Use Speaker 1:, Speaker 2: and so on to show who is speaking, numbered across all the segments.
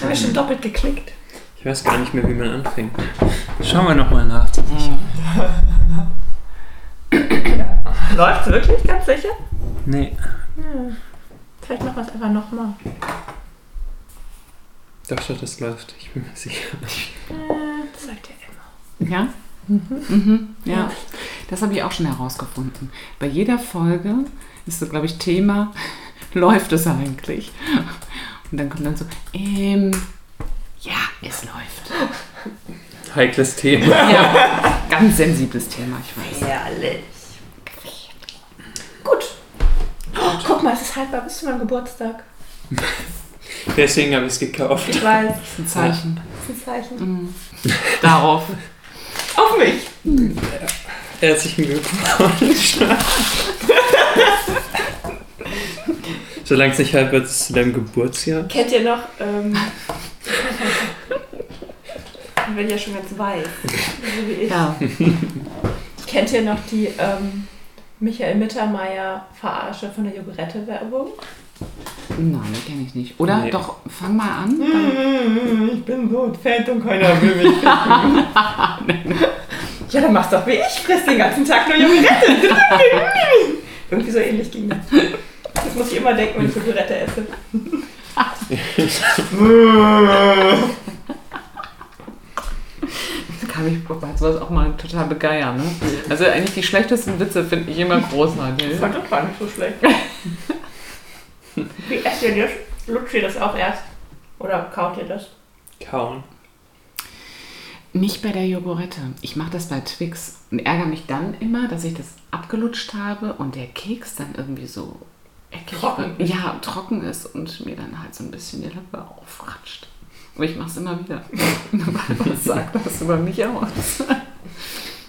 Speaker 1: Da habe ich schon doppelt geklickt.
Speaker 2: Hm. Ich weiß gar nicht mehr, wie man anfängt. Schauen wir nochmal nach.
Speaker 1: Läuft's wirklich? Ganz sicher?
Speaker 2: Nee,
Speaker 1: Hm. Vielleicht machen wir es einfach nochmal.
Speaker 2: doch, doch, das läuft. Ich bin mir sicher.
Speaker 1: Äh, Das sagt ja immer.
Speaker 3: Ja? Mhm. Ja, das habe ich auch schon herausgefunden. Bei jeder Folge ist so, glaube ich, Thema, läuft es eigentlich? Und dann kommt dann so, ähm, ja, es läuft.
Speaker 2: Heikles Thema.
Speaker 3: Ja, ganz sensibles Thema, ich weiß.
Speaker 1: Herrlich. Gut. Oh, guck mal, es ist haltbar bis zu meinem Geburtstag.
Speaker 2: Deswegen habe ich es gekauft.
Speaker 1: Ich weiß, das
Speaker 3: Das ist ein Zeichen Mhm.
Speaker 1: ist ein Zeichen.
Speaker 3: darauf.
Speaker 1: Auf mich!
Speaker 2: Herzlichen Glückwunsch. Solange es nicht halb wird zu deinem Geburtsjahr.
Speaker 1: Kennt ihr noch? Ähm, ich bin ja schon ganz weiß. So wie ich.
Speaker 3: Ja,
Speaker 1: Kennt ihr noch die ähm, Michael Mittermeier Verarsche von der Jogurette-Werbung?
Speaker 3: nein, das kenne ich nicht. Oder
Speaker 2: Nee.
Speaker 3: doch, fang mal an.
Speaker 1: Mm, Ich bin so fett und keiner will mich. ja, dann mach's doch wie ich, friss den ganzen Tag nur Jogurette. Irgendwie so ähnlich ging das. Das muss ich immer denken, wenn ich Jogurette esse.
Speaker 3: Da kam ich bei sowas auch mal total begeiern. Ne? Also eigentlich die schlechtesten Witze finde ich immer großartig.
Speaker 1: fand das gar nicht so schlecht. wie esst ihr das? Lutscht ihr das auch erst? Oder kaut ihr das?
Speaker 2: Kauen.
Speaker 3: Nicht bei der Jogurette. Ich mache das bei Twix und ärgere mich dann immer, dass ich das abgelutscht habe und der Keks dann irgendwie so eckig
Speaker 1: Trocken.
Speaker 3: wird. Ja, trocken ist und mir dann halt so ein bisschen die Lippe aufratscht. Aber ich mache es immer wieder. Was sagt das über mich aus?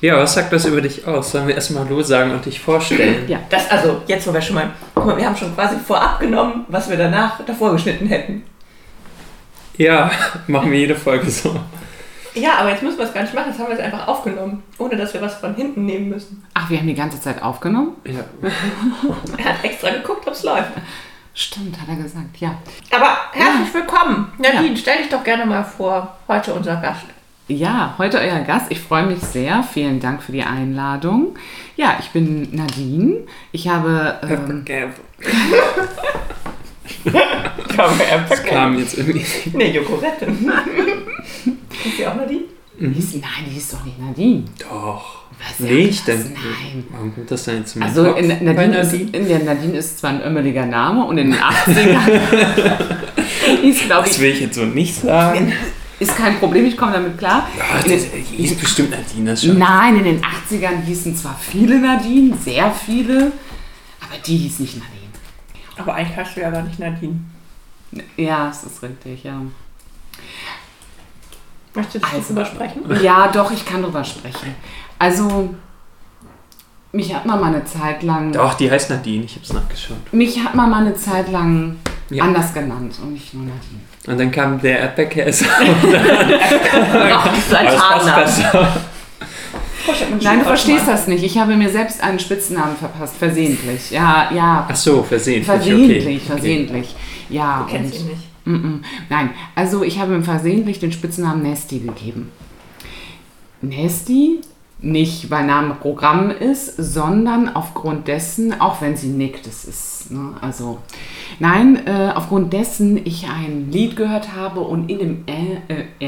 Speaker 2: Ja, was sagt das über dich aus? Sollen wir erstmal Hallo sagen und dich vorstellen?
Speaker 3: Ja.
Speaker 1: Das, also, jetzt wo wir schon mal. Guck mal, wir haben schon quasi vorab genommen, was wir danach davor geschnitten hätten.
Speaker 2: Ja, machen wir jede Folge so.
Speaker 1: Ja, aber jetzt müssen wir es gar nicht machen. Das haben wir jetzt einfach aufgenommen, ohne dass wir was von hinten nehmen müssen.
Speaker 3: Ach, wir haben die ganze Zeit aufgenommen?
Speaker 2: Ja.
Speaker 1: Er hat extra geguckt, ob es läuft.
Speaker 3: Stimmt, hat er gesagt, ja.
Speaker 1: Aber herzlich willkommen. Nadine, stell dich doch gerne mal vor. Heute unser Gast.
Speaker 3: Ja, heute euer Gast. Ich freue mich sehr. Vielen Dank für die Einladung. Ja, ich bin Nadine. Ich habe.
Speaker 2: Äh,
Speaker 3: Ähm,
Speaker 1: Komm,
Speaker 2: Das kam jetzt irgendwie.
Speaker 1: Ne, Jokorette. Ist die auch Nadine?
Speaker 3: hieß, nein, die hieß doch nicht Nadine.
Speaker 2: Doch.
Speaker 3: Was
Speaker 2: Nicht
Speaker 3: das?
Speaker 2: denn?
Speaker 3: Nein.
Speaker 2: Warum kommt das denn jetzt in meinen
Speaker 3: Also
Speaker 2: Kopf?
Speaker 3: in
Speaker 2: Bei
Speaker 3: Nadine, ist, in der Nadine ist zwar ein ömmeliger Name und in den 80ern ist, glaube
Speaker 2: Das
Speaker 3: ich,
Speaker 2: will ich jetzt so nicht sagen.
Speaker 3: ist kein Problem, ich komme damit klar.
Speaker 2: Ja, das hieß bestimmt Nadine schon.
Speaker 3: Nein, in den 80ern hießen zwar viele Nadine, sehr viele, aber die hieß nicht Nadine.
Speaker 1: Aber eigentlich hast du ja aber nicht Nadine.
Speaker 3: Ja, das ist richtig, ja.
Speaker 1: Möchtest du das
Speaker 3: Also.
Speaker 1: drüber sprechen?
Speaker 3: Ja, doch, ich kann drüber sprechen. Also, mich hat man mal eine Zeit lang.
Speaker 2: Doch, die heißt Nadine, ich hab's nachgeschaut.
Speaker 3: Mich hat man mal eine Zeit lang
Speaker 2: Ja.
Speaker 3: anders genannt und nicht nur Nadine.
Speaker 2: Und dann kam der Erdbeerkäse.
Speaker 3: Alles
Speaker 2: Alles passt besser.
Speaker 3: Nein, du verstehst das nicht. Ich habe mir selbst einen Spitznamen verpasst, versehentlich. Ja, ja,
Speaker 2: Ach so, versehentlich. okay.
Speaker 3: versehentlich, versehentlich. Ja,
Speaker 1: Du kennst ihn nicht.
Speaker 3: Mm-mm. Nein, also ich habe ihm versehentlich den Spitznamen Nasty gegeben. Nasty nicht, weil Name Programm ist, sondern aufgrund dessen, auch wenn sie nickt, das ist, ne, also, nein, äh, aufgrund dessen ich ein Lied gehört habe und in dem Ä-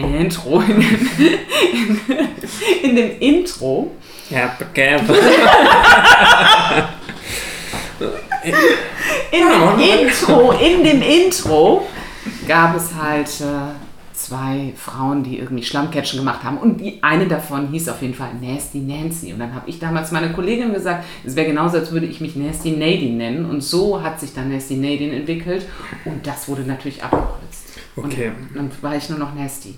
Speaker 3: äh, Intro, in dem, in dem Intro,
Speaker 2: Okay. Erdbeerkäse.
Speaker 3: In dem Intro, in dem Intro gab es halt äh, zwei Frauen, die irgendwie Schlammcatchen gemacht haben. Und die eine davon hieß auf jeden Fall Nasty Nancy. Und dann habe ich damals meine Kollegin gesagt, es wäre genauso, als würde ich mich Nasty Nadine nennen. Und so hat sich dann Nasty Nadine entwickelt. Und das wurde natürlich abgekürzt.
Speaker 2: Okay.
Speaker 3: Und dann war ich nur noch Nasty.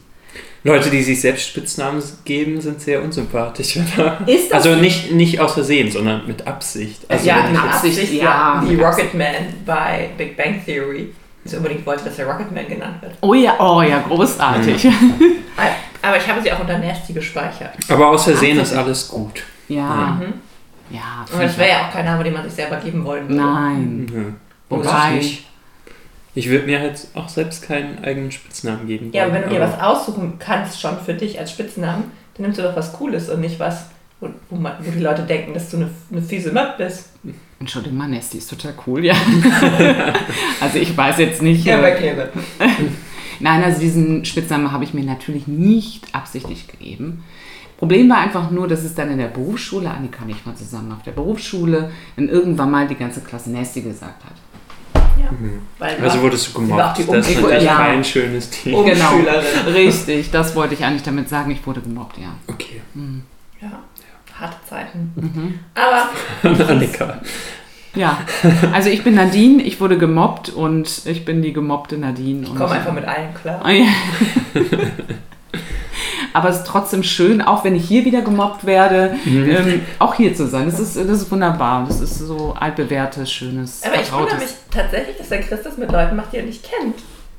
Speaker 2: Leute, die sich selbst Spitznamen geben, sind sehr unsympathisch, oder?
Speaker 3: Ist das-
Speaker 2: Also nicht, nicht aus Versehen, sondern mit Absicht. Also
Speaker 3: Ja,
Speaker 2: wenn ich
Speaker 3: mit
Speaker 2: jetzt-
Speaker 3: Absicht, ja.
Speaker 1: Wie Rocketman bei Big Bang Theory. Dass er unbedingt wollte, dass er Rocketman genannt wird.
Speaker 3: Oh ja, oh ja, großartig.
Speaker 2: Mhm.
Speaker 1: Aber ich habe sie auch unter Nasty gespeichert.
Speaker 2: Aber aus Versehen ist alles gut.
Speaker 3: Ja. Ja.
Speaker 1: Hm. Und das wäre ja auch kein Name, den man sich selber geben wollen würde.
Speaker 3: Nein.
Speaker 2: Mhm.
Speaker 3: Wobei.
Speaker 2: Weiß ich nicht. Ich würde mir halt auch selbst keinen eigenen Spitznamen geben.
Speaker 1: Ja, aber wenn
Speaker 2: wollen,
Speaker 1: du dir was
Speaker 2: aber-
Speaker 1: aussuchen kannst schon für dich als Spitznamen, dann nimmst du doch was Cooles und nicht was, wo, wo, man, wo die Leute denken, dass du eine, eine fiese Möb bist.
Speaker 3: Entschuldigung, mal, Nesti ist total cool, ja. also ich weiß jetzt nicht. äh,
Speaker 1: Klebe.
Speaker 3: Nein, also diesen Spitznamen habe ich mir natürlich nicht absichtlich gegeben. Problem war einfach nur, dass es dann in der Berufsschule, Annika und ich waren zusammen auf der Berufsschule, dann irgendwann mal die ganze Klasse Nasty gesagt hat.
Speaker 1: Ja. Weil
Speaker 2: Also wurdest du
Speaker 1: War auch
Speaker 2: gemobbt.
Speaker 1: die
Speaker 2: Das ist
Speaker 1: Umgebung-
Speaker 2: natürlich
Speaker 3: Ja.
Speaker 2: kein schönes Team.
Speaker 1: Oh. Schülerin.
Speaker 3: Genau, richtig, das wollte ich eigentlich damit sagen. Ich wurde gemobbt, ja.
Speaker 2: Okay.
Speaker 1: ja, harte Zeiten. Aber
Speaker 2: Annika.
Speaker 3: Mhm. Ja, also ich bin Nadine, ich wurde gemobbt und ich bin die gemobbte Nadine. und-
Speaker 1: komm einfach mit allen klar.
Speaker 3: Ah, ja. Aber es ist trotzdem schön, auch wenn ich hier wieder gemobbt werde,
Speaker 2: Mhm.
Speaker 3: ähm, auch hier zu sein. Das ist, das ist wunderbar. Das ist so altbewährtes, schönes,
Speaker 1: Aber ich wundere mich
Speaker 3: vertrautes.
Speaker 1: tatsächlich, dass der Christus mit Leuten macht, die er nicht kennt.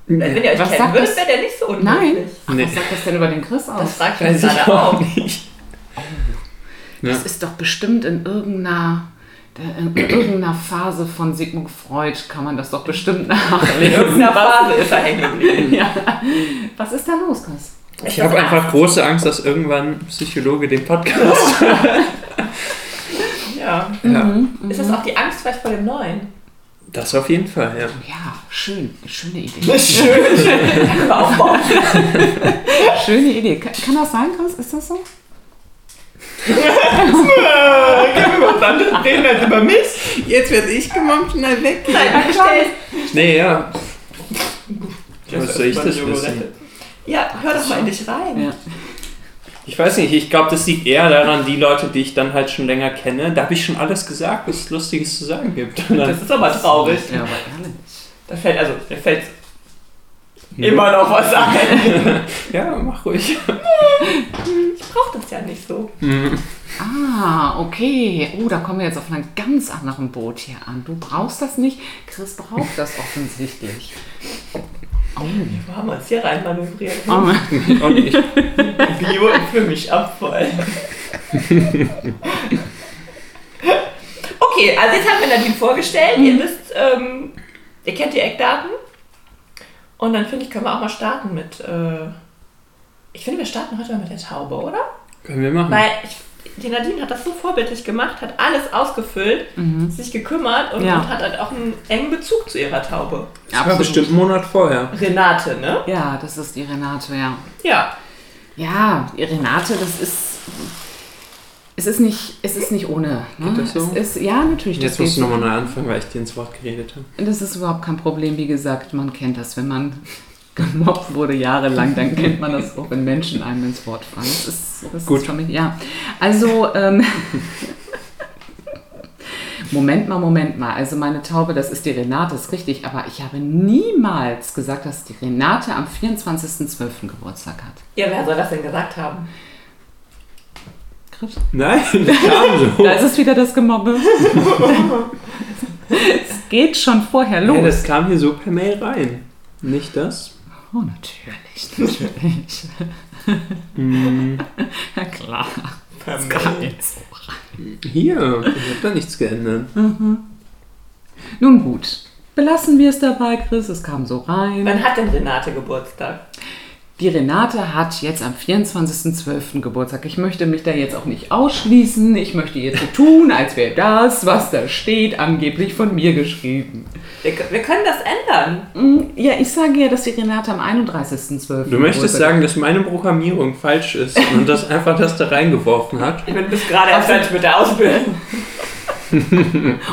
Speaker 1: Weil Wenn ihr euch
Speaker 3: Was
Speaker 1: kennen
Speaker 3: sagt
Speaker 1: würdet,
Speaker 3: das?
Speaker 1: wäre der nicht so
Speaker 3: Nein.
Speaker 1: unmöglich.
Speaker 3: Ach,
Speaker 2: Nee.
Speaker 3: Was sagt das denn über den Chris
Speaker 1: Das
Speaker 3: aus?
Speaker 1: frage ich mich
Speaker 2: Weiß ich
Speaker 1: gerade auch.
Speaker 2: auch nicht. Ja.
Speaker 3: Das ist doch bestimmt in irgendeiner, in irgendeiner Phase von Sigmund Freud kann man das doch bestimmt nachlesen.
Speaker 1: In der Phase ist er hängen geblieben.
Speaker 3: ja. Was ist da los, Chris?
Speaker 2: Ich habe einfach große Angst, dass irgendwann ein Psychologe den Podcast. ja,
Speaker 1: Ja. Ist
Speaker 3: Mhm.
Speaker 1: das auch die Angst vielleicht vor dem Neuen?
Speaker 2: das auf jeden Fall, ja.
Speaker 3: Ja, schön. Schöne Idee.
Speaker 1: Schön. Aufbauen.
Speaker 3: Schöne Idee. Kann, kann das sein, Chris? Ist das so?
Speaker 1: Dann reden wir jetzt über mich.
Speaker 2: Jetzt werde ich gemobbt, schnell weg.
Speaker 1: Nein, gestellt.
Speaker 2: Nee, ja. Was
Speaker 1: weiß
Speaker 2: soll ich
Speaker 1: man
Speaker 2: das
Speaker 1: nicht,
Speaker 2: wissen?
Speaker 1: Ja, hör doch mal in dich rein.
Speaker 3: Ja.
Speaker 2: Ich weiß nicht, ich glaube, das liegt eher daran, die Leute, die ich dann halt schon länger kenne, da habe ich schon alles gesagt, was es Lustiges zu sagen gibt. Und
Speaker 1: Das
Speaker 2: dann,
Speaker 1: ist aber traurig.
Speaker 3: Ja, aber ehrlich.
Speaker 1: Da fällt, also, mir fällt immer noch was ein.
Speaker 2: ja, mach ruhig.
Speaker 1: Ich brauche das ja nicht so.
Speaker 3: Ah, okay. Oh, da kommen wir jetzt auf einem ganz anderen Boot hier an. Du brauchst das nicht. Chris braucht das offensichtlich. Oh.
Speaker 1: Wo haben wir uns hier rein manövriert?
Speaker 3: Oh, Mann.
Speaker 2: Und ich,
Speaker 1: Bio und für mich Abfall. okay, also jetzt haben wir Nadine vorgestellt. Ihr wisst, ähm, ihr kennt die Eckdaten. Und dann finde ich, können wir auch mal starten mit. Äh, ich finde, wir starten heute mal mit der Taube, oder?
Speaker 2: können wir machen.
Speaker 1: Weil ich, die Nadine hat das so vorbildlich gemacht, hat alles ausgefüllt, sich gekümmert und,
Speaker 3: Ja.
Speaker 1: und hat halt auch einen engen Bezug zu ihrer Taube.
Speaker 2: Das war bestimmt einen Monat vorher.
Speaker 1: Renate, ne?
Speaker 3: Oh. Ja, das ist die Renate, ja.
Speaker 1: Ja.
Speaker 3: Ja, die Renate, das ist. Es ist nicht, es ist nicht ohne. Ne?
Speaker 2: Geht das so?
Speaker 3: Es ist, ja, natürlich. das
Speaker 2: Jetzt musst du
Speaker 3: geht so.
Speaker 2: nochmal neu anfangen, weil ich dir ins Wort geredet habe.
Speaker 3: Das ist überhaupt kein Problem. Wie gesagt, man kennt das, wenn man gemobbt wurde jahrelang, dann kennt man das auch, wenn Menschen einem ins Wort fallen. Das ist, das
Speaker 2: Gut.
Speaker 3: ist schon mit, ja. Also, ähm, Moment mal, Moment mal. Also meine Taube, das ist die Renate, ist richtig, aber ich habe niemals gesagt, dass die Renate am 24.12. Geburtstag hat.
Speaker 1: Ja, wer soll das denn gesagt haben?
Speaker 3: Chris?
Speaker 2: Nein, das kam so.
Speaker 3: Da ist es wieder das Gemobbe. es geht schon vorher
Speaker 2: Ja,
Speaker 3: los.
Speaker 2: das kam hier so per Mail rein. Nicht das?
Speaker 3: Oh, natürlich, natürlich.
Speaker 2: Mhm.
Speaker 3: Na klar, das kam jetzt auch rein.
Speaker 2: Hier, ich habe da nichts geändert.
Speaker 3: Hm. Nun gut, belassen wir es dabei, Chris, es kam so rein.
Speaker 1: Wann hat denn Renate Geburtstag?
Speaker 3: Die Renate hat jetzt am 24.12. Geburtstag. Ich möchte mich da jetzt auch nicht ausschließen. Ich möchte ihr so tun, als wäre das, was da steht, angeblich von mir geschrieben.
Speaker 1: Wir, wir können das ändern.
Speaker 3: Hm, Ja, ich sage ja, dass die Renate am 31.12.
Speaker 2: Du möchtest
Speaker 3: Geburtstag
Speaker 2: sagen, dass meine Programmierung falsch ist und das einfach das da reingeworfen hat?
Speaker 1: Ich bin bis gerade erst fertig mit der Ausbildung.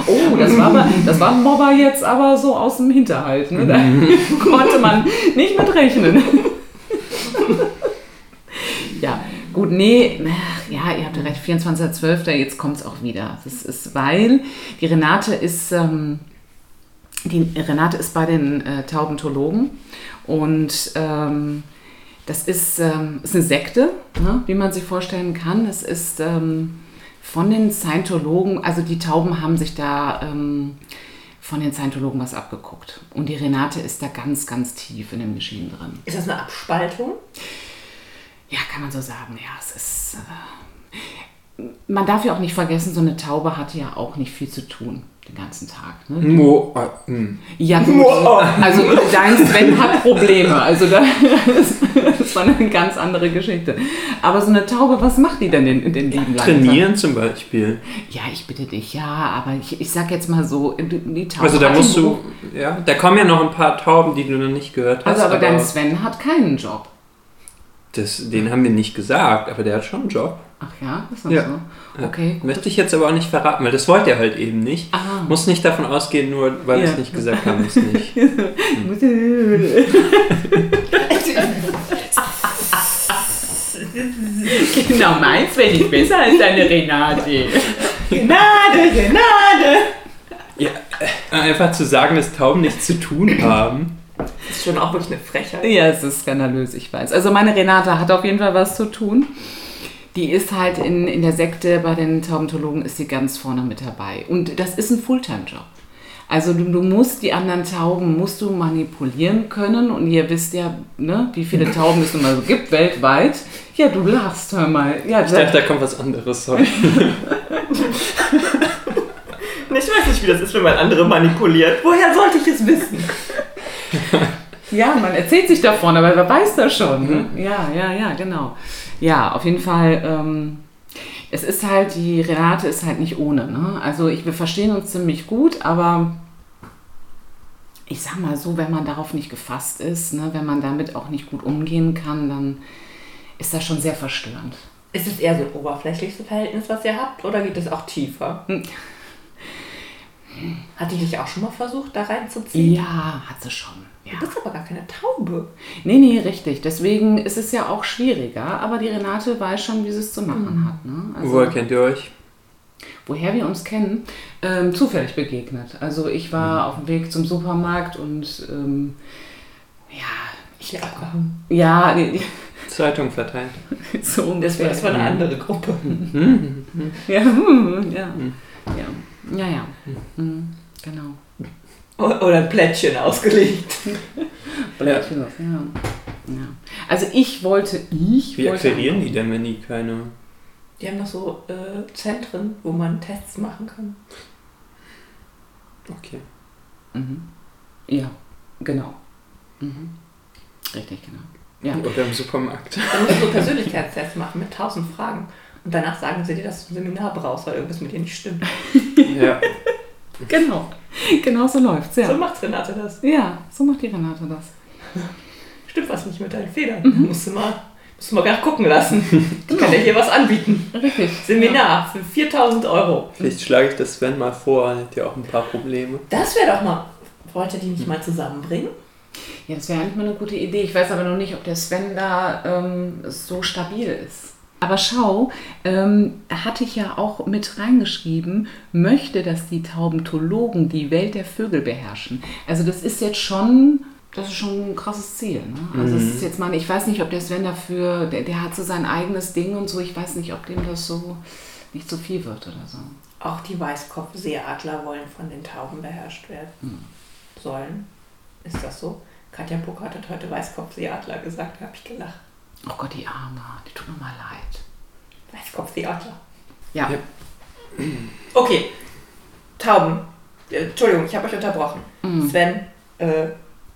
Speaker 3: Oh, das war, aber, das war ein Mobber jetzt aber so aus dem Hinterhalt. Ne? Da konnte man nicht mit rechnen. ja, gut, nee, ach, ja, ihr habt ja recht, 24.12., jetzt kommt es auch wieder. Das ist, weil die Renate ist, ähm, die Renate ist bei den äh, Taubentologen und ähm, das ist, ähm, ist eine Sekte, ne, wie man sich vorstellen kann. Das ist ähm, von den Scientologen, also die Tauben haben sich da ähm, von den Scientologen was abgeguckt. Und die Renate ist da ganz, ganz tief in dem Geschehen drin.
Speaker 1: Ist das eine Abspaltung?
Speaker 3: Ja, kann man so sagen. Ja, es ist. Äh, man darf ja auch nicht vergessen, so eine Taube hat ja auch nicht viel zu tun. den ganzen Tag. Ne?
Speaker 2: Mo, äh, mh.
Speaker 3: Ja, gut. Also dein Sven hat Probleme. Also da, das war eine ganz andere Geschichte. Aber so eine Taube, was macht die denn in, in den lieben langen
Speaker 2: Trainieren zum Beispiel.
Speaker 3: Tag? Ja, ich bitte dich, ja, aber ich, ich sag jetzt mal so, die Taube.
Speaker 2: Also da
Speaker 3: hat
Speaker 2: musst
Speaker 3: einen
Speaker 2: du,
Speaker 3: Beruf.
Speaker 2: ja, da kommen ja noch ein paar Tauben, die du noch nicht gehört hast.
Speaker 3: Also aber dein Sven hat keinen Job.
Speaker 2: das, den haben wir nicht gesagt, aber der hat schon einen Job.
Speaker 3: Ach ja, ist das
Speaker 2: Ja.
Speaker 3: so? Okay.
Speaker 2: Möchte ich jetzt aber auch nicht verraten, weil das wollte er halt eben nicht.
Speaker 3: Ah.
Speaker 2: Muss nicht davon ausgehen, nur weil wir
Speaker 3: Ja.
Speaker 2: es nicht gesagt haben, ist nicht.
Speaker 3: genau, mein Sven ist besser als deine Renate.
Speaker 1: Gnade, Gnade!
Speaker 2: Ja, äh, einfach zu sagen, dass Tauben nichts zu tun haben.
Speaker 1: Das ist schon auch wirklich eine Frechheit.
Speaker 3: Ja, es ist skandalös, ich weiß. Also meine Renate hat auf jeden Fall was zu tun. Die ist halt in, in der Sekte bei den Taubentologen, ist sie ganz vorne mit dabei. Und das ist ein Fulltime-Job. Also du, du musst die anderen Tauben, musst du manipulieren können. Und ihr wisst ja, ne, wie viele Tauben es nun mal so gibt weltweit. Ja, du lachst, hör mal. Ja,
Speaker 2: Ich dachte, da kommt was anderes heute.
Speaker 1: Ich weiß nicht, wie das ist, wenn man andere manipuliert. Woher sollte ich es wissen?
Speaker 3: Ja, man erzählt sich davon, aber wer weiß das schon? Ne? Ja, ja, ja, genau. Ja, auf jeden Fall. Ähm, es ist halt, die Renate ist halt nicht ohne. Ne? Also ich, wir verstehen uns ziemlich gut, aber ich sag mal so, wenn man darauf nicht gefasst ist, ne, wenn man damit auch nicht gut umgehen kann, dann ist das schon sehr verstörend.
Speaker 1: Ist es eher so ein oberflächliches Verhältnis, was ihr habt, oder geht es auch tiefer?
Speaker 3: Hm.
Speaker 1: Hat die dich auch schon mal versucht, da reinzuziehen?
Speaker 3: Ja, hat sie schon. Ja.
Speaker 1: Du bist aber gar keine Taube.
Speaker 3: Nee, nee, richtig. Deswegen ist es ja auch schwieriger, aber die Renate weiß schon, wie sie es zu machen hat. Ne? Also-
Speaker 2: Woher kennt ihr euch?
Speaker 3: woher wir uns kennen, ähm, zufällig begegnet. Also ich war auf dem Weg zum Supermarkt und ähm, ja,
Speaker 1: Ich bin abgehauen.
Speaker 3: ja, nee,
Speaker 2: Zeitung verteilt.
Speaker 3: so
Speaker 1: Das war,
Speaker 3: ungefähr.
Speaker 1: das war eine andere Gruppe.
Speaker 3: Hm. Ja, hm, ja, ja, ja, ja. Mhm, genau.
Speaker 1: O- Oder ein Plättchen ausgelegt.
Speaker 2: Ja.
Speaker 3: Ja. Ja. Also ich wollte, ich
Speaker 2: Wie
Speaker 3: wollte
Speaker 2: akquirieren die denn, wenn die keine?
Speaker 1: Die haben noch so äh, Zentren, wo man Tests machen kann.
Speaker 2: Okay.
Speaker 3: Mhm. Ja, genau. Mhm. Richtig, genau. Ja.
Speaker 2: Oder im Supermarkt.
Speaker 1: Da musst du so Persönlichkeitstests machen mit tausend Fragen. Und danach sagen sie dir, dass du ein Seminar brauchst, weil irgendwas mit dir nicht stimmt.
Speaker 2: ja.
Speaker 3: Genau. Genau so läuft's, ja.
Speaker 1: So macht Renate das.
Speaker 3: ja, so macht die Renate das.
Speaker 1: Stimmt was nicht mit deinen Federn.
Speaker 3: Mhm.
Speaker 1: Musst du mal, musst du mal gar gucken lassen. Ich kann dir hier was anbieten.
Speaker 3: Richtig.
Speaker 1: Seminar für 4000 Euro.
Speaker 2: Vielleicht schlage ich das Sven mal vor, er hat ja auch ein paar Probleme.
Speaker 1: Das wäre doch mal. Wollt ihr die nicht mal zusammenbringen?
Speaker 3: Ja, das wäre eigentlich mal eine gute Idee. Ich weiß aber noch nicht, ob der Sven da ähm, so stabil ist. Aber schau, ähm, hatte ich ja auch mit reingeschrieben, möchte, dass die Taubentologen die Welt der Vögel beherrschen. Also das ist jetzt schon, das ist schon ein krasses Ziel. Ne? Also es ist jetzt mal, ich weiß nicht, ob der Sven dafür, der, der hat so sein eigenes Ding und so, ich weiß nicht, ob dem das so nicht zu viel wird oder so.
Speaker 1: Auch die Weißkopfseeadler wollen von den Tauben beherrscht werden. Sollen. Ist das so? Katja Puckert hat heute Weißkopfseeadler gesagt, da habe ich gelacht.
Speaker 3: Oh Gott, die Arme, die tut mir mal leid.
Speaker 1: Weißkopfseeadler.
Speaker 3: Ja,
Speaker 2: Ja.
Speaker 1: Okay. Tauben. Äh, Entschuldigung, ich habe euch unterbrochen. Sven, äh,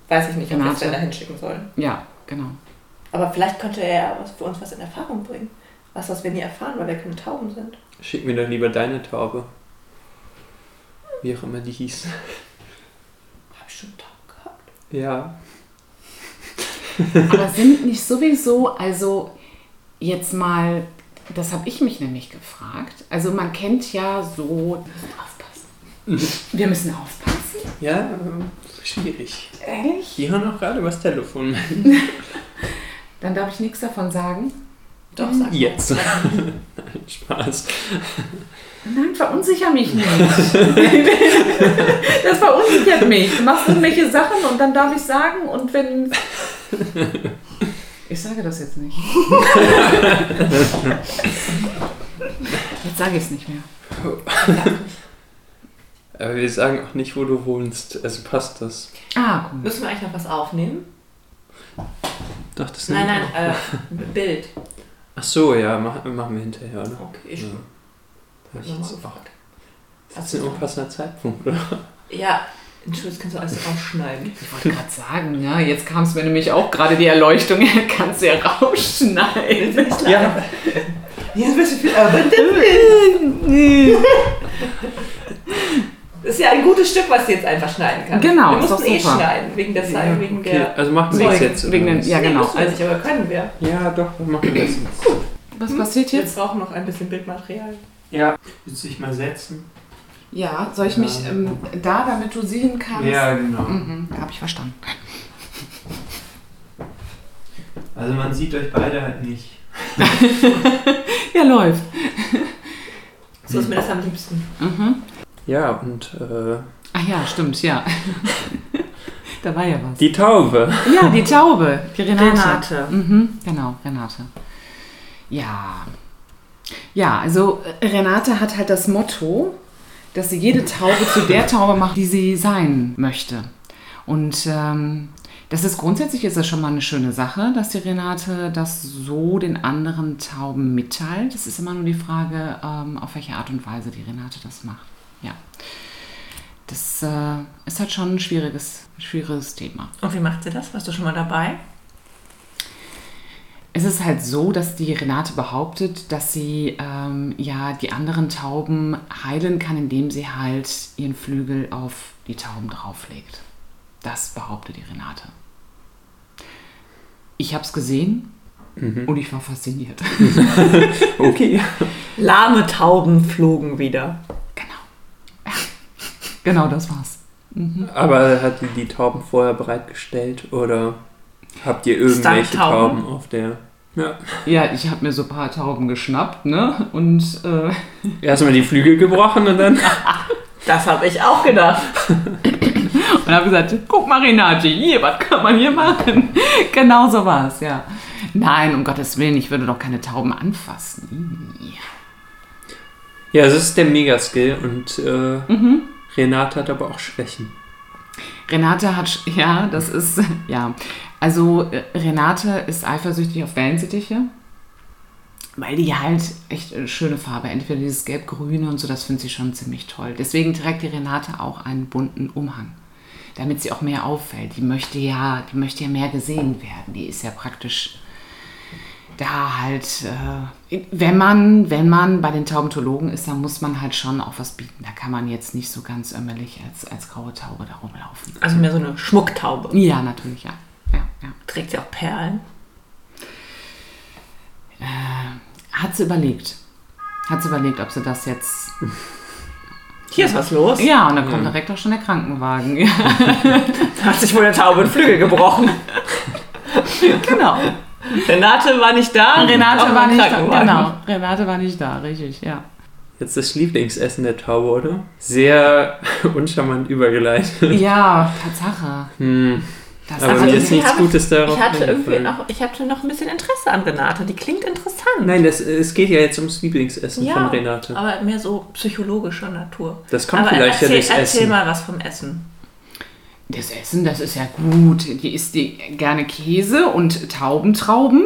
Speaker 1: weiß ich nicht, ob wir
Speaker 3: Renate.
Speaker 1: Sven da hinschicken sollen.
Speaker 3: ja genau.
Speaker 1: Aber vielleicht könnte er ja was- für uns was in Erfahrung bringen. Was, was wir nie erfahren, weil wir keine Tauben sind.
Speaker 2: Schick mir doch lieber deine Taube. Wie auch immer die hieß.
Speaker 1: Hab ich schon Tauben gehabt?
Speaker 2: Ja.
Speaker 3: Aber sind nicht sowieso, also jetzt mal, das habe ich mich nämlich gefragt. Also man kennt ja so.
Speaker 1: Aufpassen.
Speaker 3: Wir müssen aufpassen.
Speaker 2: Ja, ähm, schwierig.
Speaker 3: Ehrlich?
Speaker 2: Die hören auch gerade was Telefon.
Speaker 3: Dann darf ich nichts davon sagen.
Speaker 1: Doch, sag mal.
Speaker 2: Jetzt. Nein, Spaß.
Speaker 3: Nein, verunsicher mich nicht. das verunsichert mich. Du machst irgendwelche Sachen und dann darf ich sagen und wenn. Ich sage das jetzt nicht. Jetzt sage ich es nicht mehr.
Speaker 2: Aber wir sagen auch nicht, wo du wohnst. Also passt das.
Speaker 3: Ah, gut.
Speaker 1: Müssen wir eigentlich noch was aufnehmen?
Speaker 2: Doch, das
Speaker 1: Nein,
Speaker 2: nimmt
Speaker 1: nein, äh, Bild.
Speaker 2: auch. Ach so, ja, mach, machen wir hinterher, oder?
Speaker 1: Okay, ich
Speaker 2: Ja.
Speaker 1: hab
Speaker 2: Hab ich
Speaker 1: nochmal
Speaker 2: jetzt auch.
Speaker 1: gefragt.
Speaker 2: Das ist ein unpassender Zeitpunkt, oder?
Speaker 1: Ja, Entschuldigung, das kannst du alles rausschneiden.
Speaker 3: Ich wollte gerade sagen, ja, jetzt kam es mir nämlich auch gerade die Erleuchtung, kannst du ja rausschneiden.
Speaker 2: Ja.
Speaker 1: Ja, ein bisschen viel, aber das ist ja ein gutes Stück, was du jetzt einfach schneiden kannst.
Speaker 3: Genau,
Speaker 1: Wir
Speaker 3: ist doch
Speaker 1: mussten eh
Speaker 3: super.
Speaker 1: schneiden, wegen der Zeit, wegen
Speaker 2: Okay,
Speaker 1: der...
Speaker 2: also machen wir
Speaker 1: Wegen-
Speaker 2: es jetzt.
Speaker 3: wegen
Speaker 2: oder
Speaker 3: den-
Speaker 2: was?
Speaker 3: ja,
Speaker 1: Nee,
Speaker 3: genau.
Speaker 1: müssen wir nicht, aber können wir.
Speaker 2: ja, doch, dann machen wir es jetzt.
Speaker 3: Was passiert
Speaker 1: Wir
Speaker 3: jetzt?
Speaker 1: brauchen noch ein bisschen Bildmaterial.
Speaker 2: Ja. Willst du dich mal setzen?
Speaker 3: Ja, soll ich mich ähm, da, damit du sehen kannst?
Speaker 2: Ja, genau.
Speaker 3: Mhm, habe ich verstanden.
Speaker 2: Also man sieht euch beide halt nicht.
Speaker 3: Ja, läuft.
Speaker 1: So ist mir das am liebsten.
Speaker 3: Mhm.
Speaker 2: Ja, und äh,
Speaker 3: Ach ja, stimmt, ja. da war ja was.
Speaker 2: die Taube.
Speaker 3: Ja, die Taube, die Renate.
Speaker 1: Renate.
Speaker 3: Mhm, genau, Renate. Ja. Ja, also äh, Renate hat halt das Motto, dass sie jede Taube zu der Taube macht, die sie sein möchte. Und ähm, das ist grundsätzlich ist das schon mal eine schöne Sache, dass die Renate das so den anderen Tauben mitteilt. Es ist immer nur die Frage, ähm, auf welche Art und Weise die Renate das macht. Ja. Das äh, ist halt schon ein schwieriges, schwieriges Thema.
Speaker 1: Und wie macht sie das? Warst du schon mal dabei?
Speaker 3: Es ist halt so, dass die Renate behauptet, dass sie ähm, ja die anderen Tauben heilen kann, indem sie halt ihren Flügel auf die Tauben drauflegt. Das behauptet die Renate. Ich habe es gesehen und ich war fasziniert.
Speaker 2: Okay.
Speaker 1: Lahme Tauben flogen wieder.
Speaker 3: genau. Ja, genau das war's.
Speaker 2: Aber hat die die Tauben vorher bereitgestellt oder habt ihr irgendwelche
Speaker 1: Stunt-Tauben?
Speaker 2: Tauben auf der... Ja.
Speaker 3: Ja, ich habe mir so ein paar Tauben geschnappt, ne? Und äh,
Speaker 2: Erstmal die Flügel gebrochen und dann...
Speaker 1: Das habe ich auch gedacht.
Speaker 3: Und habe gesagt, guck mal Renate, hier, was kann man hier machen? genau so war es, ja. Nein, um Gottes Willen, ich würde doch keine Tauben anfassen.
Speaker 2: Ja, es ist der Megaskill und äh, Renate hat aber auch Schwächen.
Speaker 3: Renate hat, sch- ja, das ist, ja. Also äh, Renate ist eifersüchtig auf Wellensittiche, weil die halt echt äh, schöne Farbe, entweder dieses gelb-grüne und so, das findet sie schon ziemlich toll. Deswegen trägt die Renate auch einen bunten Umhang, damit sie auch mehr auffällt. Die möchte ja, die möchte ja mehr gesehen werden. Die ist ja praktisch da halt, äh, wenn man, wenn man bei den Taubentologen ist, dann muss man halt schon auch was bieten. Da kann man jetzt nicht so ganz ömmelig als, als graue Taube da rumlaufen.
Speaker 1: Also mehr so eine Schmucktaube.
Speaker 3: Ja, natürlich, ja. ja, ja.
Speaker 1: Trägt sie auch Perlen?
Speaker 3: Hat sie überlegt. Hat sie überlegt, ob sie das jetzt.
Speaker 1: Hier ist was los.
Speaker 3: Ja, und dann kommt direkt auch schon der Krankenwagen. Ja,
Speaker 1: Hat sich wohl eine Taube den Flügel gebrochen.
Speaker 3: genau.
Speaker 1: Renate war nicht da.
Speaker 3: Renate
Speaker 1: auch
Speaker 3: war
Speaker 1: im
Speaker 3: nicht da.
Speaker 1: Krankenwagen.
Speaker 3: Genau. Renate war nicht da, richtig, ja.
Speaker 2: Jetzt das Lieblingsessen der Taube, oder? Sehr uncharmant übergeleitet.
Speaker 3: Ja, Tatsache.
Speaker 2: Hm.
Speaker 3: Das
Speaker 2: Aber
Speaker 1: Also
Speaker 2: mir
Speaker 1: ich
Speaker 2: ist nichts
Speaker 1: habe-
Speaker 2: Gutes darauf
Speaker 1: Ich hatte irgendwie
Speaker 2: eingefallen.
Speaker 1: noch, ich hatte noch ein bisschen Interesse an Renate. Die klingt interessant.
Speaker 2: Nein, das, es geht ja jetzt ums Lieblingsessen
Speaker 1: ja,
Speaker 2: von Renate.
Speaker 1: aber mehr so psychologischer Natur.
Speaker 2: Das kommt
Speaker 1: aber
Speaker 2: vielleicht ja
Speaker 1: erzähl,
Speaker 2: durchs
Speaker 1: erzähl
Speaker 2: Essen.
Speaker 1: mal was vom Essen.
Speaker 3: Das Essen, das ist ja gut. Die isst die gerne Käse und Taubentrauben,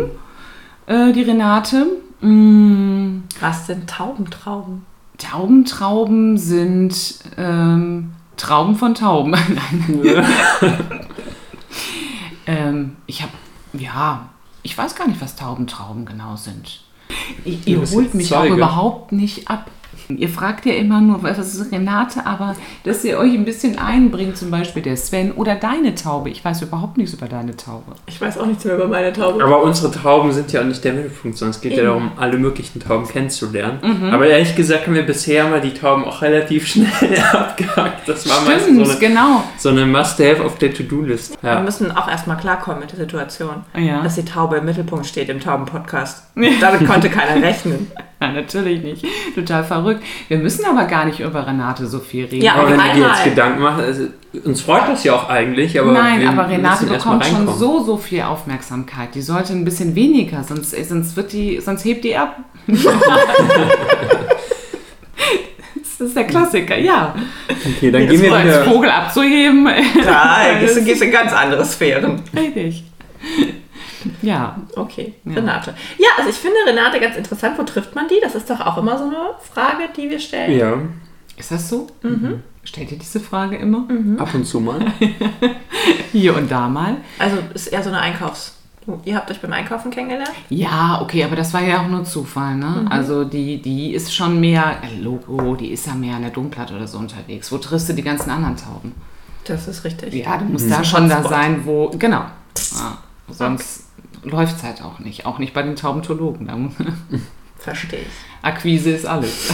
Speaker 3: äh, die Renate. Mm,
Speaker 1: Was sind Taubentrauben?
Speaker 3: Taubentrauben sind ähm, Trauben von Tauben. Nein. ähm, ich habe, ja, ich weiß gar nicht, was Taubentrauben genau sind. Ihr, ihr
Speaker 2: bist
Speaker 3: holt
Speaker 2: jetzt
Speaker 3: mich
Speaker 2: Zeuge.
Speaker 3: auch überhaupt nicht ab. Ihr fragt ja immer nur, was ist Renate, aber dass ihr euch ein bisschen einbringt, zum Beispiel der Sven oder deine Taube. Ich weiß überhaupt nichts über deine Taube.
Speaker 1: Ich weiß auch nichts mehr über meine Taube.
Speaker 2: Aber unsere Tauben sind ja auch nicht der Mittelpunkt, sondern es geht ja darum, alle möglichen Tauben kennenzulernen.
Speaker 1: Mhm.
Speaker 2: Aber ehrlich gesagt haben wir bisher mal die Tauben auch relativ schnell abgehakt. Das war meistens so
Speaker 3: Stimmt,
Speaker 2: eine,
Speaker 3: genau.
Speaker 2: so eine Must-Have auf der To-Do-List.
Speaker 1: Wir
Speaker 2: Ja. Ah,
Speaker 1: müssen auch erstmal klarkommen mit der Situation,
Speaker 3: Ja.
Speaker 1: dass die Taube im Mittelpunkt steht im Tauben-Podcast. Damit konnte keiner rechnen.
Speaker 3: Nein, natürlich nicht. Total verrückt. Wir müssen aber gar nicht über Renate so viel reden.
Speaker 1: Ja,
Speaker 2: Aber wenn du dir
Speaker 1: einmal.
Speaker 2: jetzt Gedanken machst, also, uns freut das ja auch eigentlich, aber
Speaker 3: Nein,
Speaker 2: wir
Speaker 3: aber Renate
Speaker 2: müssen erst mal
Speaker 3: bekommt schon
Speaker 2: reinkommen.
Speaker 3: so, so viel Aufmerksamkeit. Die sollte ein bisschen weniger, sonst, äh, sonst wird die, sonst hebt die ab. das ist der Klassiker, ja.
Speaker 2: Okay, dann
Speaker 1: Jetzt
Speaker 2: gehen wir
Speaker 1: wollen
Speaker 3: Als
Speaker 2: wieder.
Speaker 3: Vogel abzuheben.
Speaker 1: Da gehst du gehst in ganz andere Sphären.
Speaker 3: Richtig. Ja,
Speaker 1: Okay,
Speaker 3: Ja.
Speaker 1: Renate. Ja, also ich finde Renate ganz interessant. Wo trifft man die? Das ist doch auch immer so eine Frage, die wir stellen.
Speaker 2: Ja.
Speaker 3: Ist das so?
Speaker 2: Mhm.
Speaker 3: Stellt ihr diese Frage immer?
Speaker 1: Mhm.
Speaker 2: Ab und zu mal.
Speaker 3: Hier und da mal.
Speaker 1: Also ist eher so eine Einkaufs. Du- Ihr habt euch beim Einkaufen kennengelernt?
Speaker 3: Ja, okay, aber das war ja auch nur Zufall,
Speaker 2: Mhm.
Speaker 3: ne? Also die, die ist schon mehr äh, Logo, die ist ja mehr an der Domplatte oder so unterwegs. Wo triffst du die ganzen anderen Tauben?
Speaker 1: Das ist richtig.
Speaker 3: Ja, du
Speaker 1: Hm.
Speaker 3: musst da schon da sein, wo. Genau. Ja, sonst läuft es halt auch nicht. Auch nicht bei den Taubentologen. Da muss-
Speaker 1: Verstehe ich.
Speaker 3: Akquise ist alles.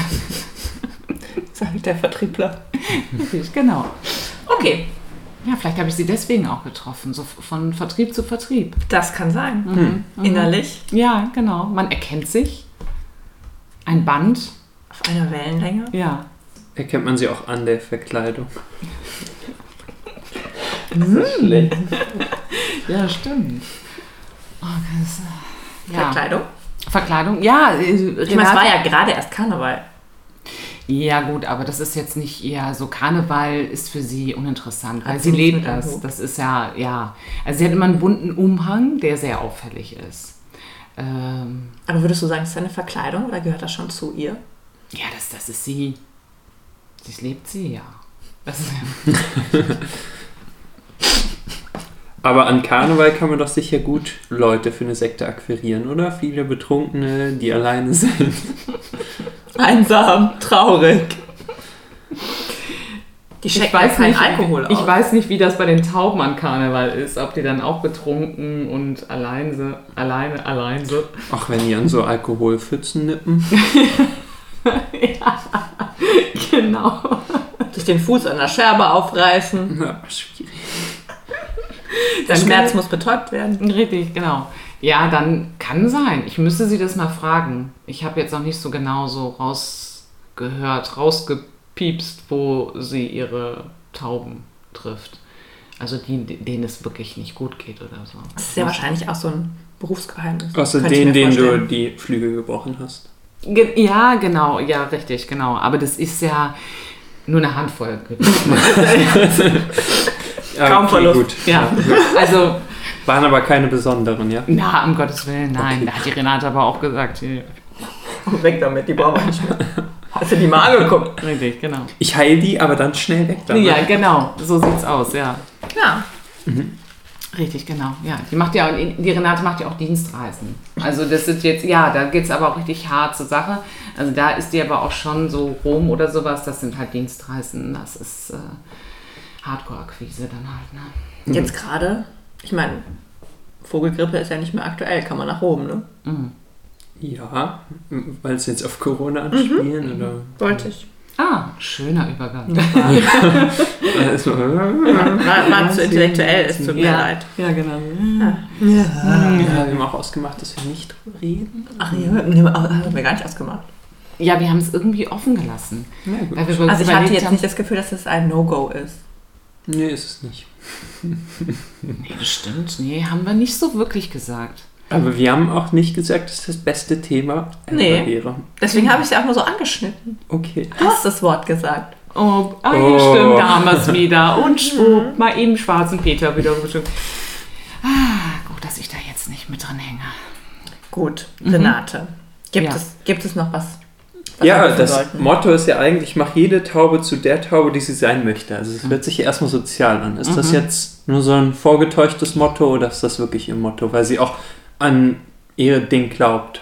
Speaker 1: Sagt der Vertriebler.
Speaker 3: Richtig, genau.
Speaker 1: Okay,
Speaker 3: Ja, vielleicht habe ich sie deswegen auch getroffen, so von Vertrieb zu Vertrieb.
Speaker 1: das kann sein.
Speaker 3: Mhm.
Speaker 1: Innerlich,
Speaker 3: Ja, genau. Man erkennt sich. Ein Band.
Speaker 1: auf einer Wellenlänge.
Speaker 3: Ja.
Speaker 2: Erkennt man sie auch an der Verkleidung.
Speaker 3: Mm. Ja, stimmt. Oh, das, äh, ja.
Speaker 1: Verkleidung.
Speaker 3: Verkleidung, ja. äh,
Speaker 1: Ich meine, es war
Speaker 3: Renate-
Speaker 1: ja gerade erst Karneval.
Speaker 3: ja gut, aber das ist jetzt nicht ihr, so Karneval ist für sie uninteressant, weil
Speaker 1: Hat
Speaker 3: sie
Speaker 1: sie
Speaker 3: lebt
Speaker 1: nicht mit
Speaker 3: das.
Speaker 1: Anzug.
Speaker 3: Das ist ja, ja. Also sie hat immer einen bunten Umhang, der sehr auffällig ist. Ähm,
Speaker 1: Aber würdest du sagen, es ist eine Verkleidung oder gehört das schon zu ihr?
Speaker 3: ja, das, das ist sie. Das lebt sie, ja. Das ist,
Speaker 2: Aber an Karneval kann man doch sicher gut Leute für eine Sekte akquirieren, oder? Viele Betrunkene, die alleine sind.
Speaker 1: Einsam, traurig. Die
Speaker 3: ich
Speaker 1: schmeckt ja
Speaker 3: weiß
Speaker 1: keinen
Speaker 3: nicht,
Speaker 1: Alkohol aus.
Speaker 3: Ich weiß nicht, wie das bei den Tauben an Karneval ist, ob die dann auch betrunken und allein sind, alleine, allein sind.
Speaker 2: Auch wenn die an so Alkoholpfützen nippen.
Speaker 3: Genau.
Speaker 1: Sich den Fuß an der Scherbe aufreißen.
Speaker 2: Ja, schwierig.
Speaker 1: Der
Speaker 3: Dann
Speaker 1: Schmerz
Speaker 3: kann-
Speaker 1: muss betäubt werden.
Speaker 3: Richtig, genau. Ja, dann kann sein. Ich müsste sie das mal fragen. Ich habe jetzt noch nicht so genau so rausgehört, rausgepiepst, wo sie ihre Tauben trifft. Also die, denen es wirklich nicht gut geht oder so.
Speaker 1: Das ist ja wahrscheinlich auch so ein Berufsgeheimnis.
Speaker 2: Außer
Speaker 1: Könnte ich
Speaker 2: den,
Speaker 1: mir
Speaker 2: den du
Speaker 1: vorstellen.
Speaker 2: die Flügel gebrochen hast.
Speaker 3: Ge ja, genau, ja, richtig, genau. Aber das ist ja nur eine Handvoll.
Speaker 2: Ja,
Speaker 1: Kaum Verlust.
Speaker 2: Ah, Gut.
Speaker 3: ja, also
Speaker 2: Waren aber keine besonderen, ja?
Speaker 3: Na, um Gottes Willen, nein. Da hat die Renate aber auch gesagt. hier,
Speaker 1: Komm weg damit, die brauchen wir nicht mehr. Hast du die mal angeguckt?
Speaker 3: Richtig, genau.
Speaker 2: Ich heile die, aber dann schnell weg damit.
Speaker 3: Ja, genau. So sieht's aus, ja.
Speaker 1: Ja.
Speaker 3: Richtig, genau. Ja, die macht ja, die Renate macht ja auch Dienstreisen. Also das ist jetzt, ja, da geht's aber auch richtig hart zur Sache. Also da ist die aber auch schon so Rom oder sowas. Das sind halt Dienstreisen. Das ist äh, Hardcore-Akquise dann halt. Ne?
Speaker 2: Mhm.
Speaker 1: Jetzt gerade, ich meine, Vogelgrippe ist ja nicht mehr aktuell, kann man nach oben, ne?
Speaker 2: Ja, weil es jetzt auf Corona
Speaker 1: Mhm.
Speaker 2: anspielen oder.
Speaker 1: Wollte ich.
Speaker 3: Ah, schöner Übergang.
Speaker 2: Äh, so, äh,
Speaker 1: War, war zu intellektuell, es tut mir leid.
Speaker 3: ja, genau.
Speaker 2: ja, wir haben auch ausgemacht, dass wir nicht drüber reden.
Speaker 1: Ach, nee, nee, hat mir gar nicht ausgemacht.
Speaker 3: Ja, wir haben es irgendwie offen gelassen.
Speaker 2: Ja, gut.
Speaker 3: Weil wir
Speaker 1: Also ich hatte
Speaker 3: überlegt
Speaker 1: jetzt
Speaker 3: haben-
Speaker 1: nicht das Gefühl, dass es ein No-Go ist.
Speaker 2: Nee, ist es nicht.
Speaker 3: Nee, das stimmt. Nee, haben wir nicht so wirklich gesagt.
Speaker 2: Aber wir haben auch nicht gesagt, dass das beste Thema ever
Speaker 1: Nee.
Speaker 2: wäre.
Speaker 1: Deswegen habe ich es ja auch nur so angeschnitten.
Speaker 2: Okay.
Speaker 1: Du hast das Wort gesagt.
Speaker 3: Oh, ah, hier
Speaker 2: Oh.
Speaker 3: stimmt, da haben wir es wieder. Und schwupp, mal eben schwarzen Peter wieder bestimmt. Ah, gut, dass ich da jetzt nicht mit drin hänge.
Speaker 1: Gut, Renate. Gibt,
Speaker 3: Mhm. Ja.
Speaker 1: es, gibt es noch was? was wir
Speaker 2: Ja,
Speaker 1: wissen
Speaker 2: das
Speaker 1: sollten?
Speaker 2: Motto ist ja eigentlich, mach jede Taube zu der Taube, die sie sein möchte. Also
Speaker 3: Mhm.
Speaker 2: es hört sich ja erstmal sozial an. Ist das jetzt nur so ein vorgetäuschtes Motto oder ist das wirklich ihr Motto? Weil sie auch an ihr Ding glaubt.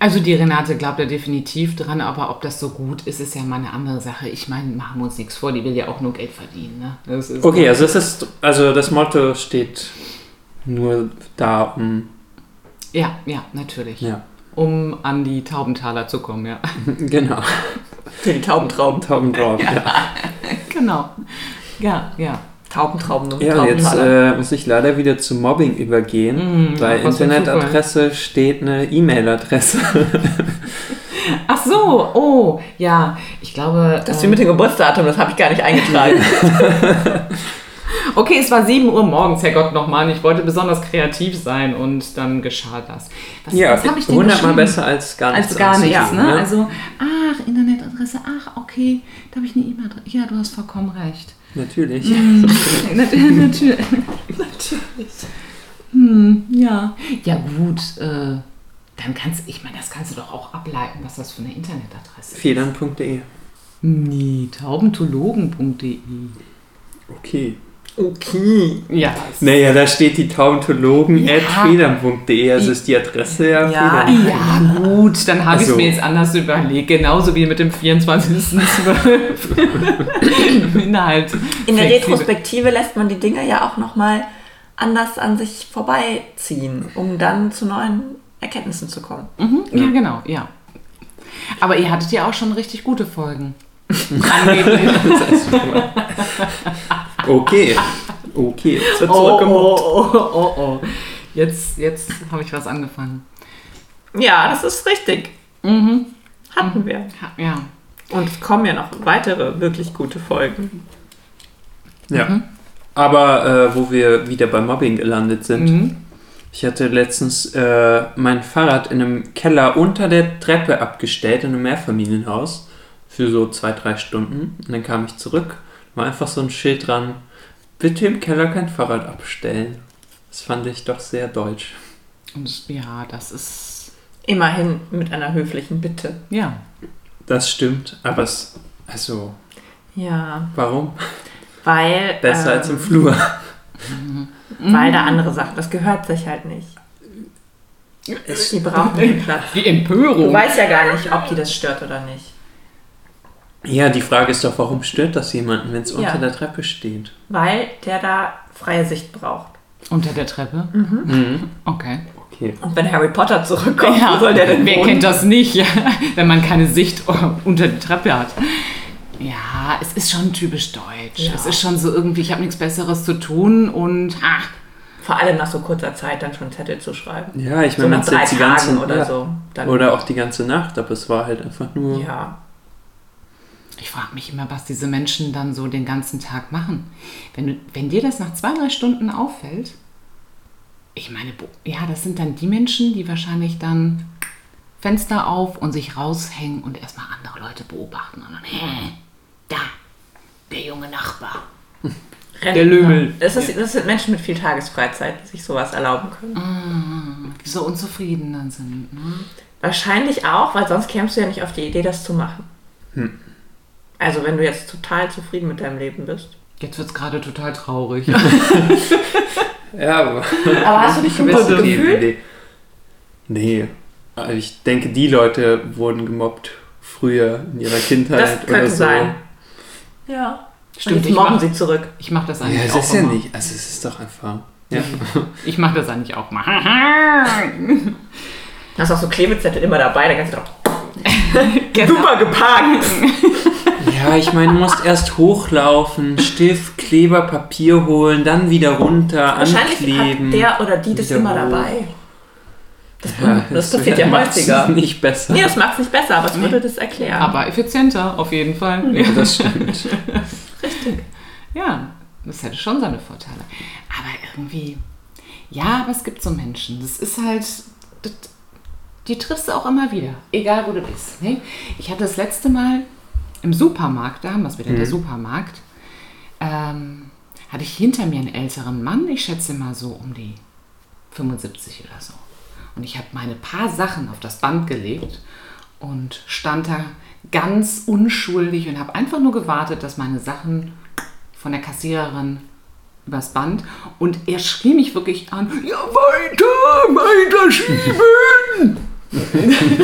Speaker 3: Also die Renate glaubt da definitiv dran, aber ob das so gut ist, ist ja mal eine andere Sache. Ich meine, machen wir uns nichts vor, die will ja auch nur Geld verdienen. Ne? Das ist
Speaker 2: Okay, also es ist, also das Motto steht nur da, um
Speaker 3: Ja, ja, natürlich.
Speaker 2: Ja.
Speaker 3: Um an die Taubentaler zu kommen, ja.
Speaker 2: genau,
Speaker 1: Für die Taubentrauben.
Speaker 2: Tauben drauf. Ja,
Speaker 3: genau. Ja, ja.
Speaker 1: Taubentrauben und
Speaker 2: ja
Speaker 1: Taubentaler.
Speaker 2: jetzt äh, muss ich leider wieder zu Mobbing übergehen. Bei
Speaker 3: Mhm, was für ein
Speaker 2: Internetadresse steht eine E-Mail-Adresse.
Speaker 3: Ach so, oh, ja. Ich glaube.
Speaker 1: Das ist wie
Speaker 3: ähm,
Speaker 1: mit dem Geburtsdatum, das habe ich gar nicht eingetragen.
Speaker 3: Okay, es war 7 Uhr morgens, Herrgott nochmal. Ich wollte besonders kreativ sein und dann geschah das. Was,
Speaker 2: Ja,
Speaker 3: was hab ich denn
Speaker 2: hundertmal
Speaker 3: geschrieben?
Speaker 2: besser als gar nichts.
Speaker 3: als gar nichts.
Speaker 2: anzugeben,
Speaker 3: Ne? Also, ach, Internetadresse, ach, okay, da habe ich eine E-Mail. drin. Ja, du hast vollkommen recht.
Speaker 2: Natürlich.
Speaker 3: Mhm. Natürlich. Natürlich. Hm, ja. Ja, gut, äh, dann kannst ich meine, das kannst du doch auch ableiten, was das für eine Internetadresse ist. Hm,
Speaker 2: Federn.de.
Speaker 3: Nee, taubentologen.de.
Speaker 2: Okay.
Speaker 1: Okay.
Speaker 3: Ja.
Speaker 2: Naja, da steht die taubentologen
Speaker 3: Ja.
Speaker 2: at federn.de, also ist die Adresse ja,
Speaker 1: Ja.
Speaker 2: Federn.
Speaker 3: Ja, gut, dann habe ich
Speaker 2: Also-
Speaker 3: es mir jetzt anders überlegt. Genauso wie mit dem 24.12. Innerhalb.
Speaker 1: In der
Speaker 3: flexibel.
Speaker 1: Retrospektive lässt man die Dinger ja auch nochmal anders an sich vorbeiziehen, um dann zu neuen Erkenntnissen zu kommen.
Speaker 3: Mhm, ja, genau, ja. Aber ihr hattet ja auch schon richtig gute Folgen. Angeblich.
Speaker 2: Okay. Okay, jetzt wird
Speaker 3: oh,
Speaker 2: zurückgemobbt.
Speaker 3: oh, oh, oh, oh. Jetzt, jetzt habe ich was angefangen.
Speaker 1: Ja, das ist richtig.
Speaker 3: Mhm.
Speaker 1: Hatten wir.
Speaker 3: Ha- Ja.
Speaker 1: Und es kommen ja noch weitere wirklich gute Folgen.
Speaker 2: Ja.
Speaker 3: Mhm.
Speaker 2: Aber äh, wo wir wieder bei Mobbing gelandet sind,
Speaker 3: Mhm.
Speaker 2: ich hatte letztens äh, mein Fahrrad in einem Keller unter der Treppe abgestellt, in einem Mehrfamilienhaus, für so zwei, drei Stunden. Und dann kam ich zurück, war einfach so ein Schild dran, bitte im Keller kein Fahrrad abstellen. Das fand ich doch sehr deutsch.
Speaker 3: Und ja, das ist.
Speaker 1: Immerhin mit einer höflichen Bitte.
Speaker 3: Ja.
Speaker 2: Das stimmt, aber es, also,
Speaker 1: Ja,
Speaker 2: warum?
Speaker 1: weil.
Speaker 2: Besser
Speaker 1: ähm,
Speaker 2: als im Flur.
Speaker 1: Weil da andere Sachen, das gehört sich halt nicht. Die brauchen den Platz.
Speaker 3: Die
Speaker 1: Du
Speaker 3: Empörung.
Speaker 1: weißt ja gar nicht, ob die das stört oder nicht.
Speaker 2: Ja, die Frage ist doch, warum stört das jemanden, wenn es
Speaker 1: Ja.
Speaker 2: unter der Treppe steht?
Speaker 1: Weil der da freie Sicht braucht.
Speaker 3: Unter der Treppe?
Speaker 1: Mhm.
Speaker 2: Mhm.
Speaker 3: Okay.
Speaker 2: Okay.
Speaker 1: Und wenn Harry Potter zurückkommt, wo
Speaker 3: Ja,
Speaker 1: soll der denn
Speaker 3: wer
Speaker 1: wohnen?
Speaker 3: kennt das nicht, ja, wenn man keine Sicht unter der Treppe hat? Ja, es ist schon typisch deutsch.
Speaker 1: Ja.
Speaker 3: Es ist schon so irgendwie, ich habe nichts Besseres zu tun und ha,
Speaker 1: Vor allem nach so kurzer Zeit dann schon Zettel zu schreiben.
Speaker 2: Ja, ich
Speaker 1: So
Speaker 2: meine,
Speaker 1: nach
Speaker 2: man
Speaker 1: drei
Speaker 2: sitzt die ganze
Speaker 1: Tagen oder
Speaker 2: ja,
Speaker 1: so. Dann,
Speaker 2: Oder auch die ganze Nacht, aber es war halt einfach nur.
Speaker 1: Ja.
Speaker 3: ich frage mich immer, was diese Menschen dann so den ganzen Tag machen. Wenn, du- wenn dir das nach zwei, drei Stunden auffällt, ich meine, bo- ja, das sind dann die Menschen, die wahrscheinlich dann Fenster auf und sich raushängen und erstmal andere Leute beobachten und dann, hä, da, der junge Nachbar.
Speaker 1: Rentner.
Speaker 3: Der Lümmel.
Speaker 1: ne? Das, ist, das sind Menschen mit viel Tagesfreizeit, die sich sowas erlauben können.
Speaker 3: die so unzufrieden dann sind. Ne?
Speaker 1: Wahrscheinlich auch, weil sonst kämst du ja nicht auf die Idee, das zu machen. Also wenn du jetzt total zufrieden mit deinem Leben bist.
Speaker 3: Jetzt wird es gerade total traurig.
Speaker 2: Ja, aber.
Speaker 1: Aber hast du dich schon mal
Speaker 2: Weißt du, die
Speaker 1: gefühlt?
Speaker 2: Idee? Nee. Also ich denke, die Leute wurden gemobbt früher in ihrer Kindheit
Speaker 1: Das
Speaker 2: oder
Speaker 1: könnte
Speaker 2: so.
Speaker 1: sein. Ja.
Speaker 3: Stimmt,
Speaker 1: Stimmt,
Speaker 3: ich
Speaker 1: jetzt mobben
Speaker 3: mach-
Speaker 1: sie zurück.
Speaker 3: Ich mache das
Speaker 2: Ja,
Speaker 3: eigentlich
Speaker 2: es
Speaker 3: auch
Speaker 2: ist ja
Speaker 3: immer.
Speaker 2: nicht. Also es ist doch einfach. Ja.
Speaker 3: Ich mache das eigentlich auch mal.
Speaker 1: Du hast auch so Klebezettel immer dabei, da kannst du doch. Super geparkt!
Speaker 2: ja, ich meine, du musst erst hochlaufen, Stift, Kleber, Papier holen, dann wieder runter,
Speaker 1: Wahrscheinlich
Speaker 2: ankleben.
Speaker 1: hat der oder die das
Speaker 2: wieder
Speaker 1: immer
Speaker 2: hoch.
Speaker 1: dabei.
Speaker 2: ja,
Speaker 1: das passiert ja
Speaker 2: macht's
Speaker 1: häufiger.
Speaker 2: nicht besser.
Speaker 1: Nee, das macht es nicht besser, aber es würde das erklären.
Speaker 3: Aber effizienter, auf jeden Fall. Ja.
Speaker 2: das stimmt.
Speaker 3: ja, das hätte schon seine Vorteile. Aber irgendwie, ja, aber es gibt so Menschen. Das ist halt, das, die triffst du auch immer wieder, egal wo du bist. Ne? Ich hatte das letzte Mal im Supermarkt, da haben wir es wieder,
Speaker 2: Mhm.
Speaker 3: der Supermarkt, ähm, hatte ich hinter mir einen älteren Mann, ich schätze mal so um die 75 oder so. Und ich habe meine paar Sachen auf das Band gelegt und stand da ganz unschuldig und habe einfach nur gewartet, dass meine Sachen von der Kassiererin übers Band und er schrie mich wirklich an, ja weiter, weiter schieben!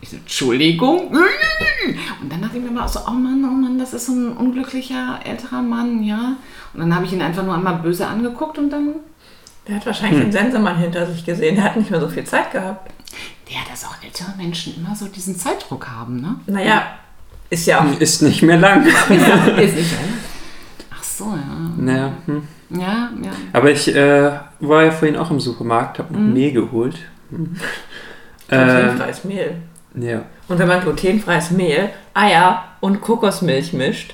Speaker 3: ich so, Entschuldigung. Und dann dachte ich mir mal so, oh Mann, oh Mann, das ist so ein unglücklicher älterer Mann, ja. Und dann habe ich ihn einfach nur einmal böse angeguckt und dann
Speaker 1: der hat wahrscheinlich den Sensemann hinter sich gesehen, der hat nicht mehr so viel Zeit gehabt.
Speaker 3: Ja, dass auch ältere Menschen immer so diesen Zeitdruck haben, ne?
Speaker 1: Naja, ist ja auch.
Speaker 2: Ist nicht mehr lang.
Speaker 1: ist nicht,
Speaker 3: Ach so, ja.
Speaker 2: Naja, hm.
Speaker 3: Ja, ja.
Speaker 2: Aber ich äh, war ja vorhin auch im Supermarkt, habe noch
Speaker 1: Mhm.
Speaker 2: Mehl geholt. Hm. Äh,
Speaker 1: glutenfreies Mehl.
Speaker 2: ja.
Speaker 1: Und wenn man glutenfreies Mehl, Eier und Kokosmilch mischt,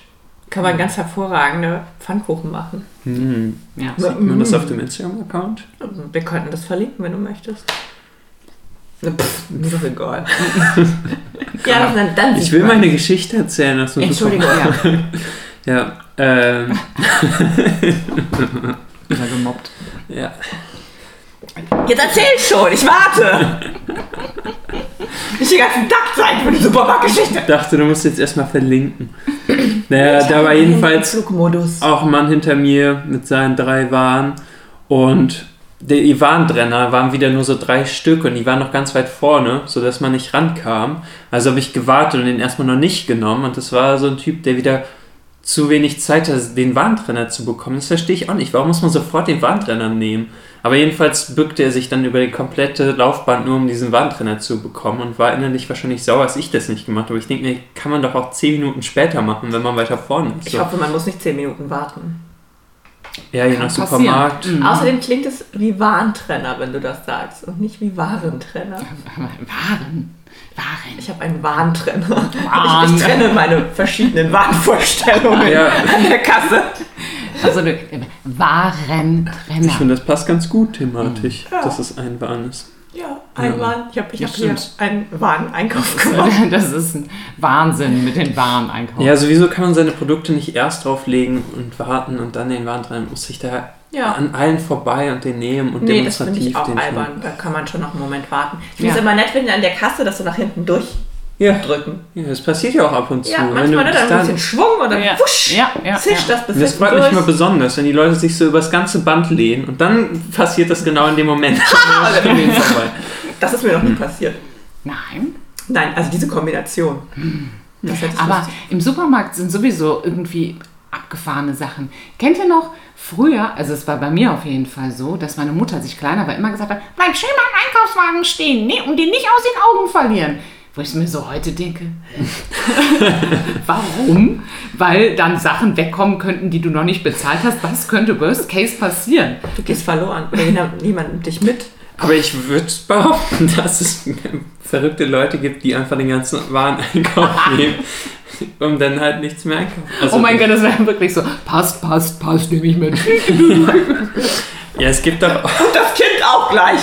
Speaker 1: kann man ganz hervorragende Pfannkuchen machen.
Speaker 2: Hm.
Speaker 3: ja.
Speaker 2: Sieht man das auf dem Instagram-Account?
Speaker 1: Wir könnten das verlinken, wenn du möchtest. Na, Pff, mir doch egal. ja, dann, dann
Speaker 2: Ich
Speaker 1: sieht
Speaker 2: will
Speaker 1: man.
Speaker 2: meine Geschichte erzählen aus dem
Speaker 1: Entschuldigung.
Speaker 3: Ja,
Speaker 2: Supermarkt. Ja, ähm,
Speaker 3: wieder gemobbt.
Speaker 2: ja.
Speaker 1: Jetzt erzähl schon, ich warte. Nicht den ganzen Tag Zeit für diese Bombergeschichte.
Speaker 2: Dachte, du musst jetzt erstmal verlinken. Naja, da war jedenfalls
Speaker 1: Flugmodus.
Speaker 2: auch ein Mann hinter mir mit seinen drei Waren und der, die Warndrenner waren wieder nur so drei Stück und die waren noch ganz weit vorne, sodass man nicht rankam. Also habe ich gewartet und den erstmal noch nicht genommen und das war so ein Typ, der wieder zu wenig Zeit hat, den Warntrenner zu bekommen. Das verstehe ich auch nicht. Warum muss man sofort den Warntrenner nehmen? Aber jedenfalls bückte er sich dann über die komplette Laufbahn nur, um diesen Warntrenner zu bekommen und war innerlich wahrscheinlich sauer, dass ich das nicht gemacht habe. Ich denke mir, kann man doch auch zehn Minuten später machen, wenn man weiter vorne ist.
Speaker 1: Ich
Speaker 2: So.
Speaker 1: hoffe, man muss nicht 10 Minuten warten.
Speaker 2: Ja, je
Speaker 3: Kann
Speaker 2: nach
Speaker 3: passieren.
Speaker 2: Supermarkt.
Speaker 1: Mhm. Außerdem klingt es wie Warntrenner, wenn du das sagst und nicht wie Warentrenner.
Speaker 3: Waren. Waren.
Speaker 1: Ich habe einen Warntrenner.
Speaker 3: Warn.
Speaker 1: Ich, ich trenne meine verschiedenen Warnvorstellungen
Speaker 2: Ja.
Speaker 1: an der Kasse.
Speaker 3: Also du,
Speaker 2: Ich
Speaker 3: Warentrenner.
Speaker 2: finde, das passt ganz gut thematisch,
Speaker 1: Mhm.
Speaker 2: dass es ein Wahn ist.
Speaker 1: Ja, ein
Speaker 2: Ja.
Speaker 1: Warn. Ich habe ich
Speaker 2: Ja,
Speaker 1: hab hier
Speaker 2: stimmt.
Speaker 1: einen Warneinkauf gemacht.
Speaker 3: Das ist ein Wahnsinn mit den Wareneinkauf.
Speaker 2: Ja, sowieso kann man seine Produkte nicht erst drauflegen und warten und dann den Wahn dran. Muss sich da
Speaker 1: Ja.
Speaker 2: an allen vorbei und den nehmen und
Speaker 1: Nee, das finde
Speaker 2: demonstrativ
Speaker 1: ich auch
Speaker 2: den
Speaker 1: albern. Da kann man schon noch einen Moment warten. Ich finde
Speaker 3: Ja.
Speaker 1: es immer nett, wenn die an der Kasse das so nach hinten durchdrücken.
Speaker 2: Ja. ja, das passiert ja auch ab und zu.
Speaker 1: Ja,
Speaker 2: Wenn
Speaker 1: manchmal ne,
Speaker 2: bis
Speaker 1: dann ein bisschen Schwung und dann
Speaker 3: Ja.
Speaker 1: wusch,
Speaker 3: Ja, ja,
Speaker 1: zischt
Speaker 3: ja.
Speaker 1: das bis
Speaker 2: Und das
Speaker 1: hinten
Speaker 2: freut mich
Speaker 1: durch.
Speaker 2: immer besonders, wenn die Leute sich so übers ganze Band lehnen und dann passiert das genau in dem Moment. Dann ist die Idee vorbei.
Speaker 1: das ist mir
Speaker 2: Hm.
Speaker 1: noch nie passiert.
Speaker 3: Nein.
Speaker 1: Nein, also diese Kombination. Das hätte ich
Speaker 3: Aber
Speaker 1: lustig.
Speaker 3: im Supermarkt sind sowieso irgendwie abgefahrene Sachen. Kennt ihr noch früher, also es war bei mir auf jeden Fall so, dass meine Mutter, als ich kleiner war, immer gesagt hat, bleib schön beim Einkaufswagen stehen nee, und den nicht aus den Augen verlieren. Wo ich mir so heute denke, warum? Weil dann Sachen wegkommen könnten, die du noch nicht bezahlt hast. Was könnte worst case passieren?
Speaker 1: du gehst verloren. Oder jemand- jemand nimmt dich mit.
Speaker 2: Aber ich würde behaupten, dass es verrückte Leute gibt, die einfach den ganzen Wareneinkauf nehmen und dann halt nichts mehr einkaufen. Also,
Speaker 3: Oh mein Gott, das wäre wirklich so, passt, passt, passt, nehme ich mit.
Speaker 2: Ja, es gibt doch auch,
Speaker 1: Und das Kind auch gleich.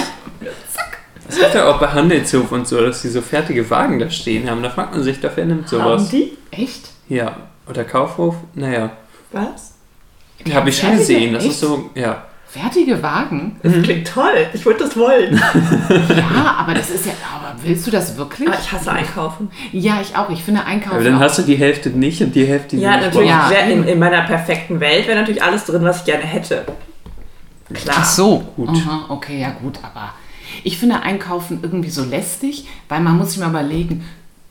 Speaker 2: es gibt doch auch bei Handelshof und so, dass die so fertige Wagen da stehen haben. Da fragt man sich, doch, wer nimmt
Speaker 1: Haben
Speaker 2: sowas?
Speaker 1: die?
Speaker 3: Echt?
Speaker 2: Ja. Oder Kaufhof? Naja.
Speaker 1: Was?
Speaker 2: Habe ich schon
Speaker 3: Fertige?
Speaker 2: gesehen. Das
Speaker 3: Echt?
Speaker 2: ist so, ja.
Speaker 3: Fertige Wagen?
Speaker 1: Das
Speaker 2: Mhm.
Speaker 1: klingt toll. Ich würde das wollen.
Speaker 3: Ja, aber das ist ja. Aber willst du das wirklich?
Speaker 1: Aber ich hasse Einkaufen.
Speaker 3: Ja, ich auch. Ich finde Einkaufen.
Speaker 2: Aber dann
Speaker 3: auch-
Speaker 2: hast du die Hälfte nicht und die Hälfte die
Speaker 1: Ja,
Speaker 2: du nicht
Speaker 1: natürlich.
Speaker 3: Ja.
Speaker 1: wär- In, in meiner perfekten Welt wäre natürlich alles drin, was ich gerne hätte. Klar.
Speaker 3: Ach so.
Speaker 2: Gut.
Speaker 3: Aha, okay, ja gut, aber ich finde Einkaufen irgendwie so lästig, weil man muss sich mal überlegen,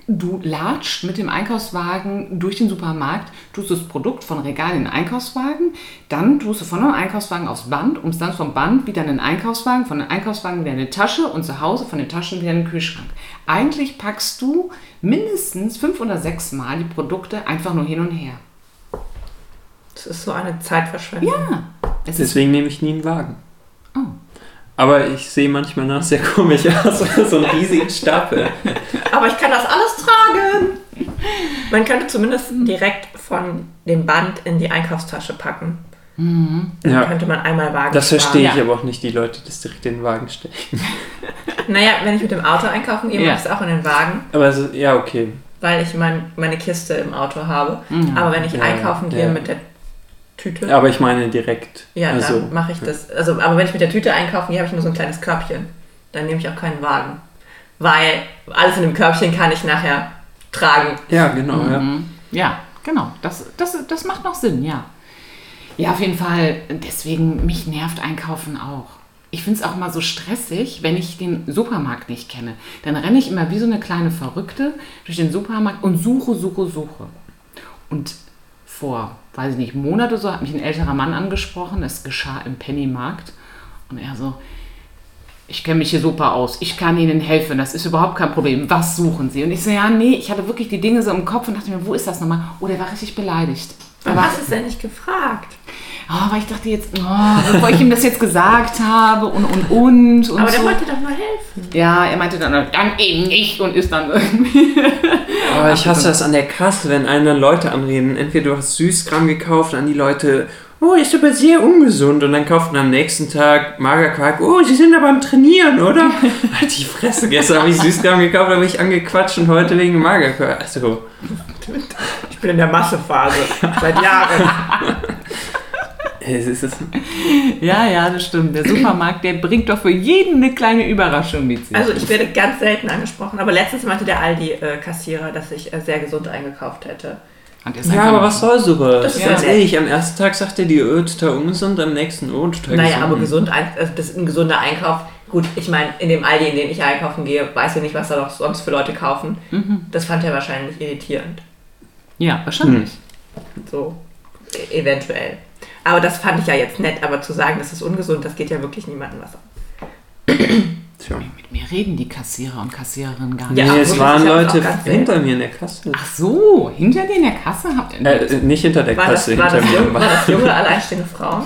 Speaker 3: du latscht mit dem Einkaufswagen durch den Supermarkt, tust das Produkt von Regal in den Einkaufswagen, dann tust du von einem Einkaufswagen aufs Band, um es dann vom Band wieder in den Einkaufswagen, von den Einkaufswagen wieder in eine Tasche und zu Hause von den Taschen wieder in den Kühlschrank. Eigentlich packst du mindestens fünf oder sechs Mal die Produkte einfach nur hin und her.
Speaker 1: Das ist so eine Zeitverschwendung.
Speaker 3: Ja, es ist
Speaker 2: Deswegen nehme ich nie einen Wagen.
Speaker 3: Oh.
Speaker 2: Aber ich sehe manchmal nach sehr komisch aus, so einen riesigen Stapel.
Speaker 1: Aber ich kann das alles tragen. Man könnte zumindest
Speaker 2: Hm.
Speaker 1: direkt von dem Band in die Einkaufstasche packen. Dann
Speaker 2: Ja.
Speaker 1: könnte man einmal Wagen
Speaker 2: Das verstehe ich
Speaker 3: Ja.
Speaker 2: aber auch nicht, die Leute, die das direkt in den Wagen stecken.
Speaker 1: ich. Naja, wenn ich mit dem Auto einkaufen gehe,
Speaker 3: Ja.
Speaker 1: mache ich es auch in den Wagen,
Speaker 2: Aber es ist, ja, okay.
Speaker 1: weil ich mein, meine Kiste im Auto habe. Aber wenn ich
Speaker 2: Mhm. Ja,
Speaker 1: einkaufen gehe
Speaker 2: ja.
Speaker 1: mit der Tüte, ja,
Speaker 2: Aber ich meine direkt. also,
Speaker 1: dann mache ich das. Also, aber wenn ich mit der Tüte einkaufen gehe, habe ich nur so ein kleines Körbchen. Dann nehme ich auch keinen Wagen. Weil alles in dem Körbchen kann ich nachher tragen.
Speaker 2: Ja, genau,
Speaker 1: Mhm.
Speaker 2: ja.
Speaker 3: Mhm. Ja, genau. Das, das, das macht noch Sinn, ja. Ja, auf jeden Fall. Deswegen, mich nervt Einkaufen auch. Ich finde es auch mal so stressig, wenn ich den Supermarkt nicht kenne. Dann renne ich immer wie so eine kleine Verrückte durch den Supermarkt und suche, suche, suche. Und vor, weiß ich nicht, Monat oder so hat mich ein älterer Mann angesprochen. Es geschah im Pennymarkt. Und er so, ich kenne mich hier super aus, ich kann Ihnen helfen, das ist überhaupt kein Problem, was suchen Sie? Und ich so, ja, nee, ich hatte wirklich die Dinge so im Kopf und dachte mir, wo ist das nochmal? Oh, der war richtig beleidigt.
Speaker 1: Aber
Speaker 3: Aber,
Speaker 1: hast du es denn nicht gefragt?
Speaker 3: oh, aber ich dachte jetzt, oh, bevor ich ihm das jetzt gesagt habe und, und, und. und
Speaker 1: Aber der
Speaker 3: so.
Speaker 1: wollte doch mal helfen.
Speaker 3: Ja, er meinte dann, dann eben nicht und ist dann irgendwie.
Speaker 2: Aber ich hasse das an der Kasse, wenn einer Leute anreden. Entweder du hast Süßkram gekauft, an die Leute, oh, ist aber sehr ungesund. Und dann kauft man am nächsten Tag Magerquark, oh, sie sind aber am Trainieren, oder? halt die Fresse, gestern habe ich Süßkram gekauft, habe ich angequatscht und heute wegen Magerquark. Also,
Speaker 1: Ich bin in der Massephase. Seit Jahren.
Speaker 2: äh, Es ist, es ist,
Speaker 3: Ja, ja, das stimmt. Der Supermarkt, der bringt doch für jeden eine kleine Überraschung mit sich.
Speaker 1: Also ich werde ganz selten angesprochen, aber letztens meinte der Aldi-Kassierer, dass ich äh, sehr gesund eingekauft hätte.
Speaker 3: Und der ist
Speaker 2: ja,
Speaker 3: einfach-
Speaker 2: aber was soll sowas?
Speaker 1: Das ist
Speaker 2: Ganz
Speaker 1: ja nett.
Speaker 2: ehrlich, am ersten Tag sagt er dir, oh, total ungesund, am nächsten, oh, total
Speaker 1: Naja, aber
Speaker 2: gesund.
Speaker 1: gesund, ein- also das ist ein gesunder Einkauf. Gut, ich meine, in dem Aldi, in den ich einkaufen gehe, weiß ich nicht, was da noch sonst für Leute kaufen. Das fand er wahrscheinlich irritierend.
Speaker 3: Ja, wahrscheinlich.
Speaker 1: So, e- eventuell. Aber das fand ich ja jetzt nett, aber zu sagen, das ist ungesund, das geht ja wirklich niemandem was an.
Speaker 2: Tja.
Speaker 3: Mit mir reden die Kassierer und Kassiererinnen gar nicht.
Speaker 1: Ja,
Speaker 2: Nee, es
Speaker 1: gut,
Speaker 2: waren
Speaker 1: ich hab's
Speaker 2: Leute
Speaker 1: auch ganz
Speaker 2: hinter mir in der Kasse.
Speaker 3: Ach so, hinter dir in der Kasse habt ihr.
Speaker 2: Äh, äh, nicht hinter der
Speaker 1: War das,
Speaker 2: Kasse,
Speaker 1: war,
Speaker 2: hinter
Speaker 1: das
Speaker 2: mir.
Speaker 1: junge, war das junge, alleinstehende Frauen?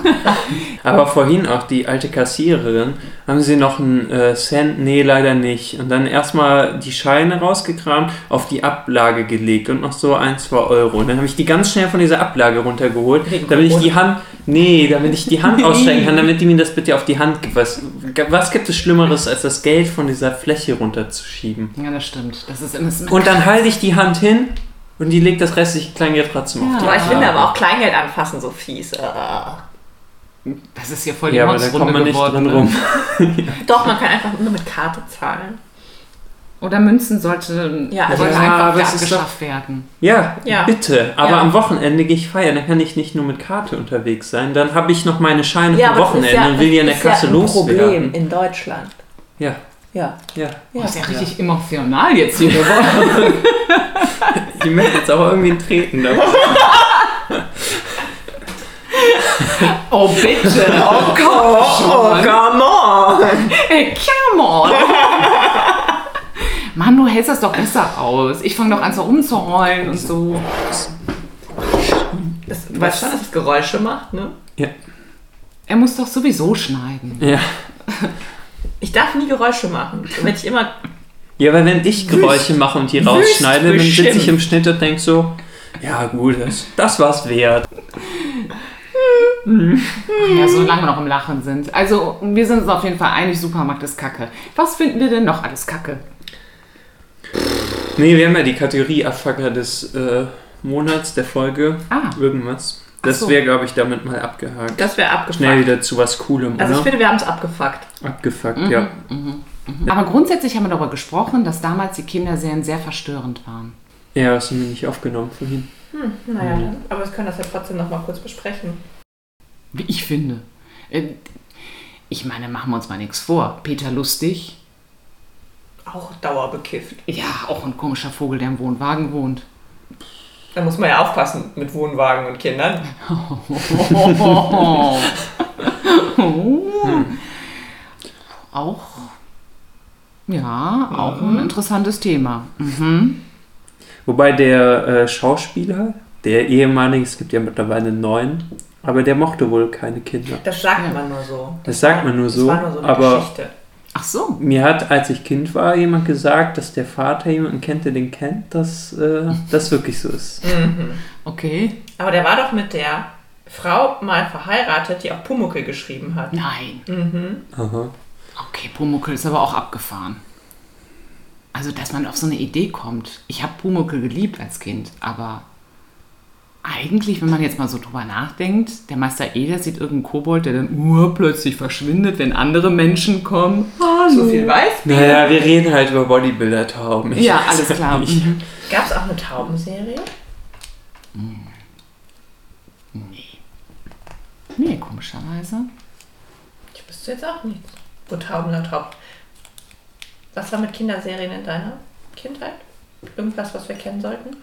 Speaker 2: Aber vorhin auch die alte Kassiererin, haben sie noch einen äh, Cent? Nee, leider nicht. Und dann erstmal die Scheine rausgekramt, auf die Ablage gelegt und noch so ein, zwei Euro. Und dann habe ich die ganz schnell von dieser Ablage runtergeholt,
Speaker 1: Wegen
Speaker 2: damit ich
Speaker 1: Corona.
Speaker 2: die Hand, nee, damit ich die Hand ausstrecken kann, damit die mir das bitte auf die Hand gibt. Was, was gibt es Schlimmeres, als das Geld von dieser Fläche runterzuschieben?
Speaker 3: Ja, das stimmt. Das ist, das ist
Speaker 2: Und dann halte ich die Hand hin und die legt das restliche Kleingeld trotzdem auf die
Speaker 1: Aber ich finde
Speaker 2: Ablage.
Speaker 1: aber auch Kleingeld anfassen so fies. Äh.
Speaker 3: das ist ja voll die
Speaker 2: Ja, aber da kommt
Speaker 3: Mordsrunde
Speaker 2: man nicht
Speaker 3: geworden.
Speaker 2: drin
Speaker 3: ne?
Speaker 2: rum.
Speaker 1: Doch, man kann einfach nur mit Karte zahlen.
Speaker 3: Oder Münzen sollte,
Speaker 1: Ja, also-
Speaker 3: sollte
Speaker 2: Ja,
Speaker 3: einfach
Speaker 2: aber
Speaker 3: wieder
Speaker 2: es ist doch-
Speaker 3: abgeschafft werden.
Speaker 2: Ja,
Speaker 1: Ja.
Speaker 2: bitte. Aber
Speaker 1: Ja.
Speaker 2: am Wochenende gehe ich feiern. Dann kann ich nicht nur mit Karte unterwegs sein. Dann habe ich noch meine Scheine vom
Speaker 1: das ist
Speaker 2: Wochenende und will die an der
Speaker 1: das ist
Speaker 2: Kasse
Speaker 1: ja ein Problem
Speaker 2: loswerden.
Speaker 1: in Deutschland.
Speaker 2: Ja,
Speaker 1: Ja.
Speaker 2: ja.
Speaker 3: Ja, ist ja richtig emotional jetzt hier geworden.
Speaker 2: Die möchte jetzt auch irgendwie treten. Aber
Speaker 3: Oh bitte, oh Gott,
Speaker 1: come on!
Speaker 3: Ey, come on. Mann, du hältst das doch besser aus. Ich fange doch an so rumzuheulen und so.
Speaker 1: Das, du weißt schon, dass es Geräusche macht, ne?
Speaker 2: ja.
Speaker 3: Er muss doch sowieso schneiden.
Speaker 2: ja.
Speaker 1: Ich darf nie Geräusche machen. Wenn ich immer.
Speaker 2: Ja, weil wenn ich Geräusche mache und die rausschneide, dann sitze ich
Speaker 1: bestimmt.
Speaker 2: im Schnitt und denke so, ja gut, das, das war's wert.
Speaker 3: Ja, solange wir noch im Lachen sind. Also, wir sind uns auf jeden Fall einig, Supermarkt ist kacke. Was finden wir denn noch alles kacke?
Speaker 2: Nee, wir haben ja die Kategorie Abfucker des äh, Monats, der Folge.
Speaker 3: Ah.
Speaker 2: Irgendwas. Das
Speaker 3: so.
Speaker 2: wäre, glaube ich, damit mal abgehakt.
Speaker 1: Das wäre abgefuckt.
Speaker 2: Schnell wieder ne? zu was Coolem,
Speaker 1: also ich
Speaker 2: oder?
Speaker 1: finde, wir haben es abgefuckt.
Speaker 2: Abgefuckt,
Speaker 3: Mhm.
Speaker 2: ja.
Speaker 3: Aber grundsätzlich haben wir darüber gesprochen, dass damals die Kinderserien sehr verstörend waren.
Speaker 2: Ja, hast du mir nicht aufgenommen vorhin.
Speaker 1: Hm, Naja,
Speaker 2: Hm.
Speaker 1: dann- aber wir können das ja trotzdem nochmal kurz besprechen.
Speaker 3: Wie ich finde. Äh, Ich meine, machen wir uns mal nichts vor. Peter Lustig,
Speaker 1: Auch dauerbekifft.
Speaker 3: ja, auch ein komischer Vogel, der im Wohnwagen wohnt.
Speaker 1: Da muss man ja aufpassen mit Wohnwagen und Kindern.
Speaker 3: Oh. Auch, ja, auch ein interessantes Thema. Mhm.
Speaker 2: Wobei der äh, Schauspieler, der ehemalige, es gibt ja mittlerweile einen neuen, aber der mochte wohl keine Kinder.
Speaker 1: Das sagt
Speaker 3: Ja.
Speaker 1: man nur so.
Speaker 2: Das sagt man nur so,
Speaker 1: Das war nur so eine
Speaker 2: aber-
Speaker 1: Geschichte.
Speaker 3: Ach so.
Speaker 2: Mir hat, als ich Kind war, jemand gesagt, dass der Vater jemanden kennt, der den kennt, dass äh, das wirklich so ist.
Speaker 3: Okay.
Speaker 1: Aber der war doch mit der Frau mal verheiratet, die auch Pumuckel geschrieben hat.
Speaker 3: Nein. Mhm.
Speaker 2: Aha.
Speaker 3: Okay, Pumuckl ist aber auch abgefahren. Also, dass man auf so eine Idee kommt. Ich habe Pumuckl geliebt als Kind, aber eigentlich, wenn man jetzt mal so drüber nachdenkt, der Meister Eder sieht irgendeinen Kobold, der dann urplötzlich verschwindet, wenn andere Menschen kommen.
Speaker 1: So viel weiß
Speaker 2: Naja, wir reden halt über Bodybuilder-Tauben. Ich
Speaker 3: Ja,
Speaker 2: weiß
Speaker 3: alles klar.
Speaker 2: nicht.
Speaker 3: Mhm.
Speaker 1: Gab es auch eine Taubenserie?
Speaker 3: Nee, komischerweise.
Speaker 1: Ich wüsste jetzt auch nichts. Wo Tauben da taubt. Was war mit Kinderserien in deiner Kindheit? Irgendwas, was wir kennen sollten?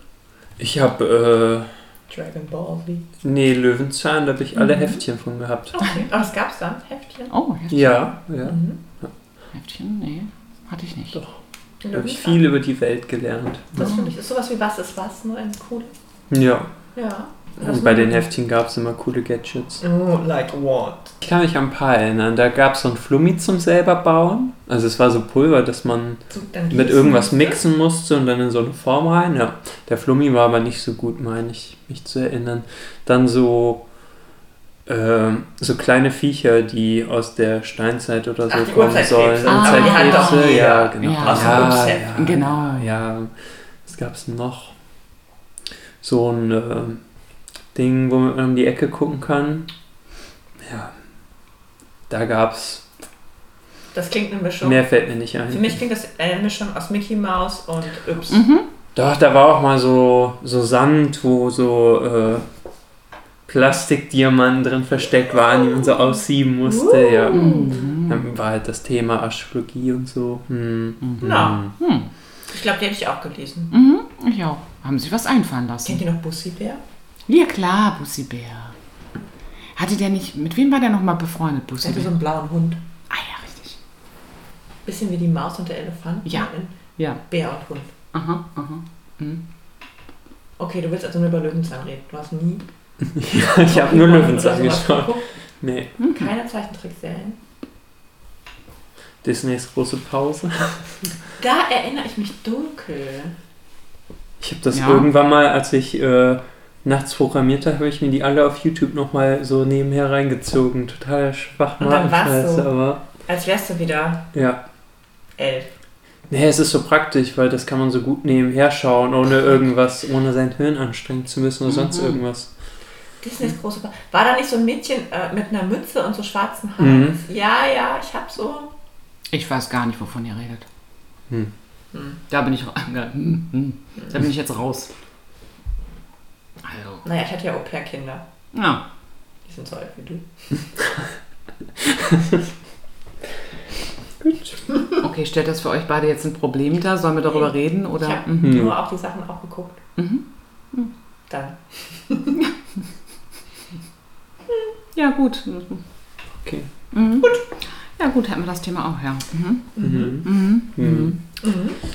Speaker 2: Ich äh, habe,
Speaker 1: Dragon Ball Z.
Speaker 2: äh, nee, Löwenzahn, da habe ich alle Heftchen von gehabt.
Speaker 1: Okay. Oh, das gab's dann? Heftchen? Mhm.
Speaker 3: Oh, Heftchen,
Speaker 2: Ja, ja.
Speaker 3: Heftchen? Nee, hatte ich nicht.
Speaker 2: Doch. Da habe
Speaker 1: Löwenzahn.
Speaker 2: ich viel über die Welt gelernt.
Speaker 1: Das finde ich ist sowas wie Was ist was, nur ein cool.
Speaker 2: Ja.
Speaker 1: Ja.
Speaker 2: Und bei den Heftchen gab es immer coole Gadgets.
Speaker 1: Oh, like what?
Speaker 2: Ich kann mich an ein paar erinnern. Da gab es so ein Flummi zum selber bauen. Also es war so Pulver, das man
Speaker 1: So, dann
Speaker 2: mit
Speaker 1: gießen
Speaker 2: irgendwas
Speaker 1: musste.
Speaker 2: mixen musste und dann in so eine Form rein. Ja. Der Flummi war aber nicht so gut, meine ich, mich zu erinnern. Dann so ähm, so kleine Viecher, die aus der Steinzeit oder so
Speaker 1: Ach, die
Speaker 2: kommen
Speaker 1: Uhrzeitkrebse.
Speaker 2: sollen.
Speaker 1: Ah,
Speaker 3: aber die hat doch
Speaker 2: Uhrzeitkrebse, ja,
Speaker 1: jeder.
Speaker 2: genau.
Speaker 3: Ja.
Speaker 2: Ja,
Speaker 3: Aus dem
Speaker 2: ja,
Speaker 1: Uhrzeit.
Speaker 2: ja,
Speaker 3: Genau.
Speaker 2: Ja, was gab es noch? So ein ähm, Ding, wo man um die Ecke gucken kann. Ja. Da gab's.
Speaker 1: Das klingt eine Mischung.
Speaker 2: Mehr fällt mir nicht ein.
Speaker 1: Für mich klingt das eine Mischung aus Mickey Mouse und Yps.
Speaker 2: Mhm. Doch, da war auch mal so, so Sand, wo so äh, Plastikdiamanten drin versteckt waren, die man so aussieben musste. Ja. Dann war halt das Thema Astrologie und so. Hm.
Speaker 1: Mhm. Na.
Speaker 3: Hm.
Speaker 1: Ich glaube, die hätte ich auch gelesen.
Speaker 3: Mhm, ich auch. Haben sich was einfallen
Speaker 1: Kennt
Speaker 3: lassen.
Speaker 1: ihr noch Bussi Bär?
Speaker 3: Ja klar, Bussi Bär. Hatte der nicht, mit wem war der nochmal befreundet,
Speaker 1: Der
Speaker 3: Bussi
Speaker 1: hatte so
Speaker 3: Bär?
Speaker 1: einen blauen Hund.
Speaker 3: Ah ja, richtig.
Speaker 1: Bisschen wie die Maus und der Elefant.
Speaker 3: Ja.
Speaker 1: Nein,
Speaker 3: Ja,
Speaker 1: Bär und Hund.
Speaker 3: aha, aha.
Speaker 1: Okay, du willst also nur über Löwenzahn reden. Du hast nie.
Speaker 2: Ich habe nur
Speaker 1: Pokémon
Speaker 2: Löwenzahn
Speaker 1: oder sowas
Speaker 2: geschaut.
Speaker 1: geguckt.
Speaker 2: Nee,
Speaker 1: Keine Zeichentrickserien.
Speaker 2: Disneys große Pause.
Speaker 1: Da erinnere ich mich dunkel.
Speaker 2: Ich habe das
Speaker 3: Ja.
Speaker 2: irgendwann mal, als ich äh, nachts programmiert habe, habe ich mir die alle auf YouTube nochmal so nebenher reingezogen. Totaler
Speaker 1: Und dann
Speaker 2: Schwachmann.
Speaker 1: war's so.
Speaker 2: aber
Speaker 1: Als wärst du wieder
Speaker 2: ja.
Speaker 1: elf.
Speaker 2: Nee, es ist so praktisch, weil das kann man so gut nebenher schauen, ohne irgendwas, ohne sein Hirn anstrengen zu müssen oder sonst irgendwas.
Speaker 1: Disneys große Pa- War da nicht so ein Mädchen äh, mit einer Mütze und so schwarzen Haaren?
Speaker 2: Mhm.
Speaker 1: Ja, ja, ich hab so.
Speaker 3: Ich weiß gar nicht, wovon ihr redet.
Speaker 2: Hm.
Speaker 3: Da bin ich ra- hm, hm. Da bin ich jetzt raus. Also.
Speaker 1: Naja, ich hatte ja Au-pair-Kinder.
Speaker 3: Ja.
Speaker 1: Die sind so alt wie du.
Speaker 3: Okay, stellt das für euch beide jetzt ein Problem dar? Sollen wir darüber reden?
Speaker 1: Ich
Speaker 3: Oder?
Speaker 1: habe
Speaker 3: Mhm.
Speaker 2: Mhm.
Speaker 1: nur auf die Sachen auch geguckt. Dann.
Speaker 3: Ja, gut. Mhm.
Speaker 2: Okay.
Speaker 3: Ja, gut, hatten wir das Thema auch, ja. Mhm.
Speaker 2: Hm.
Speaker 1: Mhm.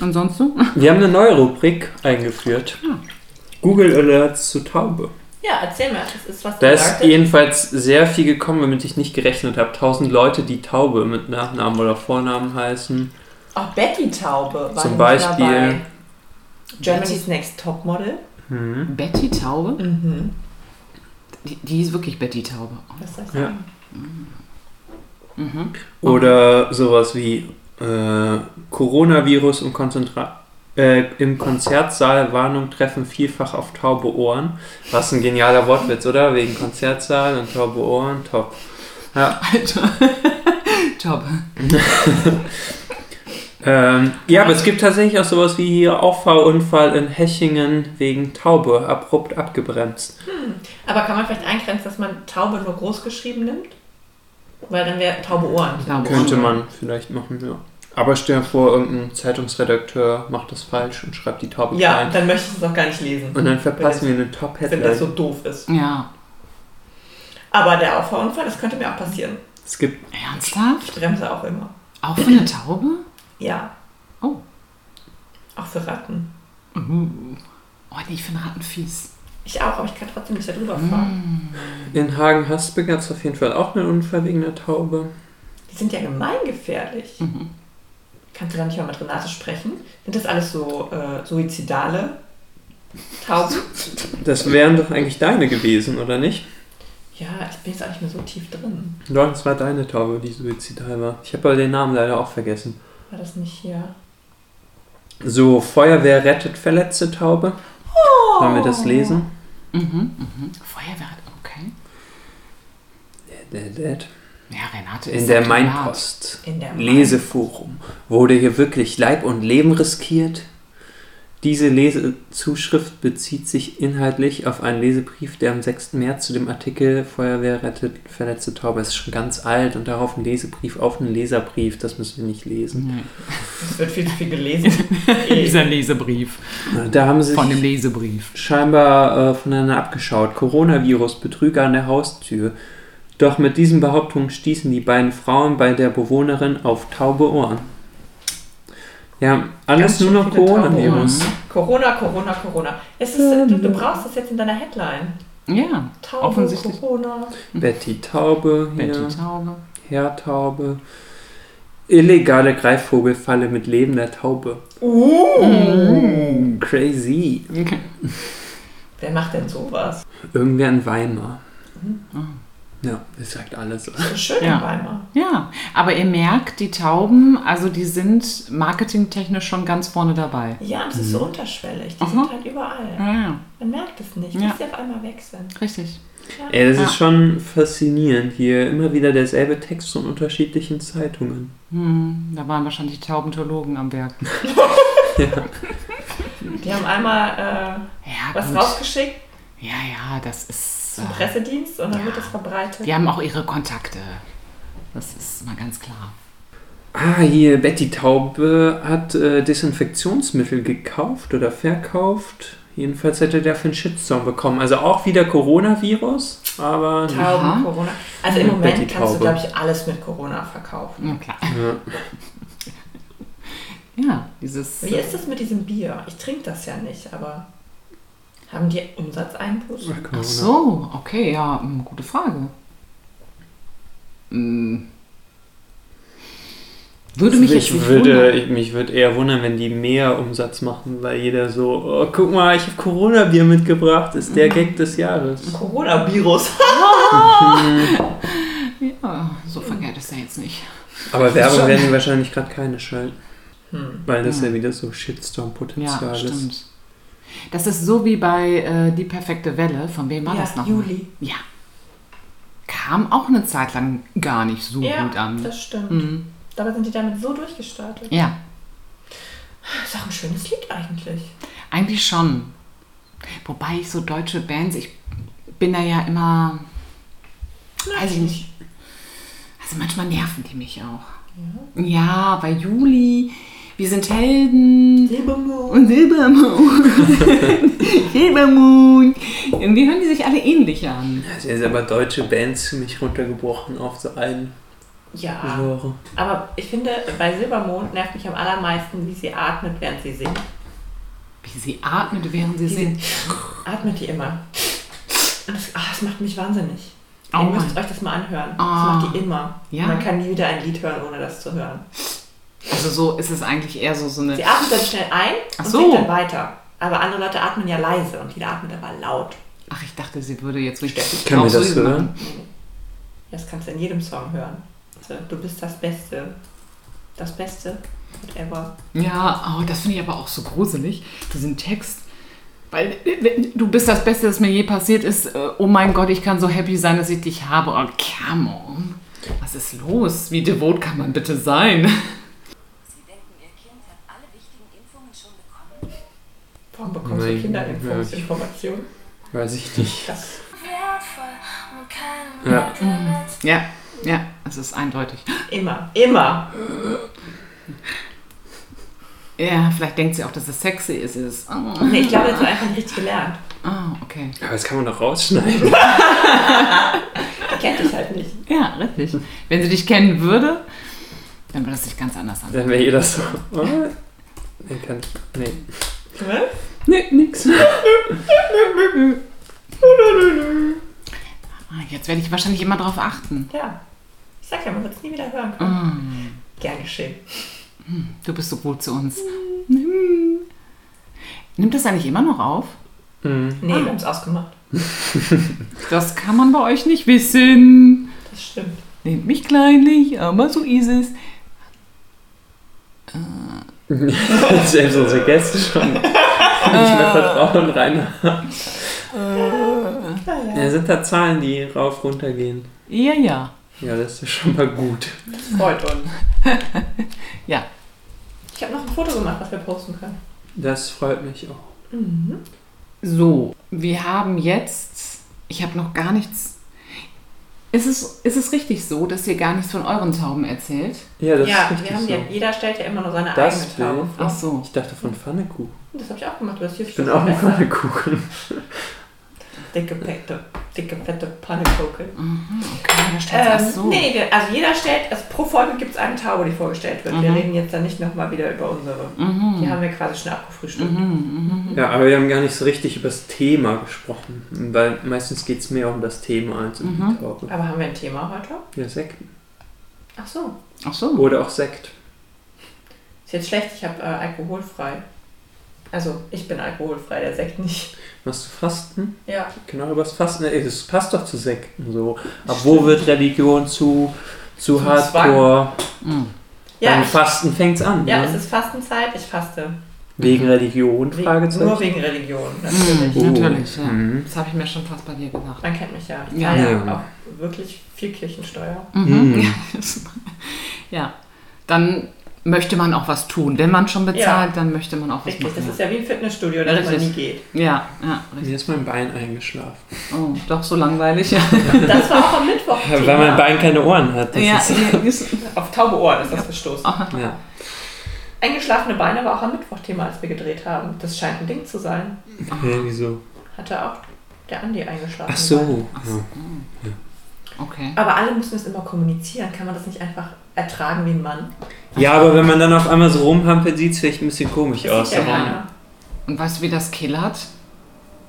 Speaker 3: Ansonsten?
Speaker 2: Wir haben eine neue Rubrik eingeführt.
Speaker 3: Ja.
Speaker 2: Google Alerts zu Taube.
Speaker 1: Ja, erzähl mal, das ist was
Speaker 2: Da ist
Speaker 1: Alertes.
Speaker 2: jedenfalls sehr viel gekommen, womit ich nicht gerechnet habe. Tausend Leute, die Taube mit Nachnamen oder Vornamen heißen.
Speaker 1: Auch Betty Taube war
Speaker 2: Zum
Speaker 1: nämlich
Speaker 2: Beispiel-
Speaker 1: dabei. Germany's Next Topmodel.
Speaker 3: Betty Taube?
Speaker 1: Mhm.
Speaker 3: Die, die ist wirklich Betty Taube.
Speaker 1: Was soll ich
Speaker 2: Ja.
Speaker 1: sagen?
Speaker 3: Mhm.
Speaker 2: Oder sowas wie äh, Coronavirus im, Konzentra äh, im Konzertsaal Warnung treffen vielfach auf taube Ohren. Was ein genialer Wortwitz, oder? Wegen Konzertsaal und taube Ohren, top. Ja,
Speaker 3: Alter. Taube.
Speaker 2: ähm, ja aber es gibt tatsächlich auch sowas wie hier Auffahrunfall in Hechingen wegen Taube abrupt abgebremst.
Speaker 1: Aber kann man vielleicht eingrenzen, dass man Taube nur groß geschrieben nimmt? Weil dann wäre Taube Ohren.
Speaker 3: Taube.
Speaker 2: Könnte man vielleicht machen, ja. Aber stell dir vor, irgendein Zeitungsredakteur macht das falsch und schreibt die Taube
Speaker 1: Ja,
Speaker 2: klein.
Speaker 1: dann möchte ich es auch gar nicht lesen.
Speaker 2: Und dann verpassen wir eine Top-Headline.
Speaker 1: Wenn das so doof ist.
Speaker 3: Ja.
Speaker 1: Aber der Auffahrunfall, das könnte mir auch passieren.
Speaker 2: Es gibt
Speaker 3: Ernsthaft?
Speaker 1: Bremse auch immer.
Speaker 3: Auch für eine Taube?
Speaker 1: Ja.
Speaker 3: Oh.
Speaker 1: Auch für Ratten.
Speaker 3: Oh, nee, ich finde Ratten fies.
Speaker 1: Ich auch, aber ich kann trotzdem nicht da drüber fahren.
Speaker 2: In Hagen-Haspel gab es auf jeden Fall auch einen Unfall wegen der Taube.
Speaker 1: Die sind ja gemeingefährlich. Kannst du da nicht mal mit Renate sprechen? Sind das alles so äh, suizidale Tauben?
Speaker 2: Das wären doch eigentlich deine gewesen, oder nicht?
Speaker 1: ja, ich bin jetzt auch nicht mehr so tief drin.
Speaker 2: Doch, es war deine Taube, die suizidal war. Ich habe aber den Namen leider auch vergessen.
Speaker 1: War das nicht hier?
Speaker 2: So, Feuerwehr rettet verletzte Taube. Wollen wir das lesen?
Speaker 3: Mhm, mhm. Feuerwehr, okay. Ja, Renate ist
Speaker 2: In der
Speaker 3: ein Primat.
Speaker 2: Mainpost.
Speaker 1: In der Main-
Speaker 2: Leseforum. Wurde hier wirklich Leib und Leben riskiert? Diese Lesezuschrift bezieht sich inhaltlich auf einen Lesebrief, der am 6. März zu dem Artikel Feuerwehr rettet verletzte Taube. Es ist schon ganz alt und darauf ein Lesebrief auf einen Leserbrief. Das müssen wir nicht
Speaker 3: Mhm.
Speaker 2: lesen.
Speaker 1: Es wird viel zu viel gelesen.
Speaker 3: Dieser Lesebrief.
Speaker 2: Da haben sie
Speaker 3: Von dem
Speaker 2: sich
Speaker 3: Lesebrief.
Speaker 2: scheinbar äh, voneinander abgeschaut. Coronavirus, Betrüger an der Haustür. Doch mit diesen Behauptungen stießen die beiden Frauen bei der Bewohnerin auf taube Ohren. Ja, alles
Speaker 1: Ganz
Speaker 2: nur
Speaker 1: schön
Speaker 2: noch
Speaker 1: viele taube
Speaker 2: Coronavirus.
Speaker 1: Ohren. Corona, Corona, Corona. Es ist, äh, du, du brauchst das jetzt in deiner Headline.
Speaker 3: Ja,
Speaker 1: Taube,
Speaker 3: offensichtlich.
Speaker 1: Corona.
Speaker 2: Betty Taube, hier,
Speaker 3: Betty Taube.
Speaker 2: Herr Taube. Illegale Greifvogelfalle mit lebender Taube. Crazy.
Speaker 1: Wer macht denn sowas?
Speaker 2: Irgendwer in Weimar.
Speaker 1: Mhm.
Speaker 2: Ja, das sagt alles.
Speaker 1: Das ist schön
Speaker 3: Ja.
Speaker 1: in Weimar.
Speaker 3: Ja, aber ihr merkt, die Tauben, also die sind marketingtechnisch schon ganz vorne dabei.
Speaker 1: Ja, das ist
Speaker 2: Mhm.
Speaker 1: so unterschwellig. Die
Speaker 3: Aha.
Speaker 1: sind halt überall.
Speaker 3: Ja, ja,
Speaker 1: Man merkt es nicht,
Speaker 3: Ja.
Speaker 1: dass sie auf einmal weg sind.
Speaker 3: richtig.
Speaker 2: Ey, das
Speaker 3: Ja.
Speaker 2: ist schon faszinierend. Hier immer wieder derselbe Text von unterschiedlichen Zeitungen.
Speaker 3: Hm, da waren wahrscheinlich die Taubentologen am Werk.
Speaker 1: Die haben einmal
Speaker 3: Ja,
Speaker 1: äh, was
Speaker 3: gut.
Speaker 1: rausgeschickt
Speaker 3: Ja, ja, das ist.
Speaker 1: zum
Speaker 3: Äh,
Speaker 1: Pressedienst und dann
Speaker 3: Ja.
Speaker 1: wird das verbreitet.
Speaker 3: die haben auch ihre Kontakte. Das ist mal ganz klar.
Speaker 2: Ah, hier, Betty Taube hat äh, Desinfektionsmittel gekauft oder verkauft. Jedenfalls hätte der für einen Shitstorm bekommen. Also auch wieder Coronavirus, aber nicht.
Speaker 1: Tauben,
Speaker 3: Aha.
Speaker 1: Corona. Also im
Speaker 2: Und
Speaker 1: Moment
Speaker 2: Mhm. Betty
Speaker 1: kannst du,
Speaker 2: Taube.
Speaker 1: glaube ich, alles mit Corona verkaufen.
Speaker 3: Na klar.
Speaker 2: Ja.
Speaker 3: Ja, dieses.
Speaker 1: Wie ist das mit diesem Bier? Ich trinke das ja nicht, aber haben die Umsatzeinbußen?
Speaker 2: Corona.
Speaker 3: Ach so, okay, ja, hm, gute Frage. Hm. Würde mich jetzt
Speaker 2: ich
Speaker 3: nicht
Speaker 2: würde,
Speaker 3: wundern.
Speaker 2: ich, mich würde eher wundern, wenn die mehr Umsatz machen, weil jeder so, oh, guck mal, ich habe Corona-Bier mitgebracht, ist
Speaker 3: Hm.
Speaker 2: der Gag des Jahres.
Speaker 1: Coronavirus.
Speaker 3: Ja, so verkehrt ist er jetzt nicht.
Speaker 2: Aber Werbung
Speaker 1: Schon.
Speaker 2: werden die wahrscheinlich gerade keine schalten,
Speaker 1: Hm.
Speaker 2: weil das
Speaker 3: Ja.
Speaker 2: ja wieder so
Speaker 3: Ja,
Speaker 2: Shitstorm-Potenzial ist.
Speaker 3: stimmt. Das ist so wie bei äh, Die perfekte Welle. Von wem war
Speaker 1: Ja,
Speaker 3: das noch?
Speaker 1: Juli.
Speaker 3: Ja. Kam auch eine Zeit lang gar nicht so
Speaker 1: Ja,
Speaker 3: Oh, gut an.
Speaker 1: das stimmt.
Speaker 3: Mhm.
Speaker 1: Dabei sind die damit so durchgestartet.
Speaker 3: Ja,
Speaker 1: Das ist auch ein schönes Lied eigentlich.
Speaker 3: eigentlich schon. Wobei ich so deutsche Bands, ich bin da ja immer, weiß ich nicht. Also manchmal nerven die mich auch. Ja, bei Juli, wir sind Helden.
Speaker 1: Silbermond.
Speaker 3: Und Silbermond. Silbermond. Irgendwie hören die sich alle ähnlich an.
Speaker 2: Das ist aber deutsche Bands ziemlich runtergebrochen auf so einen
Speaker 3: Ah.
Speaker 1: Ja.
Speaker 2: Genre.
Speaker 1: Aber ich finde, bei Silbermond nervt mich am allermeisten, wie sie atmet, während sie singt.
Speaker 3: Wie sie atmet, während sie
Speaker 1: Die
Speaker 3: singt.
Speaker 1: Atmet die immer. Und das, ah, das macht mich wahnsinnig.
Speaker 3: Oh
Speaker 1: Ihr
Speaker 3: Mann.
Speaker 1: müsst euch das mal anhören. Das
Speaker 3: Ah.
Speaker 1: macht die immer.
Speaker 3: Ja.
Speaker 1: Man kann nie wieder ein Lied hören, ohne das zu hören.
Speaker 3: Also so ist es eigentlich eher so, so eine...
Speaker 1: Sie atmet dann schnell ein
Speaker 3: Ach
Speaker 1: und
Speaker 3: so.
Speaker 1: singt dann weiter. Aber andere Leute atmen ja leise und die atmet aber laut.
Speaker 3: Ach, ich dachte, sie würde jetzt richtig...
Speaker 2: Können wir das
Speaker 3: Laususe
Speaker 2: hören?
Speaker 3: machen.
Speaker 1: Das kannst du in jedem Song hören. Also, du bist das Beste. Das Beste. Whatever.
Speaker 3: Ja, oh, das finde ich aber auch so gruselig, diesen Text. Weil äh, du bist das Beste, das mir je passiert ist. Äh, Oh mein Gott, ich kann so happy sein, dass ich dich habe. Oh, come on. Was ist los? Wie devot kann man bitte sein?
Speaker 4: Sie denken, Ihr Kind hat alle wichtigen Impfungen schon bekommen?
Speaker 1: Warum bekommst du
Speaker 2: Nein, ja.
Speaker 1: Kinderinformationen?
Speaker 2: Weiß ich nicht.
Speaker 1: Das
Speaker 4: Wertvoll und keinem
Speaker 2: Ja.
Speaker 4: Mittelwert.
Speaker 3: Ja, ja, es ist eindeutig.
Speaker 1: immer, immer.
Speaker 3: Ja, vielleicht denkt sie auch, dass es sexy ist. Es ist oh,
Speaker 1: Nee, ich glaube, das war einfach nicht gelernt.
Speaker 3: oh, okay.
Speaker 2: Aber das kann man doch rausschneiden.
Speaker 1: Die kennt dich halt nicht.
Speaker 3: Ja, richtig. Wenn sie dich kennen würde, dann würde es sich ganz anders an.
Speaker 2: Dann wäre ihr das so. Oh, nee, kann, nee.
Speaker 1: Ne?
Speaker 2: Nee, nix.
Speaker 3: Ah, Jetzt werde ich wahrscheinlich immer drauf achten.
Speaker 1: Ja. Ich sag ja, man wird es nie wieder hören können.
Speaker 3: Mm.
Speaker 1: Gern geschehen.
Speaker 3: Du bist so gut zu uns. Nimmt das eigentlich immer noch auf?
Speaker 2: Mhm.
Speaker 1: Nee, wir haben es ausgemacht.
Speaker 3: Das kann man bei euch nicht wissen.
Speaker 1: Das stimmt.
Speaker 3: Nehmt mich kleinlich, aber so ist es.
Speaker 2: Selbst unsere Gäste schon nicht mehr Vertrauen rein.
Speaker 1: Naja.
Speaker 2: Ja, sind da Zahlen, die rauf runter gehen?
Speaker 3: Ja, ja.
Speaker 2: Ja, das ist schon mal gut.
Speaker 1: Freut uns.
Speaker 3: Ja.
Speaker 1: Ich habe noch ein Foto gemacht, was wir posten können.
Speaker 2: Das freut mich auch.
Speaker 3: So, wir haben jetzt. Ich habe noch gar nichts. Ist es, ist es richtig so, dass ihr gar nichts von euren Tauben erzählt?
Speaker 2: Ja, das
Speaker 1: ja,
Speaker 2: ist richtig
Speaker 1: wir haben
Speaker 2: so.
Speaker 1: ja, jeder stellt ja immer nur seine
Speaker 2: Das
Speaker 1: eigene Taube
Speaker 2: Bild.
Speaker 1: vor.
Speaker 3: Ach so.
Speaker 2: Ich dachte von Pfannekuchen.
Speaker 1: Das habe ich auch gemacht, du hast hier
Speaker 2: Ich bin auch ein Pfannekuchen.
Speaker 1: Dicke, fette, dicke, fette Pannekuchen.
Speaker 3: Okay, da steht
Speaker 1: Ähm,
Speaker 3: ach so.
Speaker 1: Nee, wir- also jeder stellt, also pro Folge gibt es eine Taube, die vorgestellt wird. Wir
Speaker 3: Mhm.
Speaker 1: reden jetzt dann nicht nochmal wieder über unsere. Die haben wir quasi schon abgefrühstückt.
Speaker 3: Mhm.
Speaker 2: Ja, aber wir haben gar nicht so richtig über das Thema gesprochen. Weil meistens geht es mehr um das Thema als um
Speaker 1: Mhm.
Speaker 2: die Taube.
Speaker 1: Aber haben wir ein Thema heute?
Speaker 2: Ja, Sekten.
Speaker 1: Ach so.
Speaker 3: Ach so.
Speaker 2: Oder auch Sekt.
Speaker 1: Ist jetzt schlecht, ich habe äh, alkoholfrei. Also, ich bin alkoholfrei, der Sekt nicht.
Speaker 2: Machst du Fasten?
Speaker 1: Ja.
Speaker 2: Genau, über das Fasten. Ey, Das passt doch zu Sekten so. Ab wo wird Religion zu, zu
Speaker 1: Zum
Speaker 2: hardcore?
Speaker 3: Mhm.
Speaker 1: Ja,
Speaker 2: Beim
Speaker 1: ich,
Speaker 2: Fasten fängt's an.
Speaker 1: ja,
Speaker 2: ne?
Speaker 1: es ist Fastenzeit, ich faste.
Speaker 2: Wegen Religion?
Speaker 1: We-
Speaker 2: Fragezeichen.
Speaker 1: Nur wegen Religion, natürlich.
Speaker 2: Oh.
Speaker 3: Natürlich, ja.
Speaker 2: Mhm.
Speaker 3: Das habe ich mir schon fast bei dir gedacht.
Speaker 1: Man kennt mich ja. Ich
Speaker 3: Ja.
Speaker 1: zahle ja.
Speaker 2: Ja.
Speaker 1: auch wirklich viel Kirchensteuer.
Speaker 3: Mhm.
Speaker 2: Mhm.
Speaker 3: ja. Dann möchte man auch was tun. Wenn man schon bezahlt,
Speaker 1: Ja.
Speaker 3: dann möchte man auch was
Speaker 1: Richtig, das
Speaker 3: machen.
Speaker 1: ist ja wie ein Fitnessstudio, das man
Speaker 3: Richtig.
Speaker 1: nie geht.
Speaker 3: ja, ja, richtig.
Speaker 2: Mir ist mein Bein eingeschlafen.
Speaker 3: Oh, doch so langweilig. Ja,
Speaker 1: Das war auch am Mittwoch.
Speaker 2: Weil
Speaker 1: Thema.
Speaker 2: mein Bein keine Ohren hat. Das
Speaker 3: ja,
Speaker 2: ist,
Speaker 3: ist-
Speaker 1: Auf taube Ohren ist das gestoßen.
Speaker 2: ja.
Speaker 1: Eingeschlafene Beine war auch am Mittwoch Thema, als wir gedreht haben. Das scheint ein Ding zu sein.
Speaker 2: Hä, wieso?
Speaker 1: Hatte auch der Andi eingeschlafen.
Speaker 2: Ach so. Ja.
Speaker 3: okay.
Speaker 1: Aber alle müssen es immer kommunizieren. Kann man das nicht einfach ertragen wie ein Mann?
Speaker 2: ja, aber wenn man dann auf einmal so rumhampelt, sieht es vielleicht ein bisschen komisch
Speaker 1: Das
Speaker 2: aus.
Speaker 1: sieht ja
Speaker 2: aber-
Speaker 1: keiner.
Speaker 3: Und weißt du, wie das killert?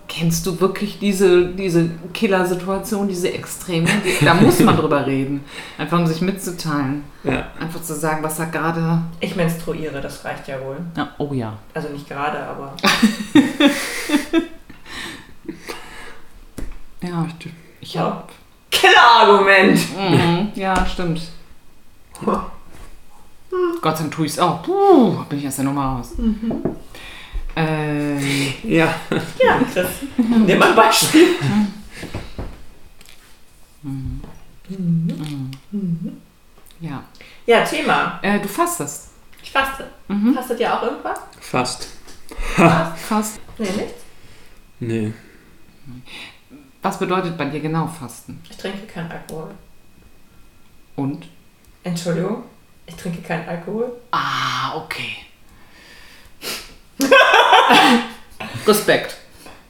Speaker 3: Kennst du wirklich diese, diese Killer-Situation, diese Extreme? Die- Da muss man drüber reden. Einfach um sich mitzuteilen.
Speaker 2: Ja.
Speaker 3: Einfach zu sagen, was da gerade.
Speaker 1: Ich menstruiere, das reicht ja wohl.
Speaker 3: Ja, oh ja.
Speaker 1: Also nicht gerade, aber
Speaker 3: Ja. Ich
Speaker 1: ja.
Speaker 3: hab,
Speaker 1: Killer-Argument!
Speaker 3: mhm, ja, stimmt.
Speaker 1: Ja.
Speaker 3: Gott sei Dank tue ich es auch. Puh, bin ich aus der Nummer raus. Mhm. Ähm,
Speaker 2: ja.
Speaker 1: Ja, Chris, nimm mal ein Beispiel.
Speaker 3: ja.
Speaker 1: Ja, Thema.
Speaker 3: Äh, du fastest. Mhm.
Speaker 1: Ich faste.
Speaker 3: Hm?
Speaker 1: Fastet ihr auch irgendwas?
Speaker 2: Fast.
Speaker 3: Fast.
Speaker 1: Nee, nichts.
Speaker 2: Nee.
Speaker 3: Was bedeutet bei dir genau Fasten?
Speaker 1: Ich trinke keinen Alkohol.
Speaker 3: Und?
Speaker 1: Entschuldigung, ich trinke keinen Alkohol.
Speaker 3: Ah, okay. Respekt.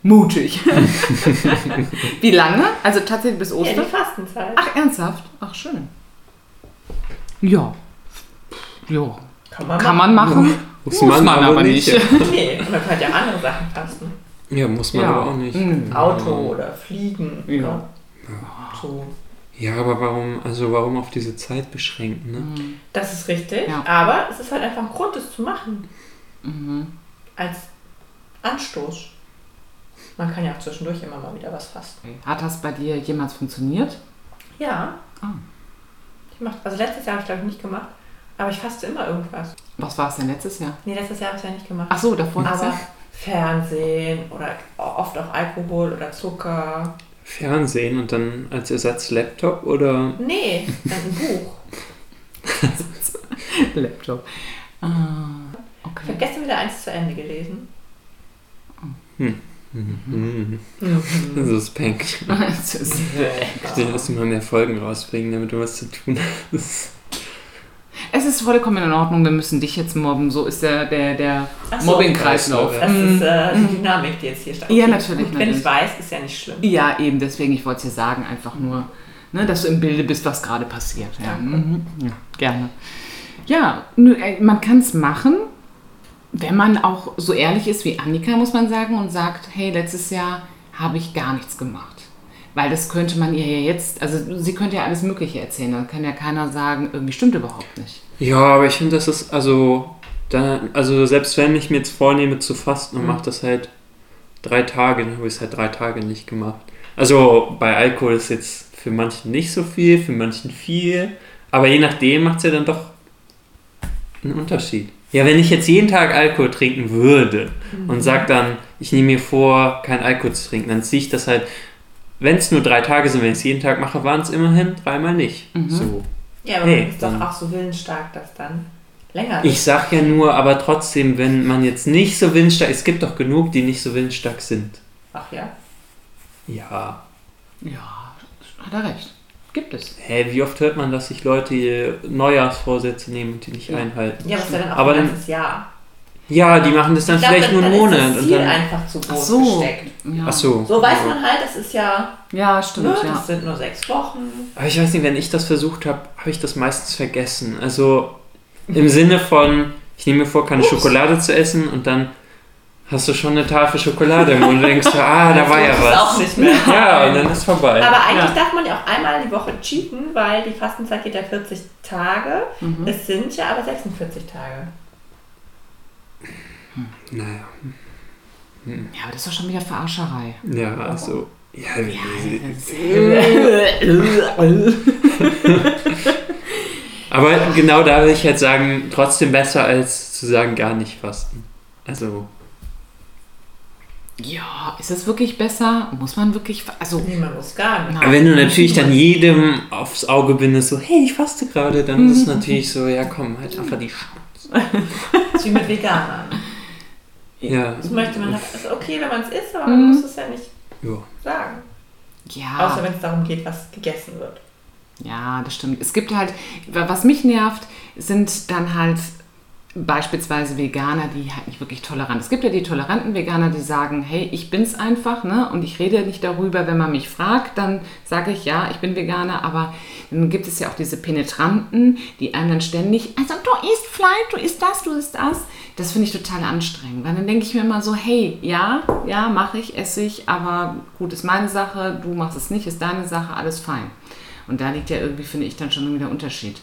Speaker 3: Mutig. Wie lange? Also tatsächlich bis
Speaker 1: Ja,
Speaker 3: Ostern? Ah.
Speaker 1: die Fastenzeit.
Speaker 3: Ach, ernsthaft? Ach, schön. Ja. Ja.
Speaker 1: kann man
Speaker 3: Kann man machen,
Speaker 2: Muss man aber nicht.
Speaker 1: machen. Nee, man kann halt ja andere Sachen fasten.
Speaker 2: Ja, muss man
Speaker 3: Ja.
Speaker 2: aber auch nicht.
Speaker 3: Mhm.
Speaker 1: Auto oder Fliegen.
Speaker 3: Ja.
Speaker 1: ne? So.
Speaker 2: Ja, aber warum, also warum auf diese Zeit beschränken, ne?
Speaker 1: Das ist richtig,
Speaker 3: Ja.
Speaker 1: aber es ist halt einfach ein Grund, es zu machen.
Speaker 3: Mhm.
Speaker 1: Als Anstoß. Man kann ja auch zwischendurch immer mal wieder was fasten.
Speaker 3: Hat das bei dir jemals funktioniert?
Speaker 1: Ja.
Speaker 3: Ah.
Speaker 1: Ich mach, also letztes Jahr habe ich glaube ich nicht gemacht, aber ich faste immer irgendwas.
Speaker 3: Was war es denn letztes Jahr?
Speaker 1: Nee, letztes Jahr habe ich ja nicht gemacht.
Speaker 3: Ach so, davor hast du-
Speaker 1: aber Fernsehen oder oft auch Alkohol oder Zucker.
Speaker 2: Fernsehen und dann als Ersatz Laptop oder
Speaker 1: Nee, dann ein Buch.
Speaker 3: Laptop. Ah,
Speaker 1: Ich habe
Speaker 3: okay.
Speaker 1: gestern wieder eins zu Ende gelesen.
Speaker 3: Mhm.
Speaker 2: Suspenk.
Speaker 3: Das ist-
Speaker 2: Den müssen mal mehr Folgen rausbringen, damit du was zu tun hast.
Speaker 3: es ist vollkommen in Ordnung, wir müssen dich jetzt mobben. So ist der, der, der
Speaker 1: Ach so.
Speaker 3: Mobbing-Kreislauf.
Speaker 1: Das ist äh, die Dynamik, die jetzt hier stattfindet.
Speaker 3: Mhm. Ja, natürlich,
Speaker 1: Gut, wenn ich
Speaker 3: natürlich.
Speaker 1: weiß, ist ja nicht schlimm.
Speaker 3: Ja, eben, deswegen, ich wollte es dir sagen, einfach nur, ne, dass du im Bilde bist, was gerade passiert. Ja, mhm. ja gerne. Ja, nö, äh, man kann es machen, wenn man auch so ehrlich ist wie Annika, muss man sagen, und sagt, hey, letztes Jahr habe ich gar nichts gemacht. Weil das könnte man ihr ja jetzt, also sie könnte ja alles Mögliche erzählen, dann kann ja keiner sagen, irgendwie stimmt überhaupt nicht.
Speaker 2: Ja, aber ich finde, das ist also, da, also selbst wenn ich mir jetzt vornehme zu fasten und mache das halt drei Tage, dann habe ich es halt drei Tage nicht gemacht. Also bei Alkohol ist jetzt für manchen nicht so viel, für manchen viel, aber je nachdem macht es ja dann doch einen Unterschied. Ja, wenn ich jetzt jeden Tag Alkohol trinken würde und sag dann, ich nehme mir vor, kein Alkohol zu trinken, dann ziehe ich das halt, wenn es nur drei Tage sind, wenn ich es jeden Tag mache, waren es immerhin dreimal nicht. So.
Speaker 1: Ja, aber
Speaker 2: Nee,
Speaker 1: man ist doch
Speaker 3: Mhm.
Speaker 2: dann-
Speaker 1: auch so willensstark, dass dann länger
Speaker 2: Ich sag ja nur, aber trotzdem, wenn man jetzt nicht so windstark, es gibt doch genug, die nicht so windstark sind.
Speaker 1: Ach ja.
Speaker 2: Ja.
Speaker 3: Ja, hat er recht. Gibt es.
Speaker 2: Hä, wie oft hört man, dass sich Leute Neujahrsvorsätze nehmen und die nicht
Speaker 3: Ja.
Speaker 2: einhalten?
Speaker 1: Ja, aber es ist ja dann auch
Speaker 2: Aber
Speaker 1: ein
Speaker 2: dann-
Speaker 1: ganzes Jahr.
Speaker 2: Ja, die machen das dann
Speaker 1: Ich glaub,
Speaker 2: vielleicht
Speaker 1: dann-
Speaker 2: nur einen
Speaker 1: dann
Speaker 2: Monat
Speaker 1: Ist das
Speaker 2: und
Speaker 1: Ziel
Speaker 2: dann.
Speaker 1: einfach zu
Speaker 3: Ach
Speaker 1: groß
Speaker 3: so.
Speaker 1: gesteckt.
Speaker 3: Ja.
Speaker 2: Ach so.
Speaker 1: So weiß man halt, das ist ja,
Speaker 3: Ja,
Speaker 1: ne,
Speaker 3: stimmt, ja.
Speaker 1: das sind nur sechs Wochen.
Speaker 2: Aber ich weiß nicht, wenn ich das versucht habe, habe ich das meistens vergessen. Also im Sinne von, ich nehme mir vor, keine Schokolade zu essen und dann hast du schon eine Tafel Schokolade im Mund und denkst, du, ah, da war ja
Speaker 1: Also, Das ist auch
Speaker 2: was.
Speaker 1: nicht mehr.
Speaker 2: Ja, und dann ist vorbei.
Speaker 1: Aber eigentlich
Speaker 3: Ja.
Speaker 1: darf man ja auch einmal die Woche cheaten, weil die Fastenzeit geht ja 40 Tage.
Speaker 2: Mhm.
Speaker 1: Es sind ja aber 46 Tage.
Speaker 2: naja.
Speaker 3: Ja, aber das ist doch schon wieder Verarscherei.
Speaker 2: Ja, also. Ja, aber genau da würde ich halt sagen, trotzdem besser als zu sagen, gar nicht fasten. Also,
Speaker 3: Ja, ist es wirklich besser? Muss man wirklich. fa- Also,
Speaker 1: Nee, man muss gar nicht.
Speaker 3: Nein.
Speaker 2: aber wenn du natürlich dann jedem aufs Auge bindest, so, hey, ich faste gerade, dann ist es natürlich so, Mhm. ja komm, halt einfach die Sch
Speaker 1: Das ist wie mit Veganern.
Speaker 2: Ja.
Speaker 1: Das möchte man, das ist okay, wenn man es isst, aber
Speaker 2: Mhm.
Speaker 1: man muss es ja nicht
Speaker 2: ja.
Speaker 1: sagen.
Speaker 3: ja.
Speaker 2: Ah.
Speaker 1: Außer wenn es darum geht, was gegessen wird.
Speaker 3: Ja, das stimmt. Es gibt halt, was mich nervt, sind dann halt beispielsweise Veganer, die halt nicht wirklich tolerant. Es gibt ja die toleranten Veganer, die sagen, hey, ich bin's einfach, ne? Und ich rede nicht darüber, wenn man mich fragt, dann sage ich ja, ich bin Veganer, aber dann gibt es ja auch diese penetranten, die einem dann ständig, also du isst Fleisch, du isst das, du isst das. Das finde ich total anstrengend, weil dann denke ich mir immer so, hey, ja, ja, mache ich, esse ich, aber gut, ist meine Sache, du machst es nicht, ist deine Sache, alles fein. Und da liegt ja irgendwie, finde ich, dann schon irgendwie der Unterschied.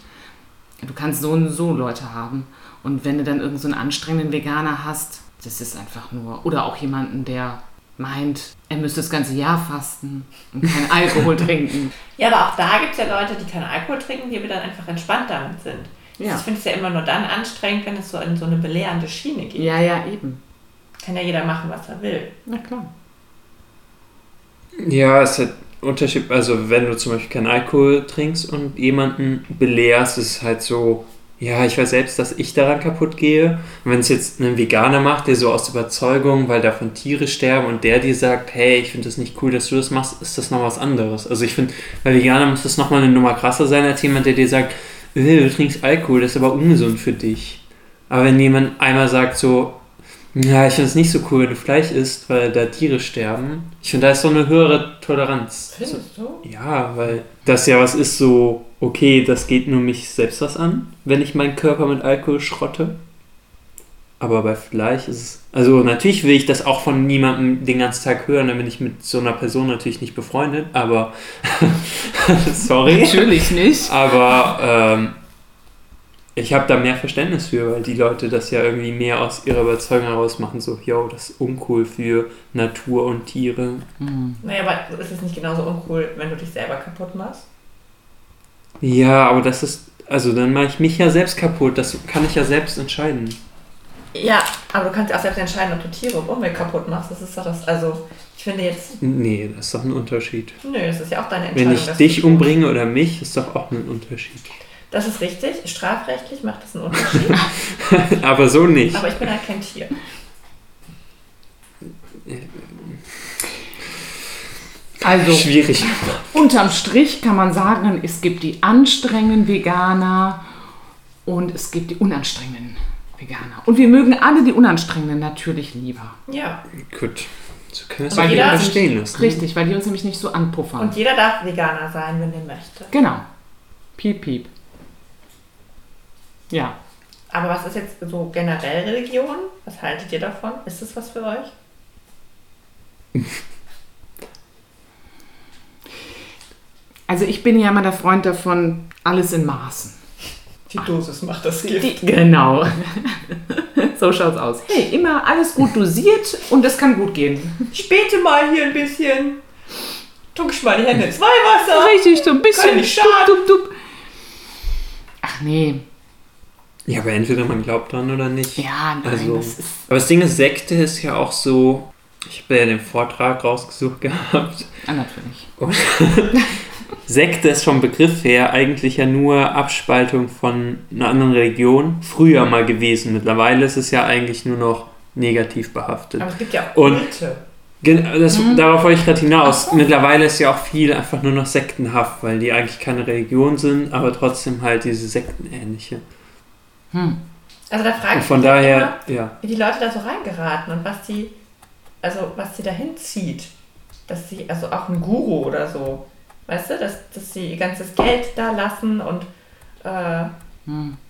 Speaker 3: Du kannst so und so Leute haben. Und wenn du dann irgend so einen anstrengenden Veganer hast, das ist einfach nur. Oder auch jemanden, der meint, er müsste das ganze Jahr fasten und keinen Alkohol trinken.
Speaker 1: Ja, aber auch da gibt es ja Leute, die keinen Alkohol trinken, die aber dann einfach entspannt damit sind.
Speaker 3: Ja.
Speaker 1: Ich finde es ja immer nur dann anstrengend, wenn es so in so eine belehrende Schiene geht.
Speaker 3: Ja, ja, eben.
Speaker 1: Kann ja jeder machen, was er will.
Speaker 3: Na klar.
Speaker 2: Ja, es hat Unterschied. Also, wenn du zum Beispiel keinen Alkohol trinkst und jemanden belehrst, ist es halt so, ja, ich weiß selbst, dass ich daran kaputt gehe. Und wenn es jetzt einen Veganer macht, der so aus Überzeugung, weil davon Tiere sterben und der dir sagt, hey, ich finde das nicht cool, dass du das machst, ist das noch was anderes. Also, ich finde, bei Veganern muss das nochmal eine Nummer krasser sein, als jemand, der dir sagt, äh, du trinkst Alkohol, das ist aber ungesund für dich. Aber wenn jemand einmal sagt, so, ja, ich finde es nicht so cool, wenn du Fleisch isst, weil da Tiere sterben. Ich finde, da ist so eine höhere Toleranz.
Speaker 1: Findest du?
Speaker 2: Ja, weil das ja was ist so, okay, das geht nur mich selbst was an, wenn ich meinen Körper mit Alkohol schrotte. Aber bei Fleisch ist es. Also natürlich will ich das auch von niemandem den ganzen Tag hören, dann bin ich mit so einer Person natürlich nicht befreundet, aber sorry.
Speaker 3: Natürlich nicht.
Speaker 2: Aber ähm, ich habe da mehr Verständnis für, weil die Leute das ja irgendwie mehr aus ihrer Überzeugung heraus machen, so, yo, das ist uncool für Natur und Tiere.
Speaker 1: Naja, aber ist es nicht genauso uncool, wenn du dich selber kaputt machst?
Speaker 2: Ja, aber das ist, also dann mache ich mich ja selbst kaputt, das kann ich ja selbst entscheiden.
Speaker 1: Ja, aber du kannst ja auch selbst entscheiden, ob du Tiere und Umwelt kaputt machst. Das ist doch das. Also, ich finde jetzt,
Speaker 2: Nee, das ist doch ein Unterschied.
Speaker 1: nö, das ist ja auch deine Entscheidung.
Speaker 2: Wenn ich
Speaker 1: dass du
Speaker 2: dich
Speaker 1: tust.
Speaker 2: umbringe oder mich, ist doch auch ein Unterschied.
Speaker 1: Das ist richtig. Strafrechtlich macht das einen Unterschied.
Speaker 2: aber so nicht.
Speaker 1: aber ich bin halt kein Tier.
Speaker 3: Also,
Speaker 2: Schwierig.
Speaker 3: unterm Strich kann man sagen, es gibt die anstrengenden Veganer und es gibt die unanstrengenden Veganer. Und wir mögen alle die unanstrengenden natürlich lieber.
Speaker 1: Ja.
Speaker 2: Gut. So können wir es
Speaker 1: Aber
Speaker 2: auch
Speaker 1: jeder
Speaker 2: wieder
Speaker 1: hat sich-
Speaker 2: stehen lassen.
Speaker 3: Richtig, weil die uns nämlich nicht so anpuffern.
Speaker 1: Und jeder darf Veganer sein, wenn er möchte.
Speaker 3: Genau. Piep, piep. Ja.
Speaker 1: Aber was ist jetzt so generell Religion? Was haltet ihr davon? Ist das was für euch?
Speaker 3: Also ich bin ja immer der Freund davon, alles in Maßen.
Speaker 1: Die Dosis macht das
Speaker 3: Die- Genau. so schaut's aus. Hey, immer alles gut dosiert und es kann gut gehen.
Speaker 1: Ich bete mal hier ein bisschen. Tunkst mal die Hände ins Weihwasser.
Speaker 3: Richtig, so ein bisschen.
Speaker 1: Kann nicht schaden.
Speaker 3: Dup, dup, dup. Ach nee.
Speaker 2: Ja, aber entweder man glaubt dran oder nicht.
Speaker 3: Ja, nein,
Speaker 2: Also-
Speaker 3: das ist.
Speaker 2: Aber das Ding ist, Sekte ist ja auch so, ich habe ja den Vortrag rausgesucht gehabt.
Speaker 3: Ah, natürlich.
Speaker 2: Sekte ist vom Begriff her eigentlich ja nur Abspaltung von einer anderen Religion
Speaker 1: Mhm.
Speaker 2: früher mal gewesen. Mittlerweile ist es ja eigentlich nur noch negativ behaftet.
Speaker 1: Aber Mhm. es gibt ja auch
Speaker 2: Und-
Speaker 1: Kulte.
Speaker 2: Gen- Das, Darauf wollte ich gerade hinaus. Mittlerweile ist ja auch viel einfach nur noch sektenhaft, weil die eigentlich keine Religion sind, aber trotzdem halt diese sektenähnliche.
Speaker 1: Also da frage
Speaker 2: Und
Speaker 1: ich
Speaker 2: von
Speaker 1: mich
Speaker 2: daher, ja.
Speaker 1: immer, wie die Leute da so reingeraten und was die, also was sie dahin zieht. Dass sie, also auch ein Guru oder so, weißt du, dass, dass sie ihr ganzes Geld da lassen und äh,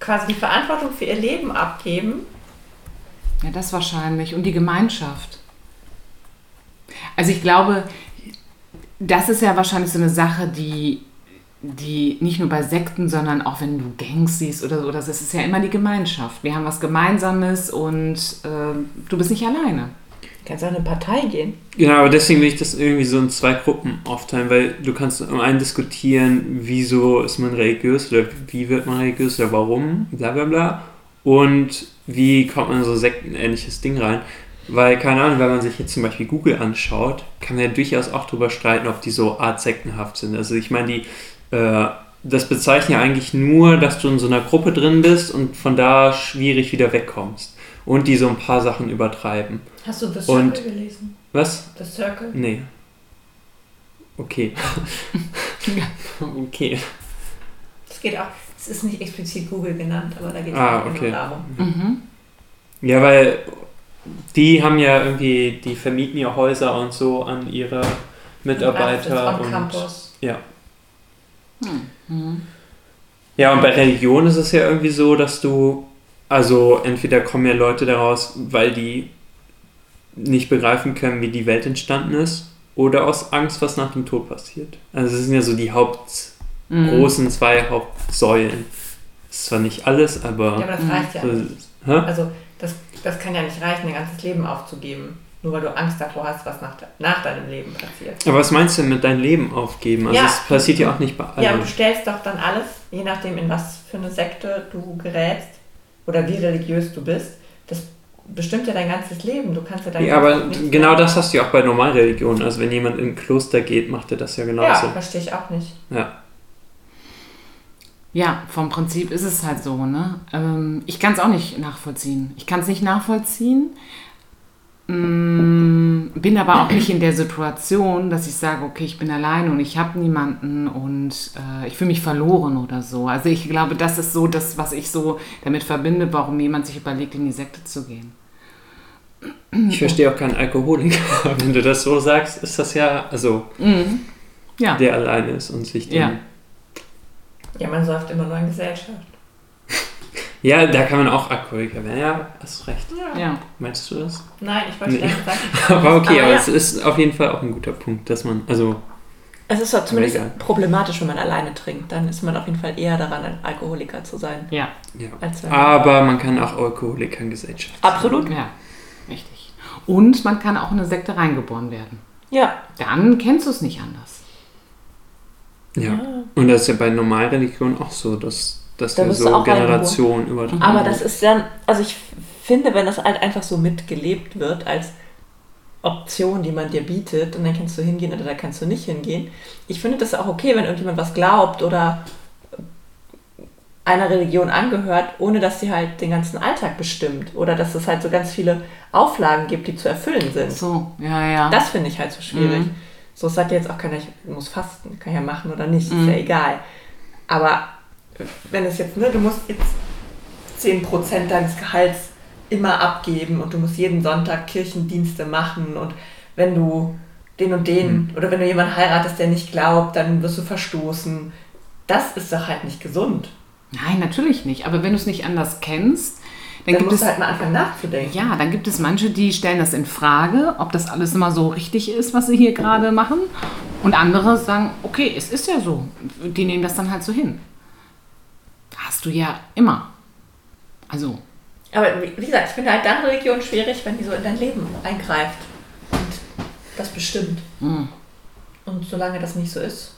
Speaker 1: quasi die Verantwortung für ihr Leben abgeben.
Speaker 3: Ja, das wahrscheinlich. Und die Gemeinschaft. Also ich glaube, das ist ja wahrscheinlich so eine Sache, die, die nicht nur bei Sekten, sondern auch wenn du Gangs siehst oder so, das ist ja immer die Gemeinschaft. Wir haben was Gemeinsames und ähm, du bist nicht alleine.
Speaker 1: Kannst du in eine Partei gehen?
Speaker 2: Genau, aber deswegen will ich das irgendwie so in zwei Gruppen aufteilen, weil du kannst um einen diskutieren, wieso ist man religiös oder wie wird man religiös oder warum, bla bla bla. und wie kommt man in so sektenähnliches Ding rein. Weil, keine Ahnung, wenn man sich jetzt zum Beispiel Google anschaut, kann man ja durchaus auch drüber streiten, ob die so art sektenhaft sind. Also ich meine, die, äh, das bezeichnet ja eigentlich nur, dass du in so einer Gruppe drin bist und von da schwierig wieder wegkommst. Und die so ein paar Sachen übertreiben.
Speaker 1: Hast du The Circle
Speaker 2: Und-
Speaker 1: gelesen?
Speaker 2: Was?
Speaker 1: The Circle?
Speaker 2: Nee. Okay. okay.
Speaker 1: Es geht auch, es ist nicht explizit Google genannt, aber da geht es
Speaker 2: Ah,
Speaker 1: auch
Speaker 2: okay.
Speaker 1: nur darum.
Speaker 3: Mhm.
Speaker 2: Ja, weil die haben ja irgendwie, die vermieten ja Häuser und so an ihre Mitarbeiter
Speaker 1: Am
Speaker 2: und,
Speaker 1: Campus.
Speaker 3: Mhm.
Speaker 2: ja und bei Religion ist es ja irgendwie so, dass du also entweder kommen ja Leute daraus, weil die nicht begreifen können, wie die Welt entstanden ist, oder aus Angst, was nach dem Tod passiert. Also es sind ja so die Haupt
Speaker 3: Mhm.
Speaker 2: großen zwei Hauptsäulen. Ist zwar nicht alles,
Speaker 1: Ja,
Speaker 2: aber
Speaker 1: aber das
Speaker 3: Mhm.
Speaker 1: reicht ja.
Speaker 2: so,
Speaker 1: nicht.
Speaker 2: hä?
Speaker 1: Also, das, das kann ja nicht reichen, dein ganzes Leben aufzugeben. Nur weil du Angst davor hast, was nach, de- nach deinem Leben passiert.
Speaker 2: Aber was meinst du denn mit deinem Leben aufgeben? Also
Speaker 1: Ja.
Speaker 2: es passiert ja auch nicht bei allen.
Speaker 1: ja, und du stellst doch dann alles, je nachdem, in was für eine Sekte du gerätst oder wie religiös du bist, das bestimmt ja dein ganzes Leben. Du kannst ja dein
Speaker 2: Ja, aber
Speaker 1: ganzes Leben-
Speaker 2: genau das hast du ja auch bei Normalreligionen. Also wenn jemand in ein Kloster geht, macht er das ja
Speaker 1: Ja,
Speaker 2: genauso.
Speaker 1: verstehe ich auch nicht.
Speaker 2: Ja.
Speaker 3: Ja, vom Prinzip ist es halt so, ne? Ähm, ich kann es auch nicht nachvollziehen. Ich kann es nicht nachvollziehen. Mm, Bin aber auch nicht in der Situation, dass ich sage, okay, ich bin alleine und ich habe niemanden und äh, ich fühle mich verloren oder so. Also ich glaube, das ist so das, was ich so damit verbinde, warum jemand sich überlegt, in die Sekte zu gehen.
Speaker 2: Ich verstehe auch keinen Alkoholiker. wenn du das so sagst, ist das ja, also
Speaker 3: Ja.
Speaker 2: der alleine ist und sich dann.
Speaker 1: Ja, man säuft immer nur in Gesellschaft.
Speaker 2: Ja, da kann man auch Alkoholiker werden. Ja, hast recht.
Speaker 3: ja.
Speaker 2: Meinst du das?
Speaker 1: Nein, ich wollte
Speaker 2: Nee.
Speaker 1: nicht sagen.
Speaker 2: Aber okay,
Speaker 1: Aber
Speaker 2: aber
Speaker 1: ja.
Speaker 2: es ist auf jeden Fall auch ein guter Punkt, dass man, also
Speaker 5: Es ist doch zumindest
Speaker 2: Mega.
Speaker 5: problematisch, wenn man alleine trinkt. Dann ist man auf jeden Fall eher daran, ein Alkoholiker zu sein.
Speaker 3: Ja.
Speaker 2: ja.
Speaker 1: Also-
Speaker 5: Als wenn
Speaker 2: Aber man kann auch Alkoholikern Gesellschaft.
Speaker 5: Absolut.
Speaker 3: Ja, richtig. Und man kann auch in eine Sekte reingeboren werden.
Speaker 5: Ja.
Speaker 3: Dann kennst du es nicht anders.
Speaker 2: Ja. Und das ist ja bei Normalreligionen auch so, dass, dass
Speaker 5: Da
Speaker 2: wir
Speaker 5: bist du
Speaker 2: so
Speaker 5: auch reingeboren.
Speaker 2: Generationen übertragen.
Speaker 5: Aber das ist dann, also ich finde, wenn das halt einfach so mitgelebt wird als Option, die man dir bietet, und dann kannst du hingehen oder da kannst du nicht hingehen. Ich finde das auch okay, wenn irgendjemand was glaubt oder einer Religion angehört, ohne dass sie halt den ganzen Alltag bestimmt oder dass es halt so ganz viele Auflagen gibt, die zu erfüllen sind.
Speaker 3: So, ja, ja.
Speaker 5: Das finde ich halt so schwierig.
Speaker 3: Mhm.
Speaker 5: So sagt ja jetzt auch keiner, ich muss fasten, kann ja machen oder nicht,
Speaker 3: Mhm.
Speaker 5: ist ja egal. Aber wenn es jetzt, ne, du musst jetzt 10% deines Gehalts immer abgeben und du musst jeden Sonntag Kirchendienste machen und wenn du den und den
Speaker 3: Mhm.
Speaker 5: oder wenn du jemanden heiratest, der nicht glaubt, dann wirst du verstoßen. Das ist doch halt nicht gesund.
Speaker 3: Nein, natürlich nicht. Aber wenn du es nicht anders kennst,
Speaker 5: Dann
Speaker 3: dann, gibt es.
Speaker 5: musst du halt mal anfangen nachzudenken.
Speaker 3: Ja, dann gibt es manche, die stellen das in Frage, ob das alles immer so richtig ist, was sie hier gerade machen. Und andere sagen, okay, es ist ja so. Die nehmen das dann halt so hin. Hast du ja immer. Also,
Speaker 1: Aber wie wie gesagt, ich finde halt dann Religion schwierig, wenn die so in dein Leben eingreift und das bestimmt.
Speaker 3: mh,
Speaker 1: Und solange das nicht so ist,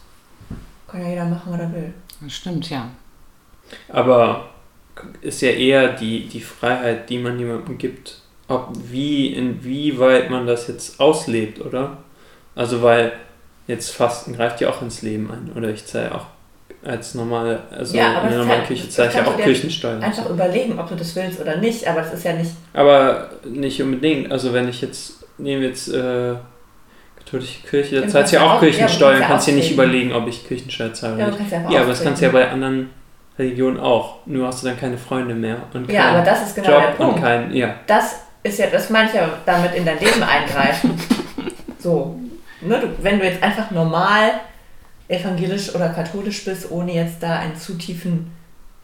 Speaker 1: kann ja jeder machen, was er will.
Speaker 3: das stimmt, ja.
Speaker 2: Aber ist ja eher die, die Freiheit, die man jemandem gibt, ob wie, inwieweit man das jetzt auslebt, oder? Also weil jetzt Fasten greift ja auch ins Leben ein, oder ich zahle auch als normale, also
Speaker 1: Ja,
Speaker 2: in
Speaker 1: aber
Speaker 2: der
Speaker 1: das
Speaker 2: normalen
Speaker 1: kann-
Speaker 2: Küche
Speaker 1: das
Speaker 2: zahle ich ja
Speaker 1: kannst
Speaker 2: auch
Speaker 1: du dir
Speaker 2: Kirchensteuer. und
Speaker 1: Einfach
Speaker 2: so.
Speaker 1: überlegen, ob du das willst oder nicht, aber das ist ja nicht.
Speaker 2: Aber nicht unbedingt, also wenn ich jetzt, nehme jetzt äh, katholische Kirche,
Speaker 1: Dann
Speaker 2: dann zahlst du ja auch
Speaker 1: kannst du auch- ja, aber du
Speaker 2: Kirchensteuer,
Speaker 1: kannst ja
Speaker 2: kannst dir nicht
Speaker 1: auslegen.
Speaker 2: überlegen, ob ich Kirchensteuer zahle oder
Speaker 1: Ja,
Speaker 2: nicht.
Speaker 1: du kannst ja einfach
Speaker 2: Ja, aber das kannst du ja
Speaker 1: ausreden.
Speaker 2: bei anderen Religionen auch. Nur hast du dann keine Freunde mehr und
Speaker 1: Ja, aber
Speaker 2: keinen
Speaker 1: das ist genau der
Speaker 2: Job und
Speaker 1: Punkt.
Speaker 2: keinen. Ja.
Speaker 1: Das ist ja, dass manche damit in dein Leben eingreifen. so. Ne, du, wenn du jetzt einfach normal evangelisch oder katholisch bist, ohne jetzt da einen zu tiefen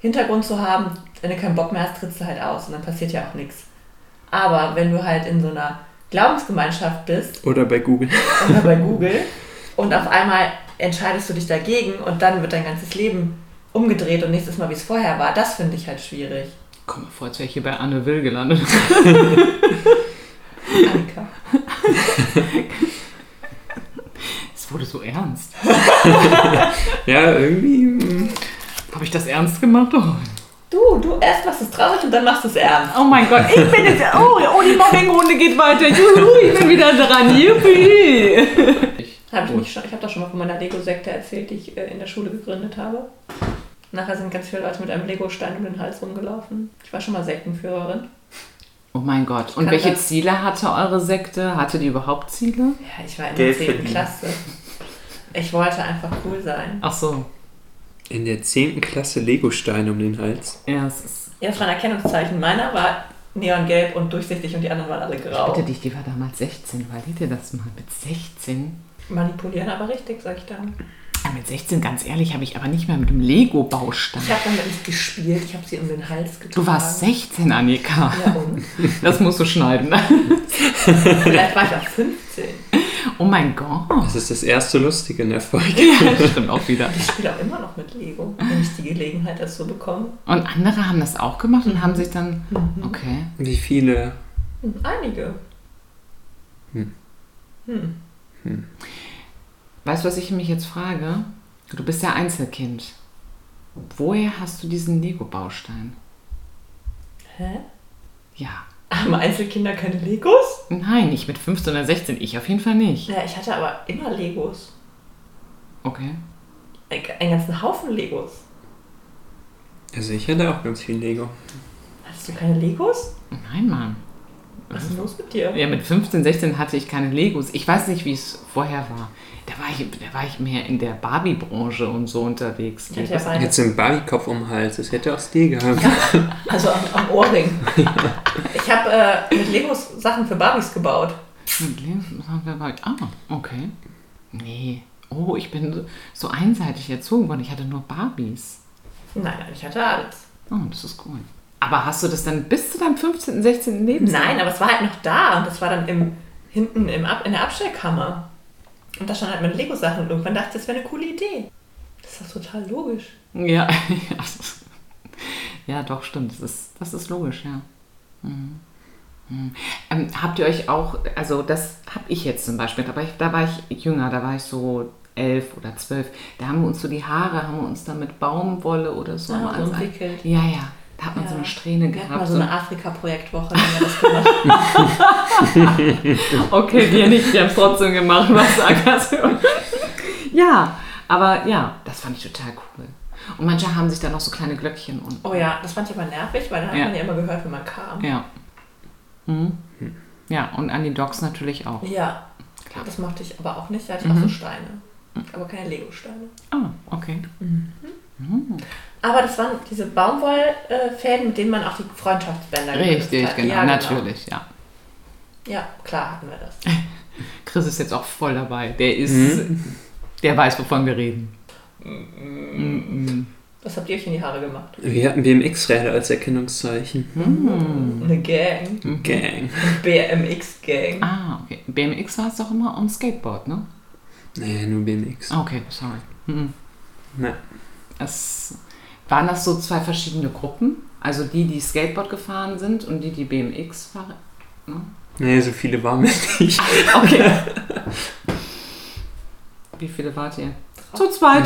Speaker 1: Hintergrund zu haben, wenn du keinen Bock mehr hast, trittst du halt aus und dann passiert ja auch nichts. Aber wenn du halt in so einer Glaubensgemeinschaft bist,
Speaker 2: Oder bei Google.
Speaker 1: oder bei Google und auf einmal entscheidest du dich dagegen und dann wird dein ganzes Leben umgedreht und nächstes Mal, wie es vorher war. Das finde ich halt schwierig.
Speaker 3: Komm mir vor, als wäre ich hier bei Anne Will gelandet.
Speaker 1: Annika.
Speaker 3: Es wurde so ernst.
Speaker 2: Ja, irgendwie. mm.
Speaker 3: Habe ich das ernst gemacht? Oh.
Speaker 1: Du, du erst machst es traurig und dann machst du es ernst.
Speaker 3: Oh mein Gott, ich bin jetzt. Oh, oh die Mobbingrunde geht weiter. Juhu, ich bin wieder dran. Yippie.
Speaker 1: Hab ich nicht schon- ich habe doch schon mal von meiner Lego-Sekte erzählt, die ich äh, in der Schule gegründet habe. Nachher sind ganz viele Leute mit einem Lego-Stein um den Hals rumgelaufen. Ich war schon mal Sektenführerin.
Speaker 3: Oh mein Gott. Und
Speaker 1: Kann
Speaker 3: welche
Speaker 1: das-
Speaker 3: Ziele hatte eure Sekte? Hatte die überhaupt Ziele?
Speaker 1: Ja, ich war in der
Speaker 2: Geld
Speaker 1: 10.
Speaker 2: verdienen.
Speaker 1: Klasse. Ich wollte einfach cool sein.
Speaker 3: Ach so.
Speaker 2: In der 10. Klasse Legosteine um den Hals.
Speaker 3: Ja, es ist.
Speaker 1: Ja, das war ein Erkennungszeichen. Meiner war neongelb und durchsichtig und die anderen waren alle grau.
Speaker 3: Bitte dich, die war damals 16. Überleg dir das mal. Mit 16?
Speaker 1: Manipulieren aber richtig, sag ich dann.
Speaker 3: Ja, Mit 16, ganz ehrlich, habe ich aber nicht mehr mit dem Lego-Baustein.
Speaker 1: Ich habe damit nicht gespielt, ich habe sie um den Hals getragen.
Speaker 3: Du warst 16, Annika.
Speaker 1: Ja, und?
Speaker 3: Das musst du schneiden.
Speaker 1: Vielleicht war ich auch 15.
Speaker 3: Oh mein Gott.
Speaker 2: Das ist das erste Lustige in der Folge.
Speaker 3: Ja, stimmt auch wieder.
Speaker 1: Ich spiele auch immer noch mit Lego, wenn ich die Gelegenheit dazu bekomme.
Speaker 3: Und andere haben das auch gemacht und haben sich dann. Okay.
Speaker 2: Wie viele?
Speaker 1: Hm, Einige.
Speaker 3: Weißt du, was ich mich jetzt frage? Du bist ja Einzelkind. Woher hast du diesen Lego-Baustein?
Speaker 1: Hä?
Speaker 3: Ja.
Speaker 1: Haben Einzelkinder keine Legos?
Speaker 3: Nein, nicht mit 15 oder 16. Ich auf jeden Fall nicht.
Speaker 1: Ja, ich hatte aber immer Legos.
Speaker 3: Okay.
Speaker 1: Ein- Einen ganzen Haufen Legos.
Speaker 2: Also ich hatte auch ganz viel Lego.
Speaker 1: Hattest du keine Legos?
Speaker 3: Nein, Mann.
Speaker 1: Was ist denn los mit dir?
Speaker 3: Ja, mit 15, 16 hatte ich keine Legos. Ich weiß nicht, wie es vorher war. Da war ich, da war ich mehr in der Barbie-Branche und so unterwegs.
Speaker 1: Ich hatte ja beide.
Speaker 2: Jetzt einen Barbie-Kopf um den Hals. Das hätte auch Stil gehabt.
Speaker 1: Also am, am Ohrring. Ich habe äh, mit Legos Sachen für Barbies gebaut.
Speaker 3: Mit links haben wir bald. Ah, okay. Nee. Oh, ich bin so- so einseitig erzogen worden. Ich hatte nur Barbies.
Speaker 1: Nein, nein, ich hatte alles.
Speaker 3: Oh, das ist cool. Aber hast du das dann bis zu deinem 15., 16. Lebensjahr?
Speaker 1: Nein, aber es war halt noch da und das war dann im, hinten im Ab, in der Abstellkammer. Und da stand halt meine Lego-Sachen und irgendwann dachte ich, das wäre eine coole Idee. Das ist doch total logisch.
Speaker 3: Ja, ja, das- ja doch, stimmt. Das ist, das ist logisch, ja. Mhm. Mhm. Ähm, habt ihr euch auch, also das habe ich jetzt zum Beispiel, da war, ich, da war ich jünger, da war ich so elf oder zwölf, da haben wir uns so die Haare, haben wir uns dann mit Baumwolle oder so,
Speaker 1: Ah, so
Speaker 3: ans-
Speaker 1: entwickelt.
Speaker 3: Ja, ja, da hat man so eine Strähne
Speaker 1: Wir hatten
Speaker 3: gehabt.
Speaker 1: mal so
Speaker 3: so
Speaker 1: eine Afrika-Projektwoche, wenn wir das gemacht haben.
Speaker 3: Okay, wir nicht, wir haben es trotzdem gemacht, was sagst du? Ja, aber ja, das fand ich total cool. Und manche haben sich da noch so kleine Glöckchen und.
Speaker 1: Oh ja, das fand ich aber nervig, weil dann hat
Speaker 3: Ja.
Speaker 1: man ja immer gehört, wenn man kam.
Speaker 3: Ja. Mhm. Ja, und an die Dogs natürlich auch.
Speaker 1: Ja,
Speaker 3: Klar. Mhm.
Speaker 1: das mochte ich aber auch nicht. Da hatte ich auch so Steine. Aber keine Lego-Steine.
Speaker 3: Ah, okay.
Speaker 1: Aber das waren diese Baumwollfäden, mit denen man auch die Freundschaftsbänder geknüpft
Speaker 3: Richtig,
Speaker 1: hat.
Speaker 3: genau,
Speaker 1: Ja,
Speaker 3: natürlich, ja.
Speaker 1: Ja, klar hatten wir das.
Speaker 3: Chris ist jetzt auch voll dabei. Der ist, der weiß, wovon wir reden. Mhm.
Speaker 1: Was habt ihr euch in die Haare gemacht?
Speaker 2: Wir hatten BMX-Räder als Erkennungszeichen.
Speaker 3: Mhm.
Speaker 1: Eine Gang.
Speaker 2: Gang.
Speaker 1: BMX-Gang.
Speaker 3: Ah, okay. BMX war es doch immer und Skateboard, ne?
Speaker 2: Nee, nur BMX.
Speaker 3: Ah, Okay, sorry. Mhm.
Speaker 2: Na.
Speaker 3: Es, waren das so zwei verschiedene Gruppen? Also die, die Skateboard gefahren sind und die, die BMX fahren?
Speaker 2: Nee, so viele waren wir nicht.
Speaker 3: Okay. Wie viele wart ihr? Zu zweit.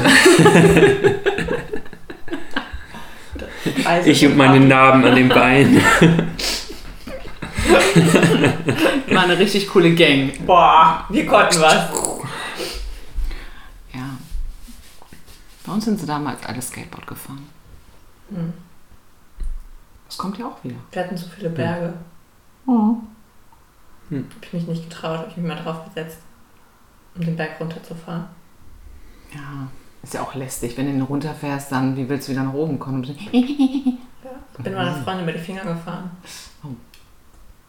Speaker 1: Also,
Speaker 2: Ich und meine Narben an den Beinen.
Speaker 3: War eine richtig coole Gang.
Speaker 1: Boah, wir konnten was.
Speaker 3: Ja. Bei uns sind sie damals alle Skateboard gefahren. Das kommt ja auch wieder.
Speaker 1: Wir hatten so viele Berge. Hab ich mich nicht getraut, hab ich mich mal draufgesetzt, um den Berg runterzufahren.
Speaker 3: Ja. Ist ja auch lästig, wenn du den runterfährst, dann wie willst du wieder nach oben kommen?
Speaker 1: Ich bin meiner Freundin mit den Fingern gefahren.
Speaker 3: Oh.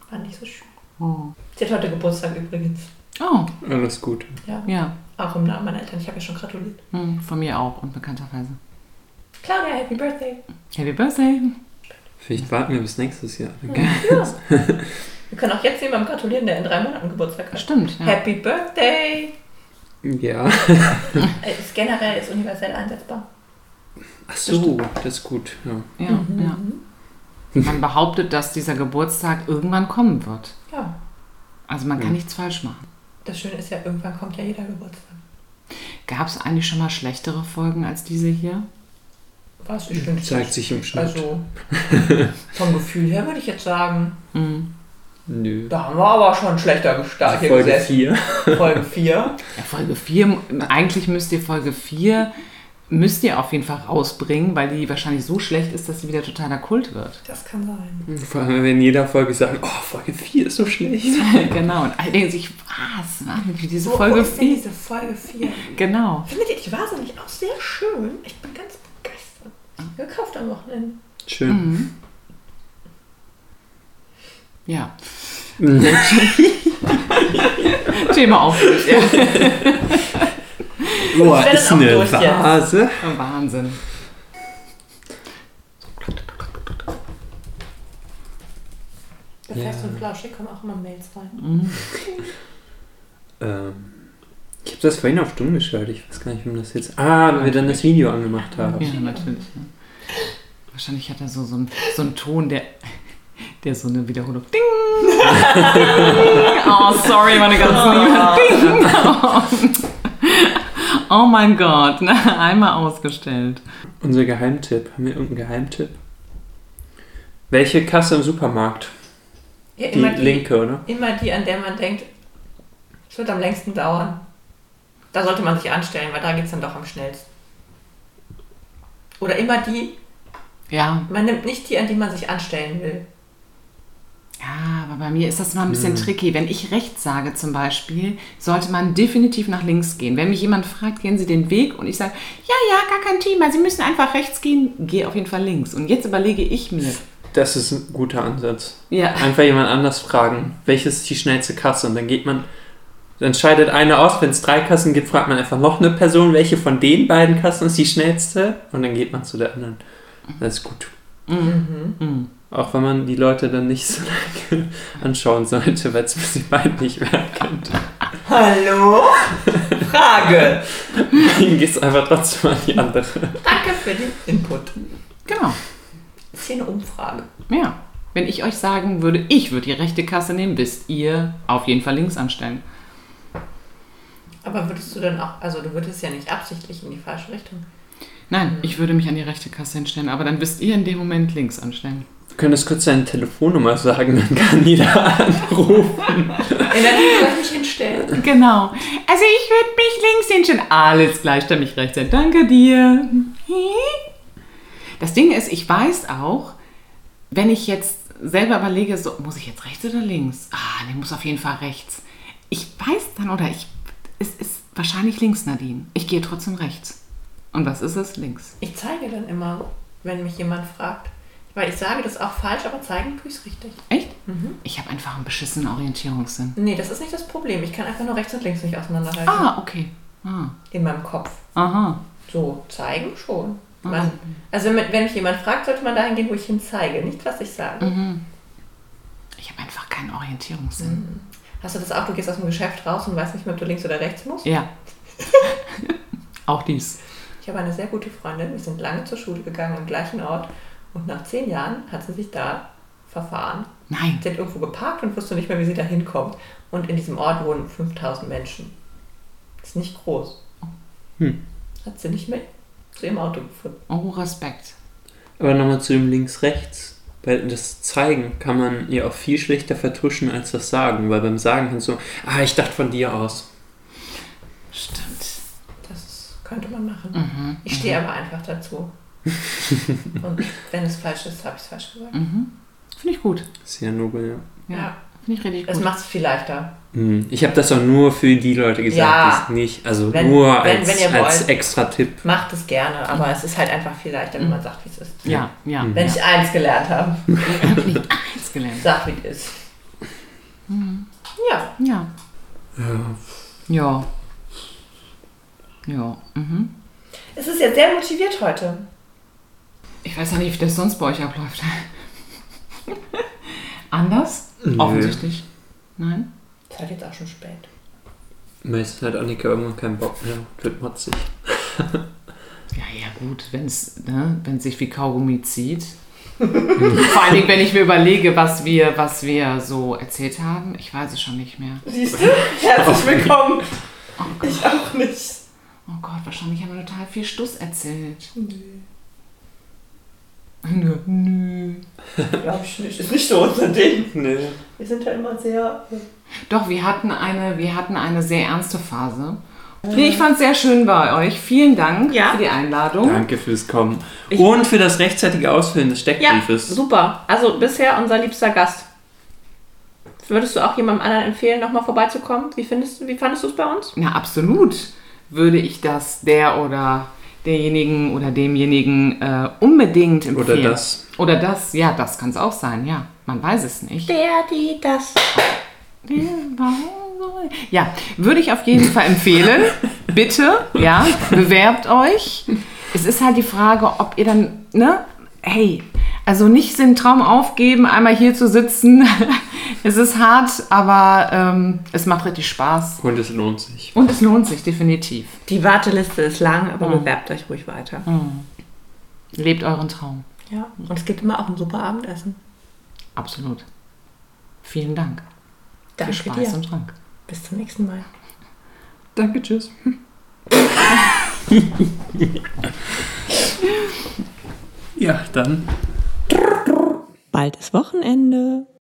Speaker 1: War nicht so schön.
Speaker 3: Oh.
Speaker 1: Sie hat heute Geburtstag übrigens.
Speaker 3: oh,
Speaker 2: Alles gut.
Speaker 1: Ja,
Speaker 3: ja.
Speaker 1: auch im Namen meiner Eltern. Ich habe ja schon gratuliert.
Speaker 3: Hm, Von mir auch und bekannterweise.
Speaker 1: Claudia, Happy Birthday.
Speaker 3: Happy Birthday!
Speaker 2: Vielleicht warten wir bis nächstes Jahr.
Speaker 1: Wir können auch jetzt jemandem gratulieren, der in drei Monaten Geburtstag hat.
Speaker 3: Stimmt, ja.
Speaker 1: Happy Birthday!
Speaker 2: Ja.
Speaker 1: Äh, Ist generell ist universell einsetzbar.
Speaker 2: Ach so, das ist gut. Ja.
Speaker 3: ja, ja. Man behauptet, dass dieser Geburtstag irgendwann kommen wird.
Speaker 1: Ja,
Speaker 3: Also man kann nichts falsch machen.
Speaker 1: das Schöne ist ja, irgendwann kommt ja jeder Geburtstag.
Speaker 3: Gab es eigentlich schon mal schlechtere Folgen als diese hier?
Speaker 1: Was? Ich finde
Speaker 2: Zeigt sich im Schnitt.
Speaker 1: Also, vom Gefühl her würde ich jetzt sagen,
Speaker 2: Nö.
Speaker 1: da haben wir aber schon schlechter gestartet hier
Speaker 2: Folge
Speaker 1: gesessen.
Speaker 2: 4.
Speaker 1: Folge 4.
Speaker 3: Ja, Folge 4, eigentlich müsst ihr Folge 4, müsst ihr auf jeden Fall rausbringen, weil die wahrscheinlich so schlecht ist, dass sie wieder totaler Kult wird.
Speaker 1: Das kann sein.
Speaker 2: Vor allem, wenn in jeder Folge sagt, oh, Folge 4 ist so schlecht.
Speaker 1: Mhm.
Speaker 3: genau. Und alle denken sich, was? Mann, wie diese Folge 4.
Speaker 1: diese Folge 4?
Speaker 3: Genau.
Speaker 1: Findet ihr die Vase nicht auch sehr schön? Ich bin ganz begeistert. Gekauft am Wochenende.
Speaker 2: Schön.
Speaker 3: Mhm. Ja. Thema aufgelöst. Ja.
Speaker 2: Boah,
Speaker 1: Ich werde
Speaker 2: Oh, ist
Speaker 1: auch
Speaker 2: eine
Speaker 1: durch jetzt.
Speaker 2: Vase.
Speaker 3: Wahnsinn.
Speaker 1: Bei Fest und Flauschig kommen auch immer Mails rein.
Speaker 3: Mhm.
Speaker 2: Ähm, ich habe das vorhin auf Stumm geschaltet. Ich weiß gar nicht, wem das jetzt. Ah, weil wir dann das Video angemacht haben.
Speaker 3: Ja, natürlich. Ja. Wahrscheinlich hat er so, so, einen, so einen Ton, der, der so eine Wiederholung. Ding! Ding! Oh, sorry, meine ganzen Lieben. Ding! Oh. oh mein Gott, ne? einmal ausgestellt.
Speaker 2: Unser Geheimtipp. Haben wir irgendeinen Geheimtipp? Welche Kasse im Supermarkt?
Speaker 1: Ja,
Speaker 2: Die
Speaker 1: immer, die,
Speaker 2: linke, oder?
Speaker 1: immer die, an der man denkt, es wird am längsten dauern. Da sollte man sich anstellen, weil da geht es dann doch am schnellsten. Oder immer die,
Speaker 3: Ja.
Speaker 1: man nimmt nicht die, an die man sich anstellen will.
Speaker 3: ja, aber bei mir ist das immer ein bisschen tricky. Wenn ich rechts sage zum Beispiel, sollte man definitiv nach links gehen. Wenn mich jemand fragt, gehen Sie den Weg und ich sage, ja, ja, gar kein Thema, Sie müssen einfach rechts gehen, gehe auf jeden Fall links. Und jetzt überlege ich mir,
Speaker 2: Das ist ein guter Ansatz.
Speaker 3: ja.
Speaker 2: Einfach jemand anders fragen, welches ist die schnellste Kasse? Und dann geht man, dann scheidet einer aus, wenn es drei Kassen gibt, fragt man einfach noch eine Person, welche von den beiden Kassen ist die schnellste? Und dann geht man zu der anderen. Das ist gut. Auch wenn man die Leute dann nicht so lange anschauen sollte, weil es ein bisschen peinlich werden könnte.
Speaker 1: Hallo? Frage.
Speaker 2: Ihnen geht es einfach trotzdem an die andere.
Speaker 1: Danke für den Input.
Speaker 3: Genau.
Speaker 1: Ist hier eine Umfrage.
Speaker 3: Ja. Wenn ich euch sagen würde, ich würde die rechte Kasse nehmen, wisst ihr auf jeden Fall links anstellen.
Speaker 1: Aber würdest du dann auch, also du würdest ja nicht absichtlich in die falsche Richtung.
Speaker 3: Nein, ich würde mich an die rechte Kasse hinstellen, aber dann wisst ihr in dem Moment links anstellen.
Speaker 2: Wir können das kurz seine Telefonnummer sagen, dann kann jeder anrufen.
Speaker 1: In der Regel soll ich mich hinstellen.
Speaker 3: Genau. Also ich würde mich links hinstellen. Alles gleich, dann mich rechts hin. Danke dir. Das Ding ist, ich weiß auch, wenn ich jetzt selber überlege, so, muss ich jetzt rechts oder links? Ah, nee, muss auf jeden Fall rechts. Ich weiß dann, oder ich, es ist wahrscheinlich links, Nadine. Ich gehe trotzdem rechts. Und was ist es? Links.
Speaker 1: Ich zeige dann immer, wenn mich jemand fragt. Weil ich sage das auch falsch, aber zeigen tue ich es richtig.
Speaker 3: Echt?
Speaker 1: Mhm.
Speaker 3: Ich habe einfach einen beschissenen Orientierungssinn.
Speaker 1: Nee, das ist nicht das Problem. Ich kann einfach nur rechts und links nicht auseinanderhalten.
Speaker 3: Ah, okay. Ah,
Speaker 1: In meinem Kopf.
Speaker 3: aha.
Speaker 1: So, zeigen schon. Man, also wenn, wenn mich jemand fragt, sollte man dahin gehen, wo ich hin zeige. Nicht, was ich sage.
Speaker 3: Ich habe einfach keinen Orientierungssinn.
Speaker 1: Mhm. Hast du das auch, du gehst aus dem Geschäft raus und weißt nicht mehr, ob du links oder rechts musst?
Speaker 3: Ja. Auch dies.
Speaker 1: Ich habe eine sehr gute Freundin, wir sind lange zur Schule gegangen am gleichen Ort und nach zehn Jahren hat sie sich da verfahren.
Speaker 3: Nein.
Speaker 1: Sie hat irgendwo geparkt und wusste nicht mehr, wie sie da hinkommt. Und in diesem Ort wohnen 5000 Menschen. Ist nicht groß.
Speaker 3: Hm.
Speaker 1: Hat sie nicht mehr zu ihrem Auto gefunden.
Speaker 3: Oh, Respekt.
Speaker 2: Aber nochmal zu dem links-rechts. Weil das Zeigen kann man ja auch viel schlechter vertuschen als das Sagen. Weil beim Sagen kannst du, ah, ich dachte von dir aus.
Speaker 3: Stimmt.
Speaker 1: Das könnte man machen.
Speaker 3: Mhm.
Speaker 1: Ich stehe aber einfach dazu. und wenn es falsch ist, habe ich es falsch gesagt.
Speaker 3: Mhm. Finde ich gut.
Speaker 2: Ist ja nobel, ja.
Speaker 1: Ja.
Speaker 3: Finde ich richtig
Speaker 1: Das
Speaker 3: gut.
Speaker 1: macht es viel leichter.
Speaker 2: Hm, Ich habe das auch nur für die Leute gesagt,
Speaker 1: Ja.
Speaker 2: die es nicht. Also
Speaker 1: Wenn-
Speaker 2: nur
Speaker 1: wenn-
Speaker 2: als,
Speaker 1: wenn ihr
Speaker 2: als
Speaker 1: wollt.
Speaker 2: extra Tipp.
Speaker 1: Macht es gerne, aber es ist halt einfach viel leichter, wenn man sagt, wie es ist.
Speaker 3: ja, ja.
Speaker 1: Wenn
Speaker 3: ja.
Speaker 1: ich eins gelernt habe.
Speaker 3: Eins gelernt.
Speaker 1: Sag, wie es ist. Mhm. Ja,
Speaker 3: Ja.
Speaker 2: Ja.
Speaker 3: Ja. Ja. Mhm.
Speaker 1: es ist ja sehr motiviert heute.
Speaker 3: Ich weiß ja nicht, wie das sonst bei euch abläuft. Anders?
Speaker 2: Nö.
Speaker 3: Offensichtlich. Nein?
Speaker 1: Es ist halt jetzt auch schon spät.
Speaker 2: Meistens hat Annika irgendwann keinen Bock mehr, wird motzig.
Speaker 3: Ja, ja, gut, wenn es ne, wenn's sich wie Kaugummi zieht. Vor allen Dingen, wenn ich mir überlege, was wir, was wir so erzählt haben. Ich weiß es schon nicht mehr.
Speaker 1: Siehst du? Herzlich willkommen. Ich auch nicht.
Speaker 3: Oh Gott, wahrscheinlich haben wir total viel Stuss erzählt. Nö. Nö.
Speaker 1: Glaub ich nicht. Ist nicht so unser Ding.
Speaker 2: Nee.
Speaker 1: Wir sind ja immer sehr. äh,
Speaker 3: Doch, wir hatten eine, wir hatten eine sehr ernste Phase. Nee, ich fand es sehr schön bei euch. Vielen Dank
Speaker 1: Ja.
Speaker 3: für die Einladung.
Speaker 2: Danke fürs Kommen. Und für das rechtzeitige Ausfüllen des
Speaker 1: Ja,
Speaker 2: Steckbriefes.
Speaker 1: super. Also bisher unser liebster Gast. Würdest du auch jemandem anderen empfehlen, nochmal vorbeizukommen? Wie, findest, du- wie fandest du es bei uns?
Speaker 3: Na, absolut würde ich das der oder derjenigen oder demjenigen äh, unbedingt empfehlen.
Speaker 2: Oder das.
Speaker 3: Oder das, ja, das kann es auch sein, ja. Man weiß es nicht.
Speaker 1: Der, die, das.
Speaker 3: Ja, würde ich auf jeden Fall empfehlen. Bitte, ja, bewerbt euch. Es ist halt die Frage, ob ihr dann, ne? Hey, also nicht den Traum aufgeben, einmal hier zu sitzen. es ist hart, aber ähm, es macht richtig Spaß.
Speaker 2: Und es lohnt sich.
Speaker 3: Und es lohnt sich definitiv.
Speaker 1: Die Warteliste ist lang, aber bewerbt euch ruhig weiter.
Speaker 3: Lebt euren Traum.
Speaker 1: Ja, und es gibt immer auch ein super Abendessen.
Speaker 3: Absolut. Vielen Dank.
Speaker 1: Danke
Speaker 3: Für Spaß
Speaker 1: dir.
Speaker 3: und Trank.
Speaker 1: Bis zum nächsten Mal.
Speaker 2: Danke, tschüss. ja, dann.
Speaker 1: Bald ist Wochenende.